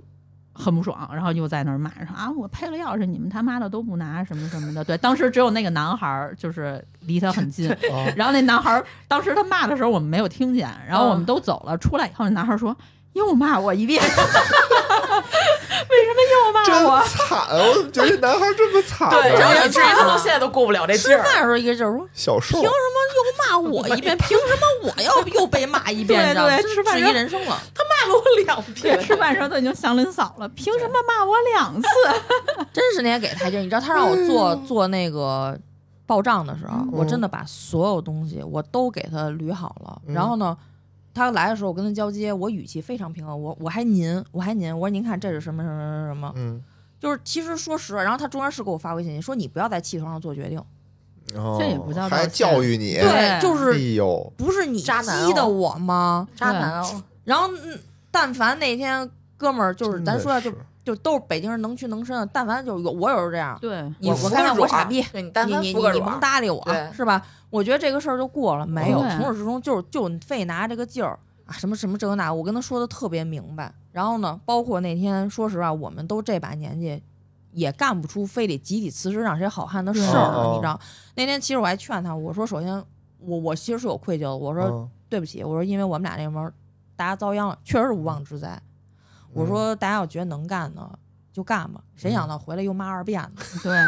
Speaker 6: 很不爽，然后又在那儿骂说啊，我配了钥匙，你们他妈的都不拿什么什么的。对，当时只有那个男孩儿就是离他很近，
Speaker 2: 哦
Speaker 6: 然后那男孩儿当时他骂的时候我们没有听见，然后我们都走了，出来以后那男孩儿说又骂我一遍， 为什么又
Speaker 2: 真
Speaker 6: 骂我？
Speaker 2: 惨！我怎么觉得这男孩这么惨啊
Speaker 5: 对，然
Speaker 2: 呢？
Speaker 5: 后以至于
Speaker 6: 啊
Speaker 5: 他到现在都过不了这劲
Speaker 7: 吃
Speaker 5: 儿。
Speaker 7: 饭的时候一个劲儿说，
Speaker 2: 小瘦
Speaker 7: 凭什么又骂我一遍？凭什么我要又被骂一遍？
Speaker 6: 对
Speaker 7: 你知道吗
Speaker 6: 对
Speaker 7: 这
Speaker 6: 吃饭
Speaker 7: 质
Speaker 6: 时候
Speaker 7: 疑人生了。
Speaker 5: 骂了我两
Speaker 6: 对，
Speaker 5: 遍，
Speaker 6: 吃饭时候都已经祥林嫂了，凭什么骂我两次？
Speaker 7: 真是那天给台阶儿，你知道他让我做做那个报账的时候，我真的把所有东西我都给他捋好了。
Speaker 2: 嗯
Speaker 7: 然后呢，他来的时候我跟他交接，我语气非常平和，我我还您，我还您，我说您看这是什么什么什么什么，
Speaker 2: 嗯，
Speaker 7: 就是其实说实话，然后他中间是给我发微信说你不要在气头上做决定，
Speaker 2: 哦
Speaker 6: 这也不叫道歉
Speaker 2: 还教育你，
Speaker 6: 对
Speaker 7: 就
Speaker 2: 哎
Speaker 7: 是
Speaker 2: 呦，
Speaker 7: 不是你
Speaker 5: 渣男哦
Speaker 7: 激的我吗？
Speaker 5: 渣男哦，
Speaker 7: 然后嗯但凡那天哥们儿就是咱说
Speaker 2: 真
Speaker 7: 的
Speaker 2: 的
Speaker 7: 就是就都是北京人能屈能伸的，但凡就是有我有时这样，
Speaker 6: 对，
Speaker 5: 你
Speaker 7: 我
Speaker 5: 服
Speaker 7: 我
Speaker 5: 个
Speaker 7: 干我
Speaker 5: 软
Speaker 7: 傻逼，
Speaker 5: 对你但
Speaker 7: 你
Speaker 5: 凡
Speaker 7: 你
Speaker 5: 服个
Speaker 7: 你甭
Speaker 5: 软，
Speaker 7: 搭理我
Speaker 5: 对，
Speaker 7: 是吧？我觉得这个事儿就过了，没有
Speaker 6: 对
Speaker 7: 从始至终就是就你非拿这个劲儿啊，什么什么这个那个，我跟他说的特别明白。然后呢，包括那天，说实话，我们都这把年纪，也干不出非得集体辞职让谁好汉的事儿啊
Speaker 2: 嗯
Speaker 7: 了，你知道？那天其实我还劝他，我说首先我我其实是有愧疚的，我说
Speaker 2: 嗯
Speaker 7: 对不起，我说因为我们俩那门儿大家遭殃了，确实是无妄之灾。我说大家要觉得能干呢。就干吧，谁想到回来又骂二遍呢？
Speaker 6: 对，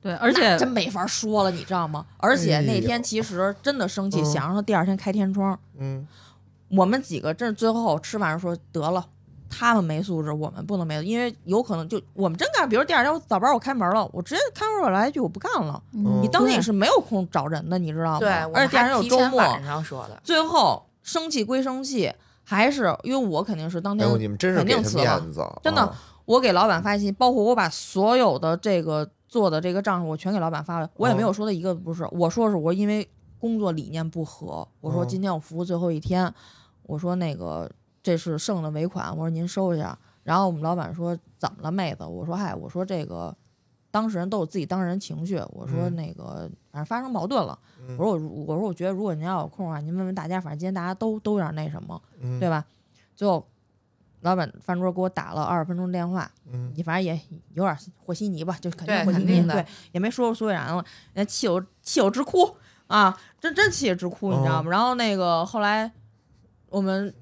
Speaker 6: 对，而且
Speaker 7: 那真没法说了，你知道吗？而且那天其实真的生气，
Speaker 2: 嗯
Speaker 7: 想让他第二天开天窗。
Speaker 2: 嗯，
Speaker 7: 我们几个真是最后吃饭说得了，他们没素质，我们不能没素质，因为有可能就我们真干，比如第二天我早班我开门了，我直接开门我来一句我不干了，
Speaker 2: 你
Speaker 7: 你当天
Speaker 6: 对
Speaker 7: 你是没有空找人的，你知道吗？
Speaker 5: 对，我
Speaker 7: 而且
Speaker 5: 们
Speaker 7: 第二
Speaker 5: 还
Speaker 7: 天有
Speaker 5: 提
Speaker 7: 周
Speaker 5: 前
Speaker 7: 末
Speaker 5: 晚，上说的，
Speaker 7: 最后生气归生气，还是因为我肯定是当
Speaker 2: 哎
Speaker 7: 天
Speaker 2: 呦，你们真是
Speaker 7: 肯
Speaker 2: 给
Speaker 7: 定
Speaker 2: 他
Speaker 7: 辞了
Speaker 2: 面子，
Speaker 7: 真的
Speaker 2: 啊
Speaker 7: 我给老板发信息，包括我把所有的这个做的这个账我全给老板发了，我
Speaker 2: 哦
Speaker 7: 也没有说的一个不是，我说是我因为工作理念不合，我说
Speaker 2: 嗯
Speaker 7: 今天我服务最后一天，我说那个这是剩的尾款，我说您收一下。然后我们老板说怎么了，妹子？我说嗨，我说这个当事人都有自己当事人情绪，我说
Speaker 2: 嗯
Speaker 7: 那个反正发生矛盾了，
Speaker 2: 嗯
Speaker 7: 我说我如我说我觉得如果您要有空啊，您问问大家，反正今天大家都都有点那什么，
Speaker 2: 嗯
Speaker 7: 对吧？最后老板饭桌给我打了二十分钟电话，
Speaker 2: 嗯
Speaker 7: 你反正也有点和稀泥吧，就肯定
Speaker 5: 对
Speaker 7: 和稀
Speaker 5: 肯
Speaker 7: 泥，
Speaker 5: 定的
Speaker 7: 对，也没说出所以然了，人家气有气有直哭啊，真真气有直哭，你知
Speaker 5: 哦
Speaker 7: 道吗？然后那个后来我们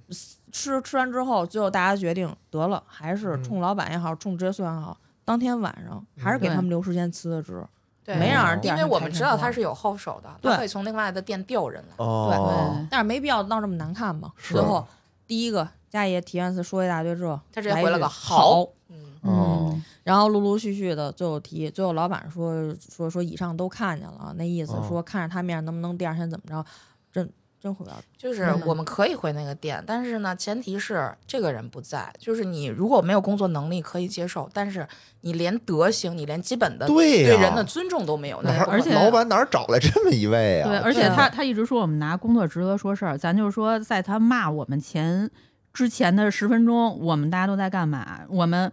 Speaker 7: 吃吃完之后，最后大家决定得了，还是
Speaker 2: 嗯
Speaker 7: 冲老板也好，冲职业素养也好，当天晚上还是给
Speaker 6: 嗯
Speaker 7: 他们留时间辞的职，
Speaker 5: 对，
Speaker 7: 没让人第
Speaker 5: 因
Speaker 7: 二
Speaker 5: 为
Speaker 7: 天
Speaker 5: 我们
Speaker 7: 开
Speaker 5: 知
Speaker 7: 天
Speaker 5: 道
Speaker 7: 窗
Speaker 5: 他是有后手的，
Speaker 7: 对
Speaker 5: 他可以从另外的店调人来。
Speaker 2: 哦，
Speaker 7: 但是没必要闹这么难看嘛。
Speaker 2: 是哦
Speaker 7: 最后第一个家爷提完词说一大堆之后，
Speaker 5: 他直接
Speaker 7: 来一
Speaker 5: 回了
Speaker 7: 句
Speaker 5: 个
Speaker 7: 好
Speaker 5: 好，嗯，
Speaker 2: 哦，
Speaker 7: 然后陆陆续续的最后提，最后老板说说说以上都看见了，那意思
Speaker 2: 哦
Speaker 7: 说看着他面儿能不能第二天怎么着，真真回不了。
Speaker 5: 就是
Speaker 2: 嗯
Speaker 5: 我们可以回那个店，但是呢，前提是这个人不在。就是你如果没有工作能力可以接受，但是你连德行，你连基本的
Speaker 2: 对呀
Speaker 5: 对人的尊重都没有，那
Speaker 2: 哪
Speaker 5: 也不
Speaker 2: 儿
Speaker 5: 可
Speaker 6: 而且
Speaker 5: 能
Speaker 2: 老板哪儿找来这么一位
Speaker 6: 对，
Speaker 2: 啊？
Speaker 6: 而且
Speaker 5: 对
Speaker 6: 他他一直说我们拿工作职责说事儿，咱就是说，在他骂我们前之前的十分钟，我们大家都在干嘛？我们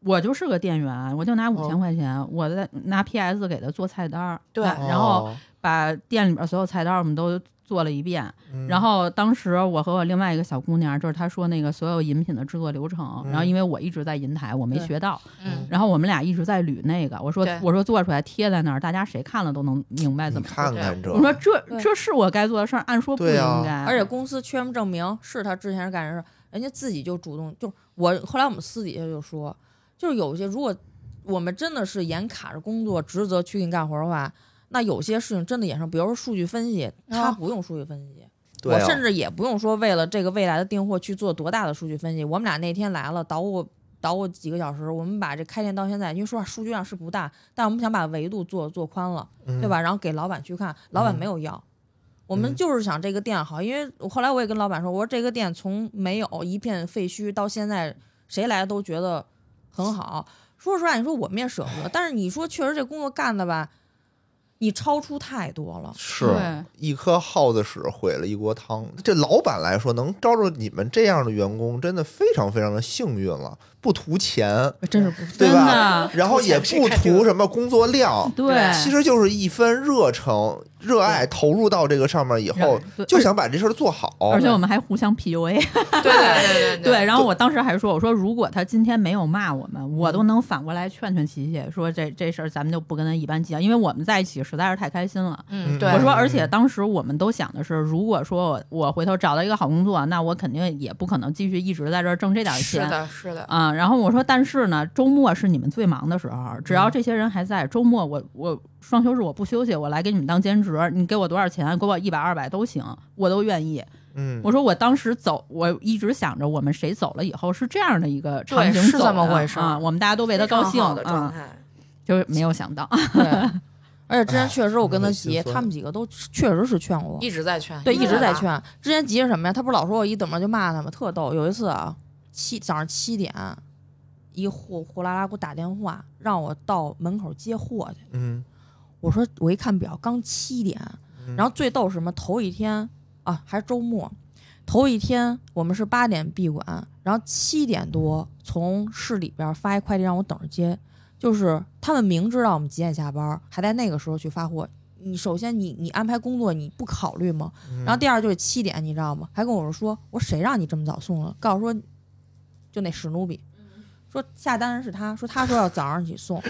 Speaker 6: 我就是个店员，我就拿五千块钱，我在拿 PS 给他做菜单儿，
Speaker 5: 哦对
Speaker 6: 然然后
Speaker 2: 哦，
Speaker 6: 把店里边所有菜单儿我们都做了一遍。
Speaker 2: 嗯
Speaker 6: 然后当时我和我另外一个小姑娘，就是她说那个所有饮品的制作流程，
Speaker 2: 嗯
Speaker 6: 然后因为我一直在银台，我没
Speaker 7: 对
Speaker 6: 学到，
Speaker 5: 嗯，
Speaker 6: 然后我们俩一直在捋那个，我说
Speaker 5: 对
Speaker 6: 我说做出来贴在那儿，大家谁看了都能明白
Speaker 2: 你
Speaker 6: 怎么
Speaker 2: 看看这
Speaker 6: 我，说这
Speaker 7: 对
Speaker 6: 这是我该做的事儿，按说不
Speaker 2: 对啊
Speaker 6: 应该。
Speaker 7: 而且公司缺什么证明是他之前是干什么事儿，人家自己就主动就我后来我们私底下就说，就是有些如果我们真的是严卡着工作职责去给你干活的话，那有些事情真的衍生，比如说数据分析，他不用数据分析，
Speaker 2: 对
Speaker 7: 我甚
Speaker 2: 啊，
Speaker 7: 至也不用说为了这个未来的订货去做多大的数据分析。我们俩那天来了，捣鼓捣鼓几个小时，我们把这开店到现在，因为说实话数据量是不大，但我们想把维度做做宽了。
Speaker 2: 嗯
Speaker 7: 对？吧？然后给老板去看，老板没有要。我们
Speaker 2: 嗯
Speaker 7: 就是想这个店好，因为我后来我也跟老板说，我说这个店从没有一片废墟到现在，谁来都觉得很好。说实话，你说我们也舍不得，但是你说确实这工作干的吧，你超出太多了。
Speaker 2: 是
Speaker 6: 对
Speaker 2: 一颗耗子屎毁了一锅汤。这老板来说，能招着你们这样的员工，真的非常非常的幸运了，不图钱，
Speaker 7: 真是不
Speaker 2: 对
Speaker 6: 真
Speaker 2: 吧？
Speaker 6: 的，
Speaker 2: 然后也不图什么工作量，
Speaker 6: 对，
Speaker 2: 其实就是一分热诚、热爱投入到这个上面以后，
Speaker 6: 对
Speaker 2: 就想把这事儿做好。
Speaker 6: 而且我们还互相 PUA，
Speaker 5: 对
Speaker 2: 嗯
Speaker 5: 对对嗯
Speaker 6: 对。然后我当时还说，我说如果他今天没有骂我们，我都能反过来劝劝琪琪，说这这事儿咱们就不跟他一般计较，因为我们在一起实在是太开心了。
Speaker 5: 嗯，
Speaker 2: 嗯
Speaker 5: 对，
Speaker 6: 我说，
Speaker 2: 嗯
Speaker 6: 而且当时我们都想的是，如果说我我回头找到一个好工作，那我肯定也不可能继续一直在这儿挣这点
Speaker 5: 是
Speaker 6: 钱。
Speaker 5: 的，是的，
Speaker 6: 啊、然后我说，但是呢，周末是你们最忙的时候，
Speaker 5: 嗯
Speaker 6: 只要这些人还在，周末我我双休日我不休息，我来给你们当兼职，你给我多少钱，给我一百二百都行，我都愿意。
Speaker 2: 嗯，
Speaker 6: 我说我当时走，我一直想着我们谁走了以后是这样的一个场景
Speaker 5: 对
Speaker 6: 走
Speaker 5: 是
Speaker 6: 的
Speaker 5: 这么回事
Speaker 6: 啊、我们大家都为他高
Speaker 5: 非
Speaker 6: 兴
Speaker 5: 常好的嗯状
Speaker 6: 啊、
Speaker 5: 态。
Speaker 6: 就是没有想到，
Speaker 7: 对， 而且之前
Speaker 2: 哎
Speaker 7: 确实我跟他
Speaker 2: 真的心
Speaker 7: 急，
Speaker 2: 酸
Speaker 7: 他们几个都确实是劝我，
Speaker 5: 一直在劝，嗯
Speaker 7: 对，一直在
Speaker 5: 打，
Speaker 7: 劝。之前急着什么呀？他不是老说我一等着就骂他吗？特逗。有一次啊，七早上七点，一货货拉拉给我打电话，让我到门口接货去。
Speaker 2: 嗯，
Speaker 7: 我说我一看表，刚七点。
Speaker 2: 嗯
Speaker 7: 然后最逗是什么？头一天啊，还是周末，头一天我们是八点闭馆，然后七点多从市里边发一快递让我等着接，就是他们明知道我们几点下班，还在那个时候去发货。你首先你你安排工作你不考虑吗？
Speaker 2: 嗯
Speaker 7: 然后第二就是七点，你知道吗？还跟我说，我说谁让你这么早送了？告诉说，就那史努比，
Speaker 2: 嗯
Speaker 7: 说下单人是他，说他说要早上起送。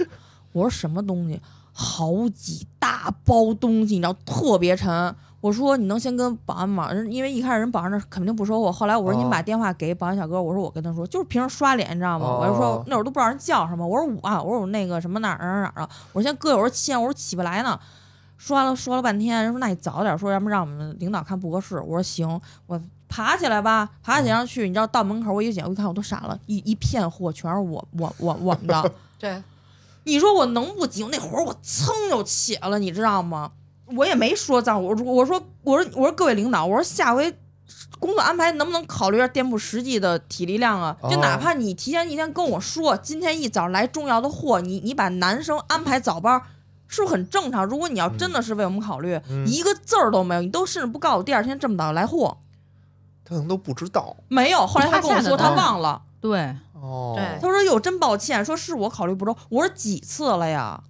Speaker 7: 我说什么东西？好几大包东西，你知道特别沉。我说你能先跟保安吗？人因为一开始人保安那肯定不收货，后来我说
Speaker 2: 哦
Speaker 7: 你把电话给保安小哥，我说我跟他说就是平时刷脸，你知道吗？
Speaker 2: 哦
Speaker 7: 我就说那会儿都不知道人叫什么，我说我啊，我说我那个什么哪儿哪儿哪儿啊，我说先哥，我说七点，我说起不来呢。说完了说了半天，人说那你早点说，要不然让我们领导看不合适。我说行，我爬起来吧，爬起来上去，你知道到门口我一捡，我一看我都傻了，一一片货全是我我我我们的，
Speaker 5: 对，
Speaker 7: 啊你说我能不急？那会儿我噌就起来了，你知道吗？我也没说脏，我说我说我说我说各位领导，我说下回工作安排能不能考虑一下店铺实际的体力量啊？
Speaker 2: 哦
Speaker 7: 就哪怕你提前一天跟我说，今天一早来重要的货，你你把男生安排早班。是不是很正常？如果你要真的是为我们考虑，
Speaker 2: 嗯
Speaker 7: 一个字儿都没有，你都甚至不告诉我第二天这么早来货，
Speaker 2: 他可能都不知道
Speaker 7: 没有。后来他跟我说
Speaker 6: 他吓
Speaker 7: 他
Speaker 6: 得
Speaker 7: 忘了，
Speaker 6: 对，
Speaker 2: 哦，
Speaker 5: 对
Speaker 7: 他说：“哟，真抱歉，说是我考虑不周。”我说：“几次了呀，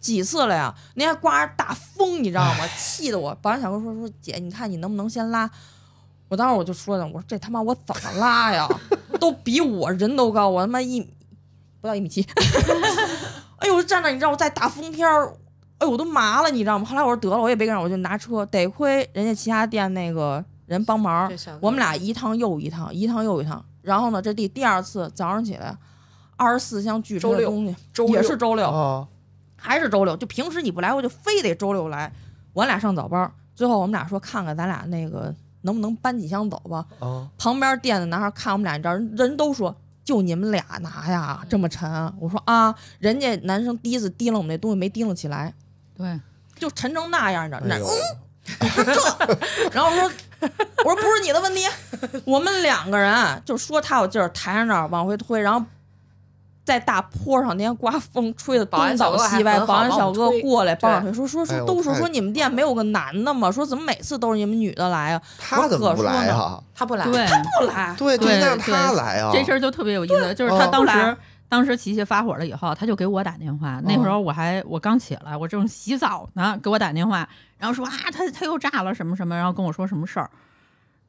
Speaker 7: 几次了呀！那天刮着大风，你知道吗？气得我。保安小哥说说姐，你看你能不能先拉？”我当时我就说呢，我说这他妈我怎么拉呀？都比我人都高，我他妈一不到一米七。 哎呦，我站那你知道我在大风天儿，哎呦我都麻了，你知道吗？后来我说得了，我也别干了，我就拿车。得亏人家其他店那个人帮忙，
Speaker 5: 这小哥
Speaker 7: 我们俩一趟又一趟，一趟又一趟。然后呢，这第第二次早上起来，二十四箱巨车
Speaker 5: 周
Speaker 7: 的
Speaker 5: 六
Speaker 7: 东西，
Speaker 5: 周
Speaker 7: 也
Speaker 5: 六
Speaker 7: 是周六，
Speaker 2: 啊，
Speaker 7: 还是周六。就平时你不来，我就非得周六来。我俩上早班，最后我们俩说看看咱俩那个能不能搬几箱走吧。
Speaker 2: 啊，
Speaker 7: 旁边店的男孩看我们俩，你知道人人都说。就你们俩拿呀，这么沉、
Speaker 5: 嗯
Speaker 7: 我说啊，人家男生第一次提了我们那东西没提了起来，
Speaker 6: 对，
Speaker 7: 就沉成那样，你知道？
Speaker 2: 哎
Speaker 7: 那、
Speaker 2: 呦，
Speaker 7: 然后我说我说不是你的问题，我们两个人啊就说他有劲儿，抬着那儿往回推，然后。在大坡上，那天刮风，吹的
Speaker 5: 保
Speaker 7: 东
Speaker 5: 安小
Speaker 7: 倒
Speaker 5: 哥还
Speaker 7: 西歪。
Speaker 5: 很
Speaker 7: 保
Speaker 5: 好
Speaker 7: 安
Speaker 5: 帮
Speaker 7: 小
Speaker 5: 我们
Speaker 7: 哥
Speaker 5: 推
Speaker 7: 过来帮我
Speaker 5: 对
Speaker 7: 推，说说
Speaker 2: 哎
Speaker 7: 说
Speaker 2: 呦
Speaker 7: 都是
Speaker 2: 太
Speaker 7: 说你们店没有个男的吗？说怎么每次都是你们女的来啊？
Speaker 2: 他怎么不来啊？
Speaker 5: 他不来，
Speaker 6: 对，
Speaker 7: 不来，
Speaker 2: 对，就
Speaker 6: 对
Speaker 2: 应该让他
Speaker 6: 对
Speaker 2: 来啊。
Speaker 6: 这事儿就特别有意思，就是他
Speaker 2: 哦
Speaker 6: 当
Speaker 7: 后
Speaker 6: 时
Speaker 7: 来。
Speaker 6: 当时琪琪发火了以后，他就给我打电话。那
Speaker 2: 哦
Speaker 6: 会儿我还我刚起来，我正洗澡呢，给我打电话，然后说啊，他他又炸了什么什么，然后跟我说什么事儿。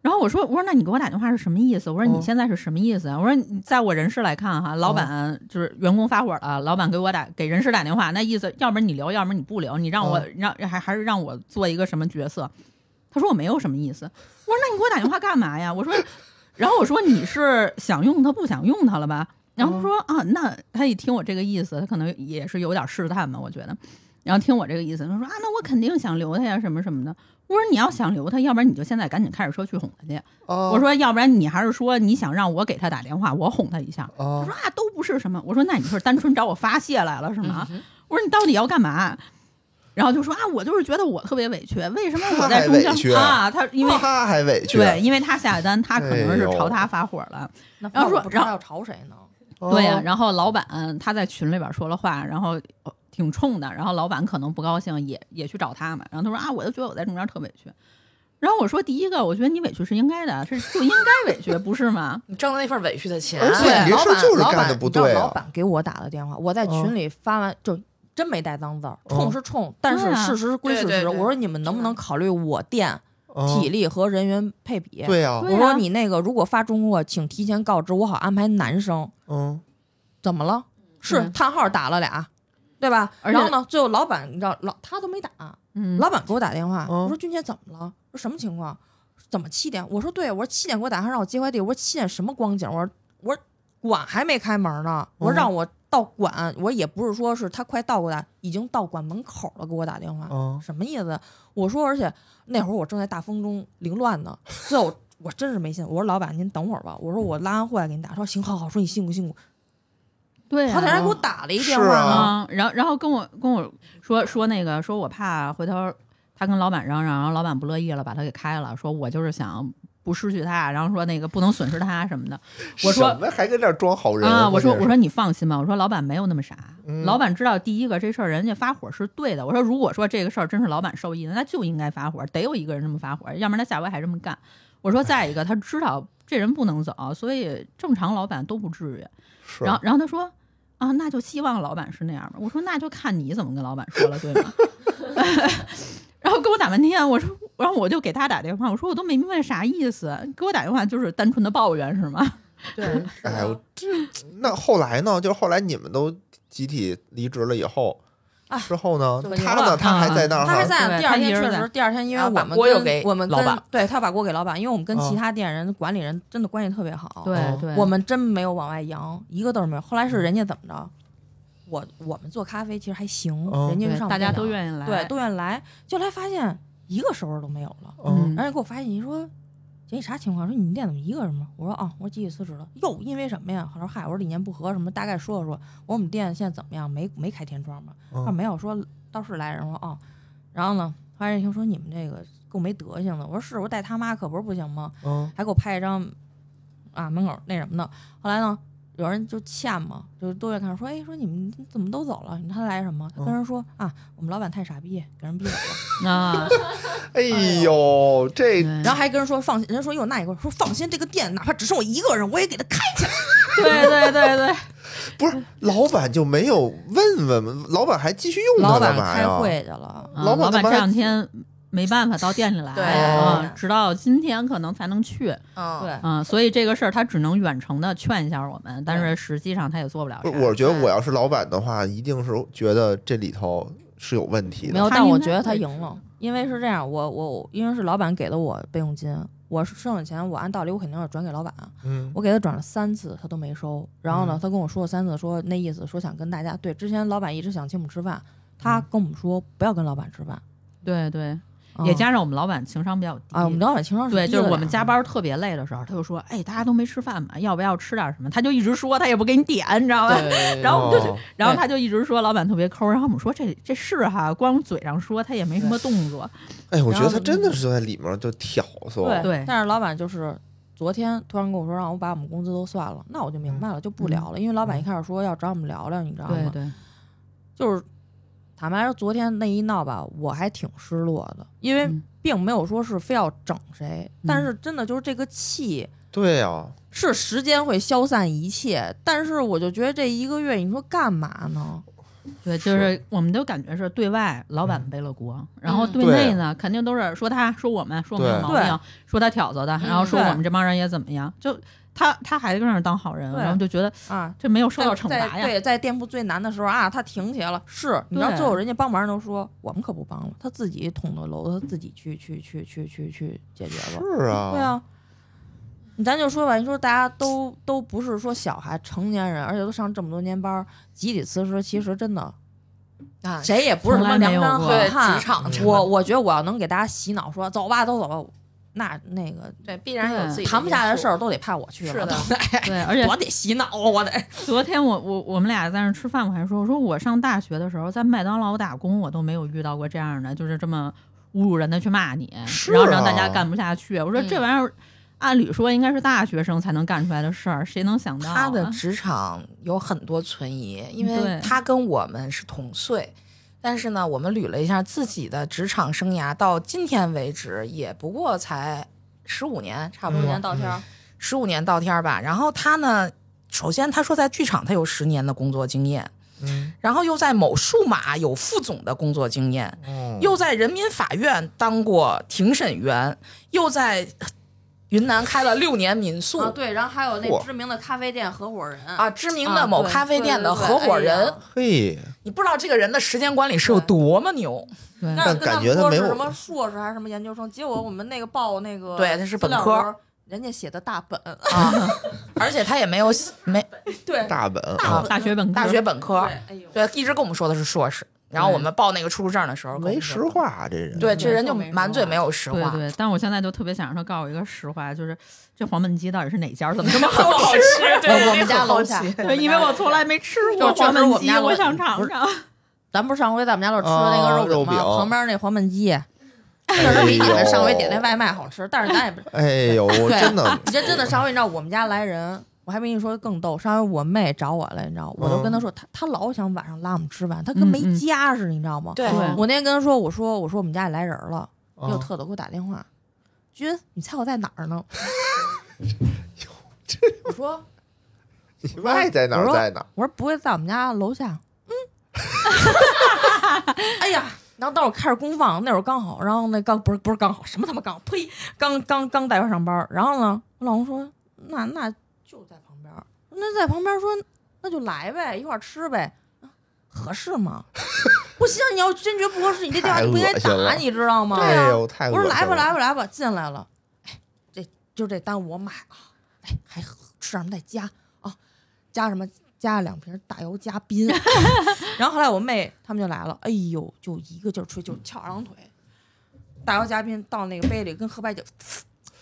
Speaker 6: 然后我说我说那你给我打电话是什么意思？我说你
Speaker 2: 哦
Speaker 6: 现在是什么意思啊？我说你在我人事来看哈，老板就是员工发火了，老板给我打给人事打电话，那意思要不然你留，要不然你不留，你让我
Speaker 2: 哦
Speaker 6: 让还还是让我做一个什么角色？他说我没有什么意思。我说那你给我打电话干嘛呀？我说，然后我说你是想用它不想用它了吧？然后他说
Speaker 2: 嗯
Speaker 6: 啊，那他一听我这个意思，他可能也是有点试探吧，我觉得。然后听我这个意思，他说啊，那我肯定想留他呀，什么什么的。我说你要想留他，要不然你就现在赶紧开着车去哄他去。
Speaker 2: 哦
Speaker 6: 我说要不然你还是说你想让我给他打电话，我哄他一下。他
Speaker 2: 哦
Speaker 6: 说啊，都不是什么。我说那你就是单纯找我发泄来了是吗？
Speaker 2: 嗯
Speaker 6: 我说你到底要干嘛？然后就说啊，我就是觉得我特别委屈，为什么我在
Speaker 2: 太
Speaker 6: 中
Speaker 2: 委屈哦
Speaker 6: 间啊？他因为
Speaker 2: 他还委屈，啊
Speaker 6: 对，因为他下的单，他可能是
Speaker 2: 哎呦
Speaker 6: 朝他发火了。
Speaker 7: 那
Speaker 6: 然后说
Speaker 7: 我不知道要吵谁呢？
Speaker 2: 哦
Speaker 6: 对呀、然后老板他在群里边说了话，然后呃挺冲的，然后老板可能不高兴，也也去找他嘛。然后他说啊，我就觉得我在中间特委屈。然后我说，第一个，我觉得你委屈是应该的，是就应该委屈，不是吗？
Speaker 5: 你挣的那份委屈的钱，
Speaker 2: 而且你这
Speaker 7: 老
Speaker 2: 事
Speaker 7: 板
Speaker 2: 儿就是
Speaker 7: 老
Speaker 2: 干
Speaker 7: 板
Speaker 2: 的不
Speaker 7: 你知道
Speaker 2: 对
Speaker 7: 老
Speaker 2: 啊。
Speaker 7: 板给我打的电话，我在群里发完就。真没带脏字儿，冲是冲，但
Speaker 6: 对
Speaker 7: 是
Speaker 6: 啊
Speaker 7: 事实归事
Speaker 5: 对
Speaker 7: 实。
Speaker 5: 对对
Speaker 7: 我说你们能不能考虑我店
Speaker 2: 嗯
Speaker 7: 体力和人员配比？
Speaker 2: 对呀，
Speaker 6: 对
Speaker 7: 我
Speaker 6: 啊
Speaker 7: 说你那个如果发中国，请提前告知，我好安排男生。
Speaker 2: 嗯，
Speaker 7: 怎么了？是
Speaker 6: 嗯
Speaker 7: 叹号打了俩，对吧？
Speaker 6: 而且
Speaker 7: 然后呢，最后老板你知道老他都没打，
Speaker 6: 嗯，
Speaker 7: 老板给我打电话，
Speaker 2: 嗯
Speaker 7: 我说君姐怎么了？说什么情况？怎么七点？我说对，我说七点给我打电话让我接快递。我说七点什么光景？我说我说馆还没开门
Speaker 6: 哦
Speaker 7: 呢。我说让我到馆，我也不是说是他快到过来，已经到馆门口了，给我打电话，
Speaker 6: 啊
Speaker 2: 嗯
Speaker 7: 什么意思？我说，而且那会儿我正在大风中凌乱呢，最后我真是没信。我说老板您等会儿吧，我说我拉完货来给你打。他说行，好好，说你辛苦辛苦。
Speaker 6: 对、
Speaker 7: 好歹
Speaker 6: 啊
Speaker 7: 人给我打了一电
Speaker 2: 是
Speaker 7: 话呢。
Speaker 2: 啊
Speaker 6: 啊，然后然后跟我跟我说说那个，说我怕回头他跟老板嚷嚷，然后老板不乐意了，把他给开了，说我就是想不失去他，然后说那个不能损失他什么的。我说
Speaker 2: 什么还跟这儿装好人
Speaker 6: 啊，我说
Speaker 2: 真是
Speaker 6: 我说你放心吧，我说老板没有那么傻，
Speaker 2: 嗯
Speaker 6: 老板知道第一个这事儿人家发火是对的。我说如果说这个事儿真是老板受益的，那就应该发火，得有一个人这么发火，要不然他下回还这么干。我说再一个，他知道这人不能走，所以正常老板都不至于。
Speaker 2: 是
Speaker 6: 然后然后他说啊，那就希望老板是那样吧。我说那就看你怎么跟老板说了，对吗？ 然后跟我打半天，我说，然后我就给他打电话，我说我都没明白啥意思，给我打电话就是单纯的抱怨是吗？
Speaker 5: 对，
Speaker 2: 哎呦，这那后来呢？就是后来你们都集体离职了以后，
Speaker 7: 啊
Speaker 2: 之后呢
Speaker 5: 就？
Speaker 2: 他
Speaker 5: 赢
Speaker 2: 呢？
Speaker 5: 了
Speaker 2: 他还在那儿
Speaker 7: 他还
Speaker 2: 哈，
Speaker 7: 在
Speaker 6: 对
Speaker 7: 呢。第二天
Speaker 6: 他一直
Speaker 7: 确
Speaker 6: 在
Speaker 7: 实，第二天因为
Speaker 5: 然
Speaker 7: 我
Speaker 5: 后把
Speaker 7: 们
Speaker 5: 锅又
Speaker 7: 跟
Speaker 5: 给
Speaker 7: 我们
Speaker 5: 老
Speaker 7: 跟
Speaker 5: 板
Speaker 7: 对他把锅给老板，因为我们跟
Speaker 2: 哦
Speaker 7: 其他店人、管理人真的关系特别好，
Speaker 6: 对
Speaker 2: 哦
Speaker 6: 对，
Speaker 7: 我们真没有往外扬，一个字儿没有。后来是人家怎么着，我我们做咖啡其实还行，
Speaker 2: 嗯
Speaker 7: 人家就
Speaker 6: 对
Speaker 7: 上
Speaker 6: 大家都
Speaker 7: 意
Speaker 6: 愿意来，
Speaker 7: 对都愿意来，就来发现一个收入都没有了，
Speaker 2: 嗯
Speaker 6: 嗯
Speaker 7: 然后给我发信息说。姐，你啥情况？说你们店怎么一个人吗？我说啊，我说集体辞职了。哟，因为什么呀？他说嗨，我说理念不合什么，大概说说。我说我们店现在怎么样？没没开天窗吗？啊，
Speaker 2: 嗯
Speaker 7: 没有说倒是来人我说哦，然后呢，后来人听说你们这个够没德行的，我说是，我说带他妈可不是不行吗？
Speaker 2: 嗯
Speaker 7: 还给我拍一张啊门口那什么的。后来呢，有人就欠嘛，就都在看说，哎，说你们怎么都走了？你看来什么？他跟人说、啊，我们老板太傻逼，给人逼走了。
Speaker 6: 啊，
Speaker 2: 哎呦，这
Speaker 6: 对
Speaker 7: 然后还跟人说放心，人家说哟，那一块说放心，这个店哪怕只剩我一个人，我也给他开起来。
Speaker 6: 对对对对，
Speaker 2: 不是老板就没有问问吗？老板还继续
Speaker 6: 嗯
Speaker 2: 用他
Speaker 7: 老
Speaker 2: 干
Speaker 7: 板
Speaker 2: 嘛
Speaker 7: 开
Speaker 2: 呀？
Speaker 7: 会去了。
Speaker 6: 啊
Speaker 2: 老板
Speaker 6: 老板
Speaker 2: 他
Speaker 6: 这
Speaker 2: 妈还
Speaker 6: 两天没办法到店里来，
Speaker 5: 对
Speaker 6: 啊，直到今天可能才能去，
Speaker 5: 嗯，
Speaker 7: 对，
Speaker 6: 嗯，所以这个事儿他只能远程的劝一下我们，但是实际上他也做不了
Speaker 2: 不是，
Speaker 6: 啥。
Speaker 2: 我觉得我要是老板的话，一定是觉得这里头是有问题
Speaker 7: 没
Speaker 2: 的。
Speaker 7: 有，
Speaker 6: 他
Speaker 7: 但
Speaker 6: 应
Speaker 7: 我
Speaker 6: 该
Speaker 7: 觉得他
Speaker 6: 会
Speaker 7: 赢了，因为是这样，我我因为是老板给的我备用金，我是剩下钱，我按道理我肯定要转给老板，
Speaker 2: 嗯
Speaker 7: 我给他转了三次，他都没收。然后呢
Speaker 2: 嗯，
Speaker 7: 他跟我说了三次，说那意思说想跟大家对，之前老板一直想请我们吃饭，他
Speaker 2: 嗯
Speaker 7: 跟我们说不要跟老板吃饭，嗯
Speaker 6: 对对，也加上我们老板情商比较低。
Speaker 7: 哦啊，我们老板情商是
Speaker 6: 对，
Speaker 7: 低
Speaker 6: 就是
Speaker 7: 的
Speaker 6: 我们
Speaker 7: 呀
Speaker 6: 加班特别累的时候，他就说：“哎，大家都没吃饭嘛，要不要吃点什么？”他就一直说，他也不给你点，你知道吧？
Speaker 5: 对
Speaker 6: 然后我们就
Speaker 2: 哦
Speaker 6: 然后他就一直说老板特别抠，然后我们说这这是哈，光嘴上说他也没什么动作。
Speaker 2: 哎，我觉得
Speaker 7: 然
Speaker 2: 他
Speaker 7: 后嗯
Speaker 2: 真的是就在里面就挑唆，
Speaker 6: 对
Speaker 7: 但是老板就是昨天突然跟我说让我把我们工资都算了，那我就明白了，就不聊了，因为老板一开始说要找我们聊聊，你知道吗？
Speaker 6: 对，
Speaker 7: 就是坦白说，昨天那一闹吧，我还挺失落的，因为
Speaker 6: 嗯
Speaker 7: 并没有说是非要整谁，但是真的就是这个气。
Speaker 2: 对啊呀，
Speaker 7: 是时间会消散一切，但是我就觉得这一个月，你说干嘛呢？
Speaker 6: 对，就是我们都感觉是对外老板背了锅，然后对
Speaker 2: 对
Speaker 6: 内呢，肯定都是说他说我们说我们有毛
Speaker 7: 对
Speaker 6: 病，说他挑唆的，然后说我们这帮人也怎么样，就他他还跟那儿当好人，
Speaker 7: 对
Speaker 6: 然后就觉得
Speaker 7: 啊，
Speaker 6: 这没有受到惩
Speaker 7: 在
Speaker 6: 罚
Speaker 7: 在
Speaker 6: 呀。
Speaker 7: 对，在店铺最难的时候啊，他挺起来了。是，你知道
Speaker 6: 对
Speaker 7: 最后人家帮忙都说我们可不帮了，他自己捅的娄子，他自己去去去去去去解决吧。
Speaker 2: 是啊，
Speaker 7: 对，啊，你咱就说吧，你说大家都都不是说小孩，成年人，而且都上这么多年班儿，集体辞职，其实真的
Speaker 5: 啊，
Speaker 7: 谁也不是什么良张
Speaker 6: 从来没有过
Speaker 5: 对
Speaker 7: 好汉
Speaker 5: 职。场
Speaker 2: 嗯
Speaker 5: 这
Speaker 7: 我我觉得我要能给大家洗脑说走吧，都走吧，那那个
Speaker 5: 对必然有自己
Speaker 7: 嗯谈不下来的事
Speaker 5: 儿，
Speaker 7: 儿都得派我去了，
Speaker 5: 是的
Speaker 7: 都得
Speaker 6: 对，而 且
Speaker 7: 我得洗脑，我得
Speaker 6: 昨天我我我们俩在那儿吃饭，我还说我说我上大学的时候在麦当劳打工，我都没有遇到过这样的，就是这么侮辱人的去骂你，
Speaker 2: 是
Speaker 6: 然后让大
Speaker 2: 啊
Speaker 6: 家干不下去。我说这玩意儿，按理说应该是大学生才能干出来的事儿，谁能想到、啊？
Speaker 5: 他的职场有很多存疑，因为
Speaker 6: 对
Speaker 5: 他跟我们是同岁，但是呢，我们捋了一下自己的职场生涯，到今天为止也不过才十五年，差不多
Speaker 7: 道
Speaker 2: 歉儿
Speaker 5: 十五年到天儿吧。然后他呢，首先他说在剧场他有十年的工作经验，
Speaker 2: 嗯，
Speaker 5: 然后又在某数码有副总的工作经验，
Speaker 2: 哦
Speaker 5: 又在人民法院当过庭审员，又在云南开了六年民宿。
Speaker 7: 啊，对，然后还有那
Speaker 2: 嚯
Speaker 7: 知名的咖啡店合伙人
Speaker 5: 啊，知名的
Speaker 7: 啊
Speaker 5: 某
Speaker 7: 对
Speaker 5: 咖啡
Speaker 7: 对
Speaker 5: 店
Speaker 7: 对
Speaker 5: 的
Speaker 7: 对
Speaker 5: 合伙
Speaker 7: 哎呀
Speaker 5: 人，嗯
Speaker 2: 嘿，
Speaker 5: 你不知道这个人的时间管理是有多么牛。
Speaker 6: 对
Speaker 7: 那
Speaker 2: 但
Speaker 7: 跟
Speaker 2: 感
Speaker 7: 们
Speaker 2: 觉他
Speaker 7: 说
Speaker 2: 没
Speaker 7: 是
Speaker 2: 有
Speaker 7: 什么硕士还是什么研究生，结果我们那个报那个
Speaker 5: 对他是本
Speaker 7: 资料
Speaker 5: 科
Speaker 7: 的时候，人家写的大本，
Speaker 5: 啊， 而且他也没有没
Speaker 7: 对
Speaker 2: 大本
Speaker 5: 大
Speaker 2: 啊，
Speaker 6: 大学本科，
Speaker 5: 大学本
Speaker 7: 对，
Speaker 5: 科，
Speaker 7: 哎呦，
Speaker 5: 对，一直跟我们说的是硕士。然后我们报那个出入证的时候，跟我
Speaker 2: 没
Speaker 5: 们说
Speaker 2: 实。话这人，
Speaker 5: 对，这人
Speaker 7: 没
Speaker 5: 就
Speaker 7: 错没实
Speaker 5: 满嘴
Speaker 7: 话
Speaker 5: 没有实
Speaker 6: 对
Speaker 5: 话。
Speaker 6: 对，但我现在就特别想让他告诉我一个实话，就是这黄焖鸡到底是哪家？怎么这么好吃？
Speaker 5: 我我们家楼下，
Speaker 6: 对，因为我从来没吃
Speaker 7: 就
Speaker 6: 过
Speaker 7: 确实
Speaker 6: 黄焖
Speaker 7: 我们
Speaker 6: 鸡，
Speaker 7: 家楼
Speaker 6: 我想尝尝。
Speaker 7: 咱不是上回在我们家那儿吃的那个
Speaker 2: 哦
Speaker 7: 肉
Speaker 2: 肉
Speaker 7: 饼
Speaker 2: 饼哎
Speaker 7: 吗？旁边那黄焖鸡，确
Speaker 2: 确
Speaker 7: 实比你们 上回点那外卖好吃，但是咱也不，
Speaker 2: 哎呦，我
Speaker 7: 对
Speaker 2: 真的啊
Speaker 7: 你这真的上回你知道我们家来人。我还没跟你说更逗，上回我妹找我来，你知道，我都跟她说，她她老想晚上拉我们吃饭，她跟
Speaker 6: 嗯
Speaker 7: 没
Speaker 6: 嗯
Speaker 7: 家似的，你知道吗？
Speaker 5: 对
Speaker 6: 对啊
Speaker 7: 我那天跟她说，我说我说我们家里来人了，
Speaker 2: 啊
Speaker 7: 又特逗给我打电话，君，你猜我在哪儿呢？我说
Speaker 2: 你外在哪儿在哪儿？
Speaker 7: 我说不会在我们家楼下，嗯， 哎呀，然后到时候开始公放，那会儿刚好，然后那刚不是不是刚好什么他妈刚好，呸，刚刚刚带班上班儿，然后呢，我老公说那那就在旁边儿，那在旁边儿说那就来呗，一块儿吃呗，啊合适吗？ 我心想你要真觉得不合适，你这电话就不应该
Speaker 2: 太恶心了
Speaker 7: 打，你知道吗？
Speaker 2: 哎呦，太
Speaker 7: 我说
Speaker 2: 恶
Speaker 7: 来
Speaker 2: 心
Speaker 7: 吧，
Speaker 2: 了
Speaker 7: 来吧，来吧，进来了。哎，这就这单我买了，哎，还喝吃点什么再加啊，加什么加两瓶大油加 冰。然后后来我妹他们就来了，哎呦，就一个劲儿吹，就翘二郎腿，大油加冰到那个杯里跟喝白酒。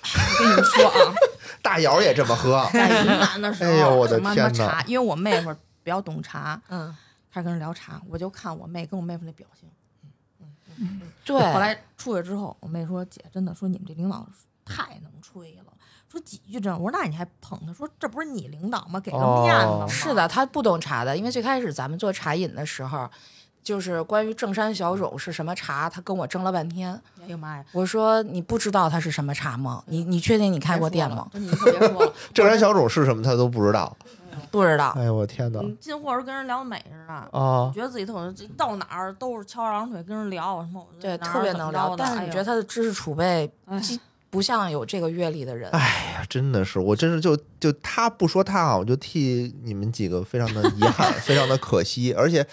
Speaker 7: 我跟你们说 啊，
Speaker 2: 大姚也这么 喝，
Speaker 7: 在云南的时候，
Speaker 2: 哎呦我的
Speaker 7: 什么
Speaker 2: 天
Speaker 7: 什么
Speaker 2: 哪
Speaker 7: 茶，因为我妹夫比较懂茶，
Speaker 5: 嗯，
Speaker 7: 开始跟人聊茶，我就看我妹跟我妹夫那表情。
Speaker 5: 对。
Speaker 7: 后来出去之后，我妹说：“姐，真的说你们这领导太能吹了，说几句真。”我说：“那你还捧他？说这不是你领导吗？给个面子吗？”
Speaker 5: 是的，，啊他不懂茶的，因为最开始咱们做茶饮的时候，就是关于正山小种是什么茶，他跟我争了半天。
Speaker 7: 哎呦妈呀！
Speaker 5: 我说你不知道它是什么茶吗？你你确定你开过店吗？
Speaker 7: 别说了真的，你可别说 了，
Speaker 2: 正山小种是什么他都不知 道。
Speaker 5: 不知道。
Speaker 2: 哎呦，我天哪！
Speaker 7: 你进货时候跟人聊美似的。
Speaker 2: 啊，
Speaker 7: 觉得自己特有，这到哪儿都是翘二郎腿跟人聊什么，
Speaker 5: 对，特别能聊。但是你觉得
Speaker 7: 得
Speaker 5: 他的哎知识储备既不像有这个阅历的人，
Speaker 2: 哎呀，真的是，我真是就就他不说他啊，我就替你们几个非常的遗 憾，非常的可惜，而且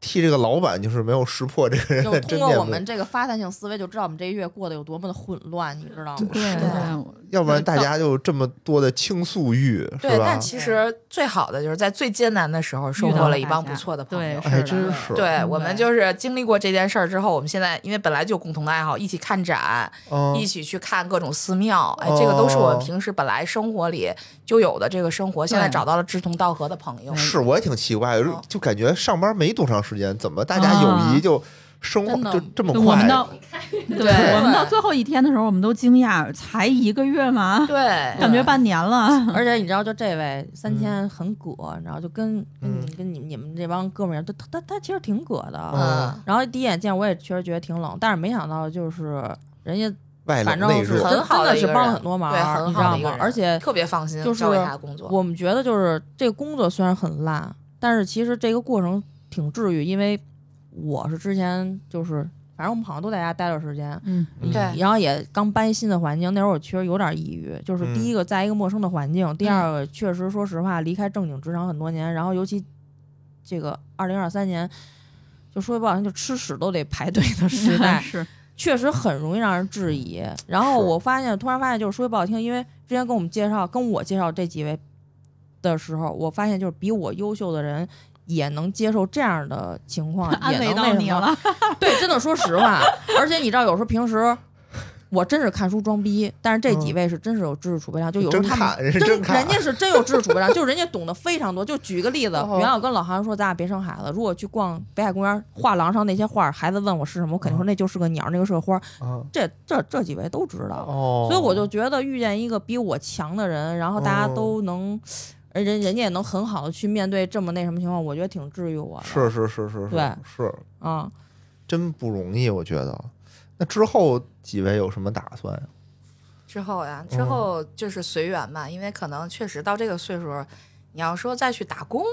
Speaker 2: 替这个老板就是没有识破这个人 的
Speaker 7: 哎就通
Speaker 2: 真
Speaker 7: 过
Speaker 2: 面
Speaker 7: 我
Speaker 2: 目
Speaker 7: 们，这个发散性思维，就知道我们这一月过得有多么的混乱，你知道吗？
Speaker 6: 对
Speaker 5: 是
Speaker 6: 对，我
Speaker 7: 嗯
Speaker 2: 要不然大家就这么多的倾诉欲，
Speaker 5: 对。
Speaker 2: 是吧
Speaker 5: 但？其实最好的就是在最艰难的时候收
Speaker 6: 遇到
Speaker 5: 获了
Speaker 6: 了
Speaker 5: 一
Speaker 6: 大
Speaker 5: 帮
Speaker 6: 家
Speaker 5: 不错的朋
Speaker 6: 对
Speaker 5: 友。
Speaker 6: 是
Speaker 2: 哎还
Speaker 6: 的
Speaker 2: 真是
Speaker 5: 对我们就是经历过这件事儿之后，我们现在因为本来就有共同的爱好，一起看展，
Speaker 2: 嗯哦
Speaker 5: 一起去看各种寺庙，哎，这个都是我们平时本来生活里就有的这个生活，现在
Speaker 6: 对
Speaker 5: 找到了志同道合的朋友。
Speaker 2: 是，我也挺奇怪的
Speaker 7: 嗯
Speaker 5: 哦，
Speaker 2: 就感觉上班没多长时间，怎么大家友谊就升
Speaker 7: 啊真
Speaker 2: 华
Speaker 7: 的
Speaker 2: 就这么
Speaker 6: 我们
Speaker 2: 快？
Speaker 6: 到对我们到最后一天的时候，我们都惊讶，才一个月吗？
Speaker 7: 嗯
Speaker 5: 对，
Speaker 6: 感觉半年了。
Speaker 7: 而且你知道，就这位
Speaker 2: 嗯
Speaker 7: 三千很葛，你知道，就跟跟你跟你们你们这帮哥们儿一样，就他他他其实挺葛的。
Speaker 5: 嗯，
Speaker 7: 然后第一眼见我也确实觉得挺冷，但是没想到就是人家
Speaker 2: 外
Speaker 7: 反
Speaker 2: 冷
Speaker 7: 正
Speaker 2: 内
Speaker 7: 是
Speaker 2: 热，
Speaker 5: 很好
Speaker 7: 真
Speaker 5: 的
Speaker 7: 的
Speaker 5: 一
Speaker 7: 是
Speaker 5: 个
Speaker 7: 帮了
Speaker 5: 人
Speaker 7: 很多忙
Speaker 5: 对，很
Speaker 7: 你知
Speaker 5: 好
Speaker 7: 道
Speaker 5: 的一个
Speaker 7: 吗
Speaker 5: 人？
Speaker 7: 而且
Speaker 5: 特别放心
Speaker 7: 就是
Speaker 5: 交给他的工作。
Speaker 7: 我们觉得就是这个工作虽然很烂，但是其实这个过程挺治愈，因为我是之前就是反正我们好像都在家待段时间，
Speaker 6: 嗯，，
Speaker 2: 嗯
Speaker 5: 对
Speaker 7: 然后也刚搬新的环境，那会儿我确实有点抑郁，就是
Speaker 2: 嗯
Speaker 7: 第一个在一个陌生的环境，第二个确实说实话离开正经职场很多年，然后尤其这个二零二三年，就说不好听就吃屎都得排队的时代
Speaker 6: 是
Speaker 7: 确实很容易让人质疑。然后
Speaker 2: 嗯是
Speaker 7: 我发现，突然发现，就是说句不好听，因为之前跟我们介绍、跟我介绍这几位的时候，我发现就是比我优秀的人也能接受这样的情况，也
Speaker 6: 安慰
Speaker 7: 能
Speaker 6: 到
Speaker 7: 那
Speaker 6: 你
Speaker 7: 什么。
Speaker 6: 了，
Speaker 7: 对，真的说实话，而且你知道，有时候平时我真是看书装逼，但是这几位是真是有知识储备量，就有时
Speaker 2: 嗯
Speaker 7: 候
Speaker 2: 真
Speaker 7: 他
Speaker 2: 看
Speaker 7: 们。
Speaker 2: 人是
Speaker 7: 真，
Speaker 2: 真看
Speaker 7: 人，家是真有知识储备量，就是人家懂得非常多。就举一个例子，
Speaker 2: 哦
Speaker 7: 原来我跟老韩说，咱俩别生孩子。如果去逛北海公园画廊上那些画，孩子问我是什么，我肯定说那就是个鸟，那个是个花。
Speaker 2: 嗯
Speaker 7: 这这这几位都知道，
Speaker 2: 哦，哦
Speaker 7: 所以我就觉得遇见一个比我强的人，然后大家都能，呃人人家也能很好的去面对这么那什么情况，我觉得挺治愈我的。
Speaker 2: 是是是是是，
Speaker 7: 对
Speaker 2: 是
Speaker 7: 啊，
Speaker 2: 真不容易，我觉得。那之后几位有什么打算呀？
Speaker 5: 之后呀，之
Speaker 2: 嗯
Speaker 5: 后就是随缘吧，因为可能确实到这个岁数，你要说再去打工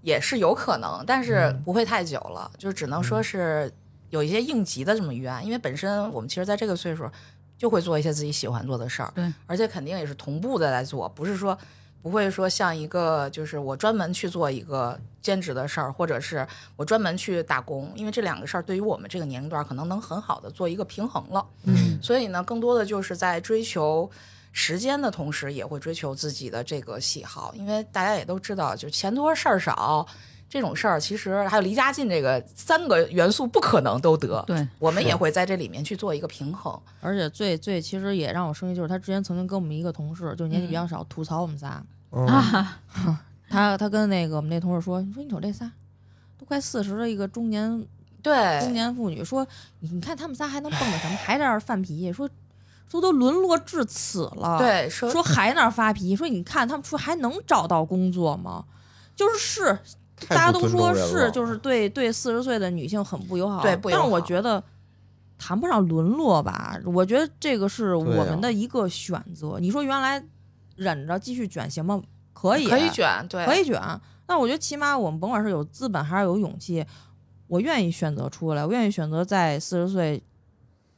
Speaker 5: 也是有可能，但是不会太久了，就只能说是有一些应急的这么缘，因为本身我们其实在这个岁数就会做一些自己喜欢做的事儿
Speaker 6: 对，
Speaker 5: 而且肯定也是同步的来做，不是说。不会说像一个就是我专门去做一个兼职的事儿，或者是我专门去打工，因为这两个事儿对于我们这个年龄段儿可能能很好的做一个平衡了。
Speaker 2: 嗯
Speaker 5: 所以呢，更多的就是在追求时间的同时，也会追求自己的这个喜好，因为大家也都知道，就钱多事儿少。这种事儿其实还有离家近这个三个元素不可能都得，
Speaker 6: 对，
Speaker 5: 我们也会在这里面去做一个平衡。
Speaker 7: 而且最最其实也让我生气，就是他之前曾经跟我们一个同事，就年纪比较小，吐槽我们仨。
Speaker 2: 嗯，
Speaker 7: 啊 他他跟那个我们那同事说，你说你瞅这仨，都快四十的一个中年中
Speaker 5: 对，
Speaker 7: 年妇女说：“你你看他们仨还能蹦跶什么，还在那儿犯脾气，说说都沦落至此了，，
Speaker 5: 对，说
Speaker 7: 说还在那儿发脾气，说你看他们出还能找到工作吗？就是是，
Speaker 2: 太
Speaker 7: 大家
Speaker 2: 不
Speaker 7: 都
Speaker 2: 尊重
Speaker 7: 说
Speaker 2: 人
Speaker 7: 是
Speaker 2: 了，
Speaker 7: 就是对对四十岁的女性很不友好，
Speaker 5: 对不友
Speaker 7: 但是我
Speaker 5: 好
Speaker 7: 觉得。”谈不上沦落吧，我觉得这个是
Speaker 5: 啊
Speaker 2: 对
Speaker 7: 我
Speaker 2: 呀
Speaker 7: 们的一个选择。你说原来忍着继续卷行吗？可以，啊
Speaker 5: 可以卷，对，
Speaker 7: 可以卷。但我觉得起码我们甭管是有资本还是有勇气，我愿意选择出来，我愿意选择在四十岁，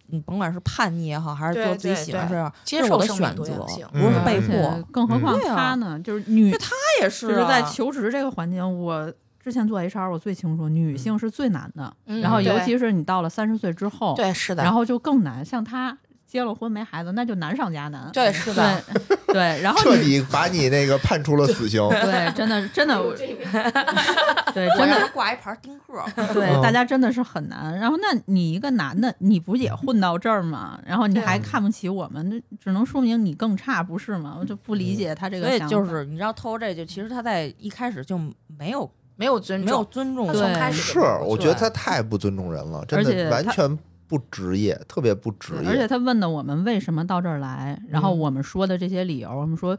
Speaker 7: 你甭管是叛逆也好，还是
Speaker 5: 对
Speaker 7: 做自己
Speaker 5: 对
Speaker 7: 喜欢
Speaker 5: 对
Speaker 7: 事儿，啊
Speaker 5: 接
Speaker 7: 这是
Speaker 5: 受
Speaker 7: 我的
Speaker 5: 生命
Speaker 7: 选
Speaker 5: 多
Speaker 7: 择
Speaker 5: 样性，
Speaker 7: 不是
Speaker 2: 嗯
Speaker 7: 被
Speaker 6: 而
Speaker 7: 迫。
Speaker 6: 且更何况
Speaker 7: 嗯对啊
Speaker 6: 她呢，就是女
Speaker 7: 对，他也是、
Speaker 6: 就
Speaker 7: 啊，
Speaker 6: 是在求职这个环境，我之前做 HR 我最清楚，女性是最难的，
Speaker 5: 嗯
Speaker 6: 然后尤
Speaker 5: 对
Speaker 6: 其是你到了三十岁之后，
Speaker 5: 对是的，
Speaker 6: 然后就更难。像她结了婚没孩子，那就难上加难。
Speaker 5: 对是的，
Speaker 6: 对对，然后
Speaker 2: 彻
Speaker 6: 你
Speaker 2: 底把你那个判处了死 刑。
Speaker 6: 对，真的真的，对真的
Speaker 7: 他挂一盘丁克，
Speaker 6: 对
Speaker 2: 嗯，
Speaker 6: 大家真的是很难。然后，那你一个男的，你不也混到这儿吗？然后你还看不起我们，那只能说明你更差，不是吗？我就不理解他这个
Speaker 7: 所以
Speaker 6: 想法。
Speaker 7: 就是你知道偷这就其实他在一开始就没有
Speaker 5: 没有尊
Speaker 7: 没有
Speaker 5: 重，
Speaker 7: 尊重
Speaker 5: 他
Speaker 7: 我，
Speaker 5: 从
Speaker 6: 对
Speaker 5: 开始
Speaker 2: 是
Speaker 5: 就不，
Speaker 2: 我
Speaker 5: 尊
Speaker 2: 觉得
Speaker 5: 重
Speaker 2: 他太不尊重人了，真
Speaker 6: 而且
Speaker 2: 的
Speaker 6: 他
Speaker 2: 完全不职业，特别不职
Speaker 6: 对
Speaker 2: 业。
Speaker 6: 而且他问的我们为什么到这儿来，然
Speaker 5: 嗯
Speaker 6: 后我们说的这些理由，我们说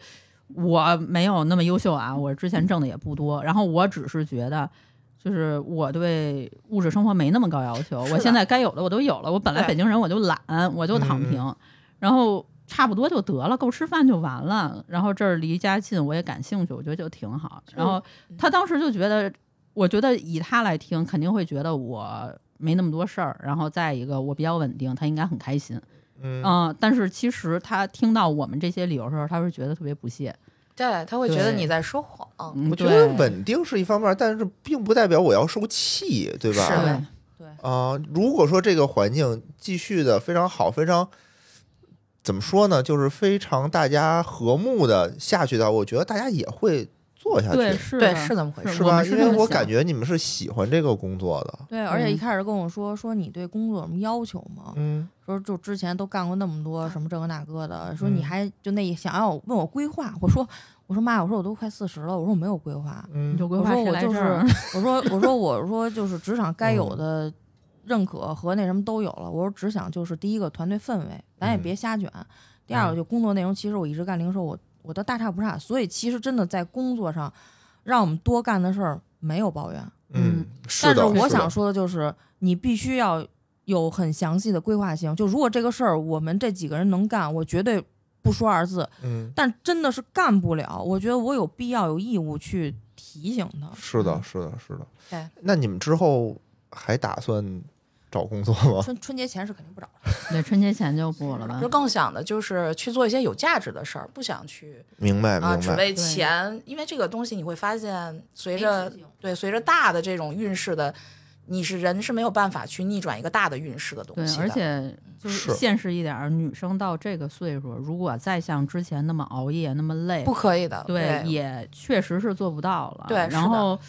Speaker 6: 我没有那么优秀啊，我之前挣的也不多，然后我只是觉得。就是我对物质生活没那么高要求，
Speaker 5: 是的
Speaker 6: 我现在该有的我都有了。我本来
Speaker 5: 对
Speaker 6: 北京人我就懒，我
Speaker 2: 嗯
Speaker 6: 就躺平，然后差不多就得了，够吃饭就完了。然后这儿离家近，我也感兴趣，我觉得就挺好。然后他当时就觉得，我觉得以他来听，肯定会觉得我没那么多事儿，然后再一个我比较稳定，他应该很开心。
Speaker 2: 嗯
Speaker 6: 嗯、但是其实他听到我们这些理由的时候，他是觉得特别不屑。
Speaker 5: 对他会觉得
Speaker 6: 对
Speaker 5: 你在说谎，
Speaker 6: 嗯，
Speaker 2: 我觉得
Speaker 6: 对
Speaker 2: 稳定是一方面，但是并不代表我要受气，对吧？
Speaker 5: 是的
Speaker 6: 对
Speaker 2: 啊、如果说这个环境继续的非常好，非常怎么说呢，就是非常大家和睦的下去的话，我觉得大家也会做下
Speaker 6: 对，
Speaker 2: 去，
Speaker 6: 是
Speaker 5: 对，
Speaker 6: 的
Speaker 5: 是这么回事。
Speaker 2: 是
Speaker 6: 我
Speaker 2: 吧？
Speaker 6: 们是
Speaker 2: 因
Speaker 6: 这
Speaker 2: 为
Speaker 6: 么
Speaker 2: 我
Speaker 6: 想
Speaker 2: 感觉你们是喜欢这个工作的，
Speaker 7: 对，而且一
Speaker 6: 嗯
Speaker 7: 开始跟我说说你对工作有什么要求吗？
Speaker 2: 嗯，
Speaker 7: 说就之前都干过那么多什么这个那个的，说你
Speaker 2: 嗯
Speaker 7: 还就那想要问我规划，我说我说妈，我说我都快四十了，我说我没有规划，
Speaker 2: 嗯
Speaker 6: 你就规划
Speaker 7: 我说
Speaker 6: 谁
Speaker 7: 我
Speaker 6: 来
Speaker 7: 就
Speaker 6: 这儿
Speaker 7: 我说我 说我说就是职场
Speaker 2: 嗯
Speaker 7: 该有的认可和那什么都有了，我说只想就是第一个团队氛围，咱也
Speaker 2: 嗯
Speaker 7: 别瞎卷。第二个就工作内容，其实我一直干零售，我我都大差不差，所以其实真的在工作上，让我们多干的事儿没有抱怨。
Speaker 2: 嗯，是
Speaker 7: 但
Speaker 2: 的，
Speaker 7: 我
Speaker 2: 是的
Speaker 7: 想说的就是，你必须要有很详细的规划性。就如果这个事儿我们这几个人能干，我绝对不说二字。
Speaker 2: 嗯，
Speaker 7: 但真的是干不了，我觉得我有必要有义务去提醒他。
Speaker 2: 是的，
Speaker 7: 嗯，
Speaker 2: 是的，是的。
Speaker 5: 对，
Speaker 2: 那你们之后还打算找工作 吗？
Speaker 7: 春春节前是肯定不找了。
Speaker 6: 对，春节前就不了吧
Speaker 5: 就。更想的就是去做一些有价值的事儿，不想去
Speaker 2: 明白，
Speaker 5: 啊，
Speaker 2: 明
Speaker 5: 只
Speaker 2: 白。
Speaker 5: 为
Speaker 6: 对
Speaker 5: 钱，因为这个东西你会发现，随着
Speaker 7: 没事情
Speaker 5: 对随着大的这种运势的，你是人是没有办法去逆转一个大的运势的
Speaker 6: 对
Speaker 5: 东西，的。
Speaker 6: 而且就是
Speaker 2: 是
Speaker 6: 现实一点儿，女生到这个岁数，如果再像之前那么熬夜、那么累，
Speaker 5: 不可以的，
Speaker 6: 对，也确实是做不到了。
Speaker 5: 对
Speaker 6: 然
Speaker 5: 是的
Speaker 6: 后，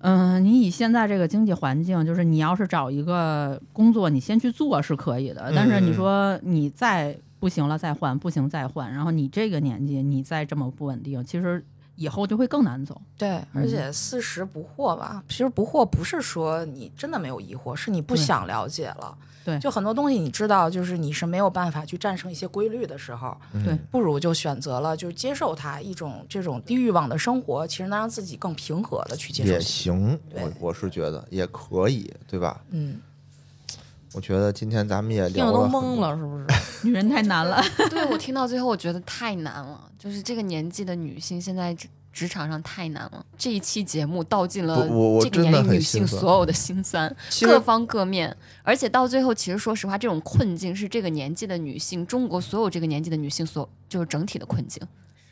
Speaker 6: 嗯、你以现在这个经济环境，就是你要是找一个工作，你先去做是可以的，但是
Speaker 2: 嗯
Speaker 6: 你说你再不行了再换，不行再换，然后你这个年纪你再这么不稳定，其实以后就会更难走。
Speaker 5: 对，而且四十不惑吧，其实不惑不是说你真的没有疑惑，是你不
Speaker 6: 对
Speaker 5: 想了解了。
Speaker 6: 对
Speaker 5: 就很多东西你知道，就是你是没有办法去战胜一些规律的时候，
Speaker 6: 对
Speaker 2: 嗯
Speaker 5: 不如就选择了就是接受它一种这种低欲望的生活，其实能让自己更平和的去接受
Speaker 2: 也
Speaker 5: 它。
Speaker 2: 行，我
Speaker 5: 对
Speaker 2: 我是觉得也可以，对吧？
Speaker 5: 嗯，
Speaker 2: 我觉得今天咱们也
Speaker 7: 听
Speaker 2: 聊
Speaker 7: 着都
Speaker 2: 很
Speaker 7: 懵
Speaker 2: 多
Speaker 7: 了，是不是？
Speaker 6: 女人太难了，
Speaker 1: 对我听到最后，我觉得太难了，就是这个年纪的女性现在职职场上太难了。这一期节目道尽了
Speaker 2: 不我我
Speaker 1: 这个
Speaker 2: 真的
Speaker 1: 年龄
Speaker 2: 很
Speaker 1: 女
Speaker 2: 心
Speaker 1: 性
Speaker 2: 酸
Speaker 1: 所有的辛酸，
Speaker 2: 其
Speaker 1: 各
Speaker 2: 实
Speaker 1: 方各面。而且到最后，其实说实话，这种困境是这个年纪的女性，中国所有这个年纪的女性所就是整体的困境。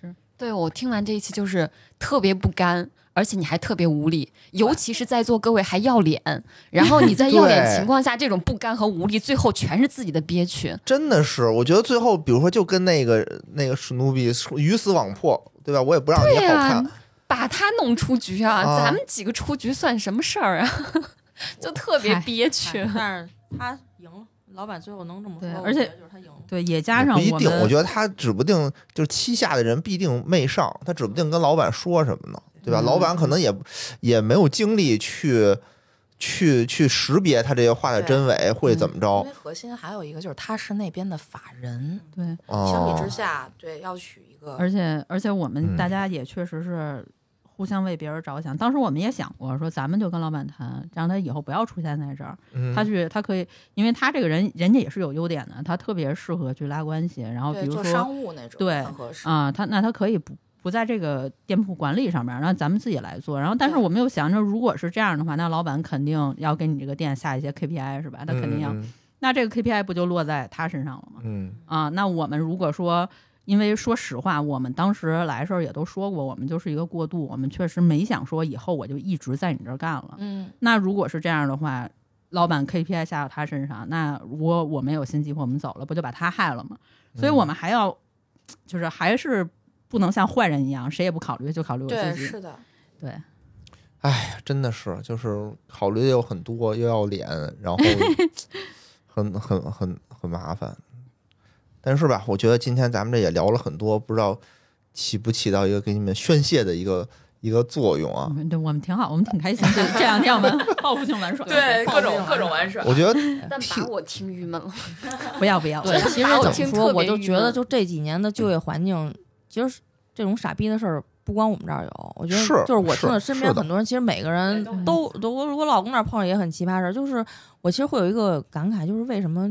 Speaker 6: 是，
Speaker 1: 对我听完这一期就是特别不甘。而且你还特别无力，尤其是在座各位还要脸，然后你在要脸
Speaker 2: 对
Speaker 1: 情况下，这种不甘和无力，最后全是自己的憋屈。
Speaker 2: 真的是，我觉得最后比如说就跟那个那个史努比鱼死网破，对吧？我也不让你
Speaker 1: 对
Speaker 2: 好
Speaker 1: 啊
Speaker 2: 看，
Speaker 1: 把他弄出局啊！
Speaker 2: 啊
Speaker 1: 咱们几个出局算什么事儿啊？ 就特别憋屈。
Speaker 7: 但是他赢了，老板最后能这么说
Speaker 6: 对，
Speaker 7: 我
Speaker 6: 而且
Speaker 7: 觉得就是他赢了。
Speaker 6: 对，也加上
Speaker 2: 不一
Speaker 6: 我
Speaker 2: 定。我
Speaker 6: 们
Speaker 2: 觉得他指不定就是旗下的人必定没上，他指不定跟老板说什么呢，对吧？
Speaker 6: 嗯
Speaker 2: 老板可能也也没有精力去去去识别他这些话的
Speaker 5: 对
Speaker 2: 真伪会怎么
Speaker 5: 因
Speaker 2: 着
Speaker 5: 为核心还有一个就是他是那边的法人，
Speaker 6: 对，
Speaker 5: 相比
Speaker 2: 啊
Speaker 5: 之？下，对要取一个
Speaker 6: 而且而且我
Speaker 2: 嗯
Speaker 6: 们大家也确实是互相为别人着想。当时我们也想过，说咱们就跟老板谈，让他以后不要出现在这儿。
Speaker 2: 嗯
Speaker 6: 他去，他可以，因为他这个人，人家也是有优点的，他特别适合去拉关系。然后比
Speaker 5: 对
Speaker 6: 如
Speaker 5: 做
Speaker 6: 说
Speaker 5: 商务那种
Speaker 6: 对
Speaker 5: 很合适。
Speaker 6: 啊、他那他可以不不在这个店铺管理上面，让咱们自己来做。然后，但是我们又想着，如果是这样的话，那老板肯定要给你这个店下一些 KPI 是吧？他肯定要，
Speaker 2: 嗯
Speaker 6: 那这个 KPI 不就落在他身上了吗？
Speaker 2: 嗯
Speaker 6: 啊，那我们如果说，因为说实话，我们当时来时候也都说过，我们就是一个过渡，我们确实没想说以后我就一直在你这儿干了。
Speaker 5: 嗯，
Speaker 6: 那如果是这样的话，老板 KPI 下到他身上，那如果我们有新机会，我们走了，不就把他害了吗？所以
Speaker 2: 嗯
Speaker 6: 我们还要，就是还是不能像坏人一样，谁也不考虑，就考虑我
Speaker 5: 对，
Speaker 6: 自己。
Speaker 5: 是的，
Speaker 6: 对，
Speaker 2: 哎，真的是就是考虑的有很多，又要脸，然 后很很很很麻烦。但是吧，我觉得今天咱们这也聊了很多，不知道起不起到一个给你们宣泄的一个一个作用啊
Speaker 6: 我？嗯们对我们挺好，我们挺开心。这这两天我们 报复性玩耍，
Speaker 5: 各种各种玩耍
Speaker 2: 我觉得
Speaker 1: 但
Speaker 2: 替
Speaker 1: 把我听郁闷了，
Speaker 6: 不要不要，
Speaker 7: 对，其实
Speaker 1: 把我
Speaker 7: 怎
Speaker 1: 听
Speaker 7: 么说，
Speaker 1: 特
Speaker 7: 我
Speaker 1: 别
Speaker 7: 就
Speaker 1: 郁
Speaker 7: 觉得
Speaker 1: 闷
Speaker 7: 就这几年的就业环境，其实这种傻逼的事儿不光我们这儿有，我觉得
Speaker 2: 是
Speaker 7: 就是我
Speaker 2: 是
Speaker 7: 听了身边
Speaker 2: 是的
Speaker 7: 很多人，其实每个人
Speaker 6: 对
Speaker 7: 都都我我老公那儿碰上也很奇葩事儿，就是我其实会有一个感慨，就是为什么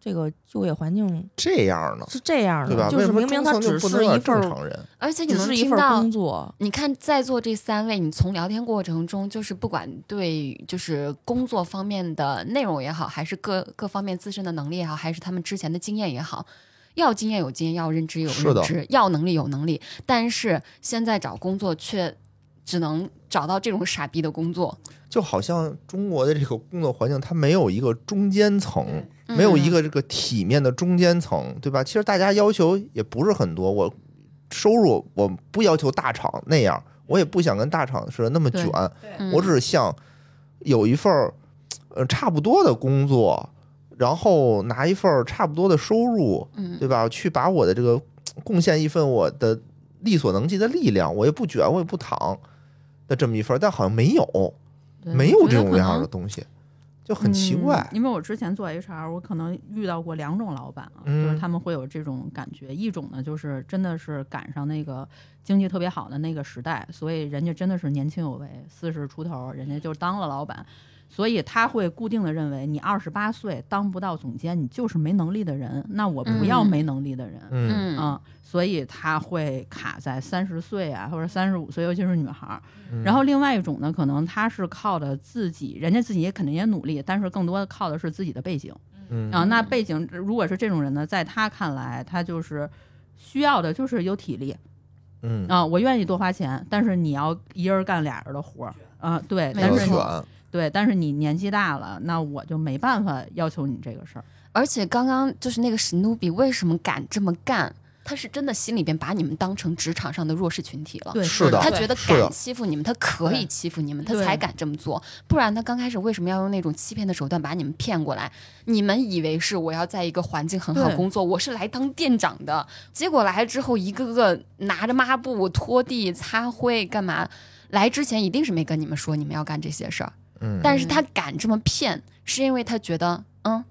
Speaker 7: 这个就业环境
Speaker 2: 这样呢，
Speaker 7: 是这样
Speaker 2: 对吧？
Speaker 7: 的，嗯就
Speaker 2: 为
Speaker 7: 是
Speaker 2: 什么
Speaker 7: 明明
Speaker 2: 中
Speaker 7: 它
Speaker 2: 层就
Speaker 7: 只
Speaker 2: 不
Speaker 7: 是
Speaker 2: 能有
Speaker 7: 一
Speaker 2: 点
Speaker 7: 份
Speaker 2: 正
Speaker 7: 儿，
Speaker 2: 常人？
Speaker 1: 而且你
Speaker 7: 只
Speaker 1: 能
Speaker 7: 是一
Speaker 1: 听
Speaker 7: 份
Speaker 1: 到
Speaker 7: 工，作，
Speaker 1: 你看在座这三位，你从聊天过程中，就是不管对就是工作方面的内容也好，还是各各方面自身的能力也好，还是他们之前的经验也好。要经验有经验，要认知有
Speaker 2: 是的
Speaker 1: 认知，要能力有能力。但是现在找工作却只能找到这种傻逼的工作，
Speaker 2: 就好像中国的这个工作环境，它没有一个中间层，
Speaker 1: 嗯
Speaker 2: 没有一个这个体面的中间层，对吧？其实大家要求也不是很多，我收入我不要求大厂那样，我也不想跟大厂似的那么卷，
Speaker 1: 嗯
Speaker 2: 我只是想有一份儿呃差不多的工作，然后拿一份儿差不多的收入，
Speaker 1: 嗯
Speaker 2: 对吧？去把我的这个贡献一份我的力所能及的力量，我也不卷，我也不躺的这么一份儿，但好像没有，
Speaker 6: 对
Speaker 2: 没
Speaker 6: 我
Speaker 2: 有这
Speaker 6: 觉得
Speaker 2: 种
Speaker 6: 可
Speaker 2: 样
Speaker 6: 能
Speaker 2: 的东西，就很奇怪
Speaker 6: 嗯。因为我之前做 HR，我可能遇到过两种老板啊，
Speaker 2: 嗯
Speaker 6: 就是他们会有这种感觉。一种呢，就是真的是赶上那个经济特别好的那个时代，所以人家真的是年轻有为，四十出头，人家就当了老板，所以他会固定的认为你二十八岁当不到总监，你就是没能力的人。那我不要
Speaker 1: 嗯
Speaker 6: 没能力的人。
Speaker 2: 嗯
Speaker 1: 嗯
Speaker 6: 嗯，所以他会卡在三十岁啊，或者三十五岁，尤其是女孩儿。
Speaker 2: 嗯
Speaker 6: 然后另外一种呢，可能他是靠的自己，人家自己也肯定也努力，但是更多的靠的是自己的背景
Speaker 2: 嗯
Speaker 6: 啊。那背景如果是这种人呢，在他看来，他就是需要的就是有体力
Speaker 2: 嗯，
Speaker 6: 啊，我愿意多花钱，但是你要一人干俩人的活儿啊，对，
Speaker 1: 没
Speaker 6: 但
Speaker 2: 要
Speaker 6: 是
Speaker 2: 卷
Speaker 1: 错，
Speaker 6: 对，但是你年纪大了，那我就没办法要求你这个事儿。
Speaker 1: 而且刚刚就是那个史努比为什么敢这么干？他是真的心里边把你们当成职场上的弱势群体了。
Speaker 6: 对
Speaker 2: 是的
Speaker 1: 他觉得
Speaker 2: 是的
Speaker 1: 敢欺负你们，他可以欺负你们，他
Speaker 6: 对
Speaker 1: 才敢这么做。不然他刚开始为什么要用那种欺骗的手段把你们骗过来？你们以为是我要在一个环境很好
Speaker 6: 对
Speaker 1: 工作，我是来当店长的，结果来了之后，一个个拿着抹布拖地、擦灰干嘛？来之前一定是没跟你们说你们要干这些事儿，
Speaker 2: 嗯，
Speaker 1: 但是他敢这么骗，是因为他觉得，嗯，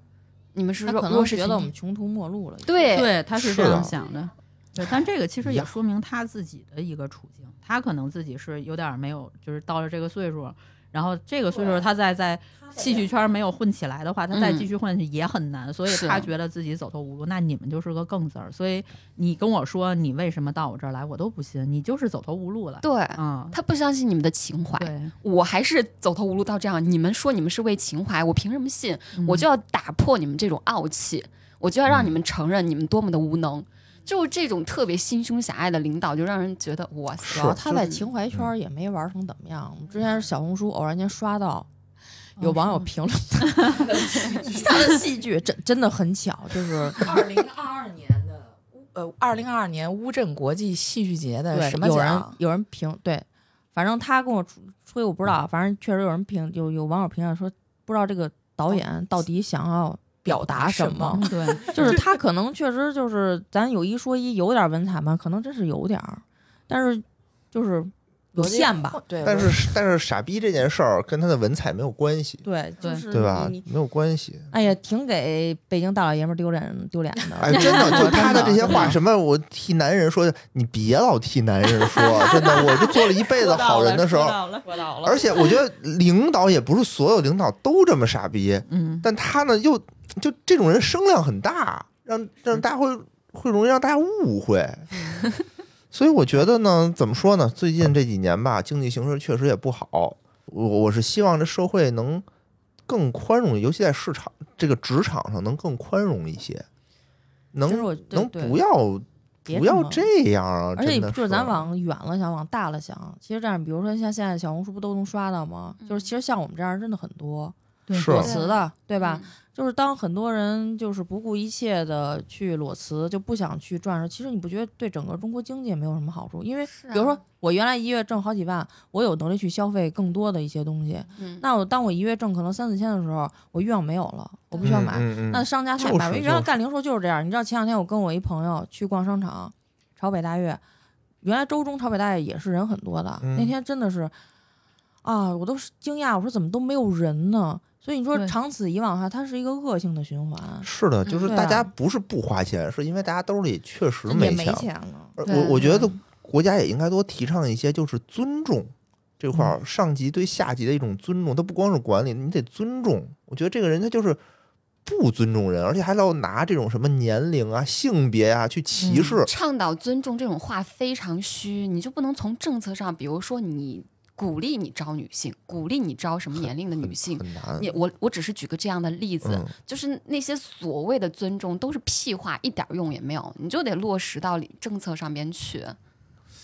Speaker 1: 你们是
Speaker 7: 他
Speaker 1: 弱
Speaker 7: 可能
Speaker 1: 弱势
Speaker 7: 觉
Speaker 1: 群
Speaker 7: 得我
Speaker 1: 体
Speaker 7: 们，穷途末路了。
Speaker 1: 对
Speaker 6: 对，他是
Speaker 2: 是
Speaker 6: 这样
Speaker 2: 的
Speaker 6: 想的。对，但这个其实
Speaker 2: 哎
Speaker 6: 也
Speaker 2: 呀
Speaker 6: 说明他自己的一个处境，他可能自己是有点儿没有，就是到了这个岁数，然后这个岁数他再在戏剧圈没有混起来的话，他再
Speaker 1: 嗯
Speaker 6: 继续混也很难，所以
Speaker 1: 是
Speaker 6: 他觉得自己走投无路。那你们就是个更字儿，所以你跟我说你为什么到我这儿来，我都不信，你就是走投无路了。
Speaker 1: 对，
Speaker 6: 啊，
Speaker 1: 他不相信你们的情怀。
Speaker 6: 对，
Speaker 1: 我还是走投无路到这样，你们说你们是为情怀，我凭什么信？
Speaker 7: 嗯
Speaker 6: 嗯
Speaker 1: 我就要打破你们这种傲气，我就要让你们承认你们多么的无能。就这种特别心胸狭隘的领导，就让人觉得哇
Speaker 2: 是
Speaker 1: 塞，
Speaker 7: 主要啊他
Speaker 2: 就
Speaker 7: 在
Speaker 2: 是
Speaker 7: 情怀圈儿也没玩儿成怎么样。之前是小红书偶然间刷到。有
Speaker 6: 哦
Speaker 7: 网
Speaker 6: 是
Speaker 7: 友
Speaker 6: 吗
Speaker 7: 评论他的戏剧，真真的很巧，就是
Speaker 5: 二零二二年的乌呃，二零二二年乌镇国际戏剧节的
Speaker 7: 对
Speaker 5: 什么
Speaker 7: 有人
Speaker 5: 奖？
Speaker 7: 有人评对，反正他跟我吹吹我不知道，反正确实有人评，有有网友评价说不知道这个导演到底想要
Speaker 5: 表达什
Speaker 7: 么
Speaker 5: 么？
Speaker 6: 嗯对，
Speaker 7: 就是他可能确实就是咱有一说一，有点文采吧，可能真是有点儿，但是就是有限吧。
Speaker 5: 哦对，
Speaker 2: 但是但是傻逼这件事儿跟他的文采没有关系，
Speaker 7: 对，就
Speaker 6: 对
Speaker 7: 是
Speaker 2: 对吧
Speaker 7: 嗯你你？
Speaker 2: 没有关系。
Speaker 7: 哎呀，挺给北京大老爷们儿丢脸丢脸的。
Speaker 2: 哎，真的，就他的这些话，
Speaker 7: 真的
Speaker 2: 什么我替男人说，你别老替男人说，真的，我就做了一辈子好人的时候，而且我觉得领导也不是所有领导都这么傻逼，
Speaker 6: 嗯，
Speaker 2: 但他呢又就这种人声量很大，让
Speaker 7: 嗯
Speaker 2: 让大家会会容易让大家误 会。所以我觉得呢，怎么说呢？最近这几年吧，经济形势确实也不好，我我是希望这社会能更宽容，尤其在市场这个职场上能更宽容一些，
Speaker 7: 其实
Speaker 2: 能
Speaker 7: 我对
Speaker 2: 能
Speaker 7: 对
Speaker 2: 不要
Speaker 7: 别
Speaker 2: 不要
Speaker 7: 么
Speaker 2: 这样啊！
Speaker 7: 而且
Speaker 2: 真的
Speaker 7: 就是咱往远了想，往大了想，其实这样，比如说像现在小红书不都能刷到吗？就是
Speaker 1: 嗯
Speaker 7: 其实像我们这样真的很多
Speaker 6: 对
Speaker 2: 是
Speaker 7: 裸辞的，对吧？
Speaker 1: 嗯？
Speaker 7: 就是当很多人就是不顾一切的去裸辞，就不想去赚时，其实你不觉得对整个中国经济也没有什么好处？因为
Speaker 1: 啊
Speaker 7: 比如说我原来一月挣好几万，我有能力去消费更多的一些东西。
Speaker 1: 嗯
Speaker 7: 那我当我一月挣可能三四千的时候，我欲望没有了，我不需要买。
Speaker 2: 嗯嗯
Speaker 7: 那
Speaker 2: 嗯
Speaker 7: 商家太
Speaker 2: 就是
Speaker 7: 买，因为
Speaker 2: 就
Speaker 7: 原来
Speaker 2: 是
Speaker 7: 干零售就是这样。你知道前两天我跟我一朋友去逛商场，朝北大悦，原来周中朝北大悦也是人很多的，
Speaker 2: 嗯
Speaker 7: 那天真的是啊，我都是惊讶，我说怎么都没有人呢？所以你说
Speaker 6: 对
Speaker 7: 长此以往哈，它是一个恶性的循环，
Speaker 2: 是的，就是
Speaker 7: 对啊
Speaker 2: 大家不是不花钱，是因为大家兜里确实
Speaker 7: 也没
Speaker 2: 钱了。
Speaker 7: 钱了。
Speaker 2: 而
Speaker 1: 对
Speaker 2: 呃我我觉得
Speaker 7: 嗯
Speaker 2: 国家也应该多提倡一些，就是尊重这块
Speaker 7: 嗯
Speaker 2: 儿上级对下级的一种尊重。他不光是管理，你得尊重。我觉得这个人他就是不尊重人，而且还老拿这种什么年龄啊、性别啊去歧视。
Speaker 1: 倡导尊重这种话非常虚，你就不能从政策上，比如说你鼓励你招女性，鼓励你招什么年龄的女
Speaker 7: 嗯
Speaker 1: 性。
Speaker 2: 很难，
Speaker 1: 你我我只是举个这样的例子，
Speaker 2: 嗯，
Speaker 1: 就是那些所谓的尊重都是屁话，一点用也没有，你就得落实到政策上边去。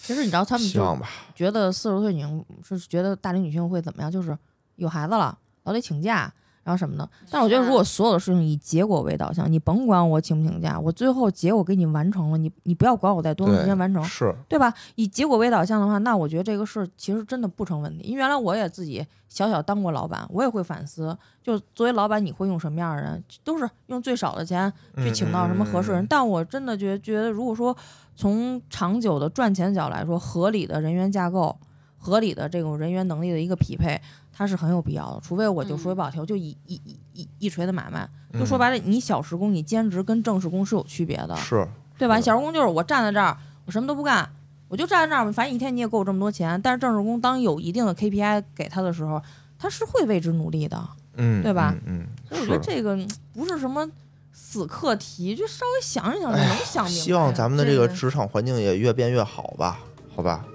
Speaker 7: 其实你知道他们
Speaker 2: 希
Speaker 7: 就
Speaker 2: 望吧。
Speaker 7: 觉得四十岁女性是觉得大龄女性会怎么样？就是有孩子了，老得请假，然然后什么呢？但是我觉得，如果所有的事情以结果为导向，你甭管我请不请假，我最后结果给你完成了，你你不要管我在多长时间完成，
Speaker 2: 是
Speaker 7: 对吧？以结果为导向的话，那我觉得这个事儿其实真的不成问题。因为原来我也自己小小当过老板，我也会反思，就是作为老板你会用什么样的人，都是用最少的钱去请到什么合适人。
Speaker 2: 嗯嗯嗯
Speaker 7: 但我真的觉得觉得，如果说从长久的赚钱角来说，合理的人员架构、合理的这种人员能力的一个匹配，它是很有必要的。除非我就
Speaker 2: 嗯
Speaker 7: 说句不好听，就一一一一一锤子买卖，就说白了，你小时工、你兼职跟正式工是有区别的。
Speaker 2: 是
Speaker 7: 对吧？
Speaker 2: 是
Speaker 7: 小时工就是我站在这儿，我什么都不干，我就站在这儿，反正一天你也给我这么多钱。但是正式工当有一定的 KPI 给他的时候，他是会为之努力的。
Speaker 2: 嗯，
Speaker 7: 对吧
Speaker 2: 嗯，
Speaker 7: 所
Speaker 2: 嗯
Speaker 7: 以我
Speaker 2: 是
Speaker 7: 觉得
Speaker 2: 的。
Speaker 7: 这个嗯不是什么死课题，就稍微想一想就
Speaker 2: 哎
Speaker 7: 能
Speaker 2: 呀
Speaker 7: 想
Speaker 1: 哦
Speaker 7: 明白。
Speaker 2: 希望咱们的这个职场环境也越变越好吧，好吧。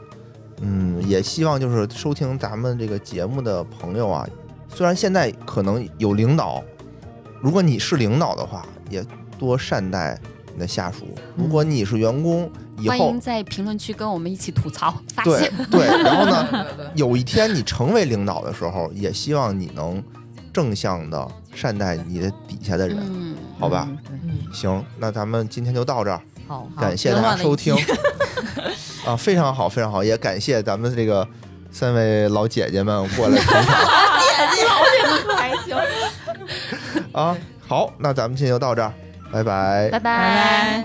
Speaker 2: 嗯，也希望就是收听咱们这个节目的朋友啊，虽然现在可能有领导，如果你是领导的话，也多善待你的下属；如果你是员工，以
Speaker 1: 嗯欢
Speaker 2: 后
Speaker 1: 迎在评论区跟我们一起吐槽发
Speaker 2: 对
Speaker 1: 泄。
Speaker 2: 对，然后 呢，
Speaker 5: 对对对
Speaker 2: 有一天你成为领导的时候，也希望你能正向的善待你的底下的人，
Speaker 1: 嗯，
Speaker 2: 好吧？
Speaker 6: 嗯对
Speaker 5: 嗯，
Speaker 2: 行，那咱们今天就到这儿。
Speaker 7: 好，好
Speaker 2: 感谢大家收听。 啊，非常好，非常好，也感谢咱们这个三位老姐姐们过来 捧场
Speaker 7: 还 行。
Speaker 2: 啊。好，那咱们今天就到这儿，拜拜。
Speaker 1: 拜拜。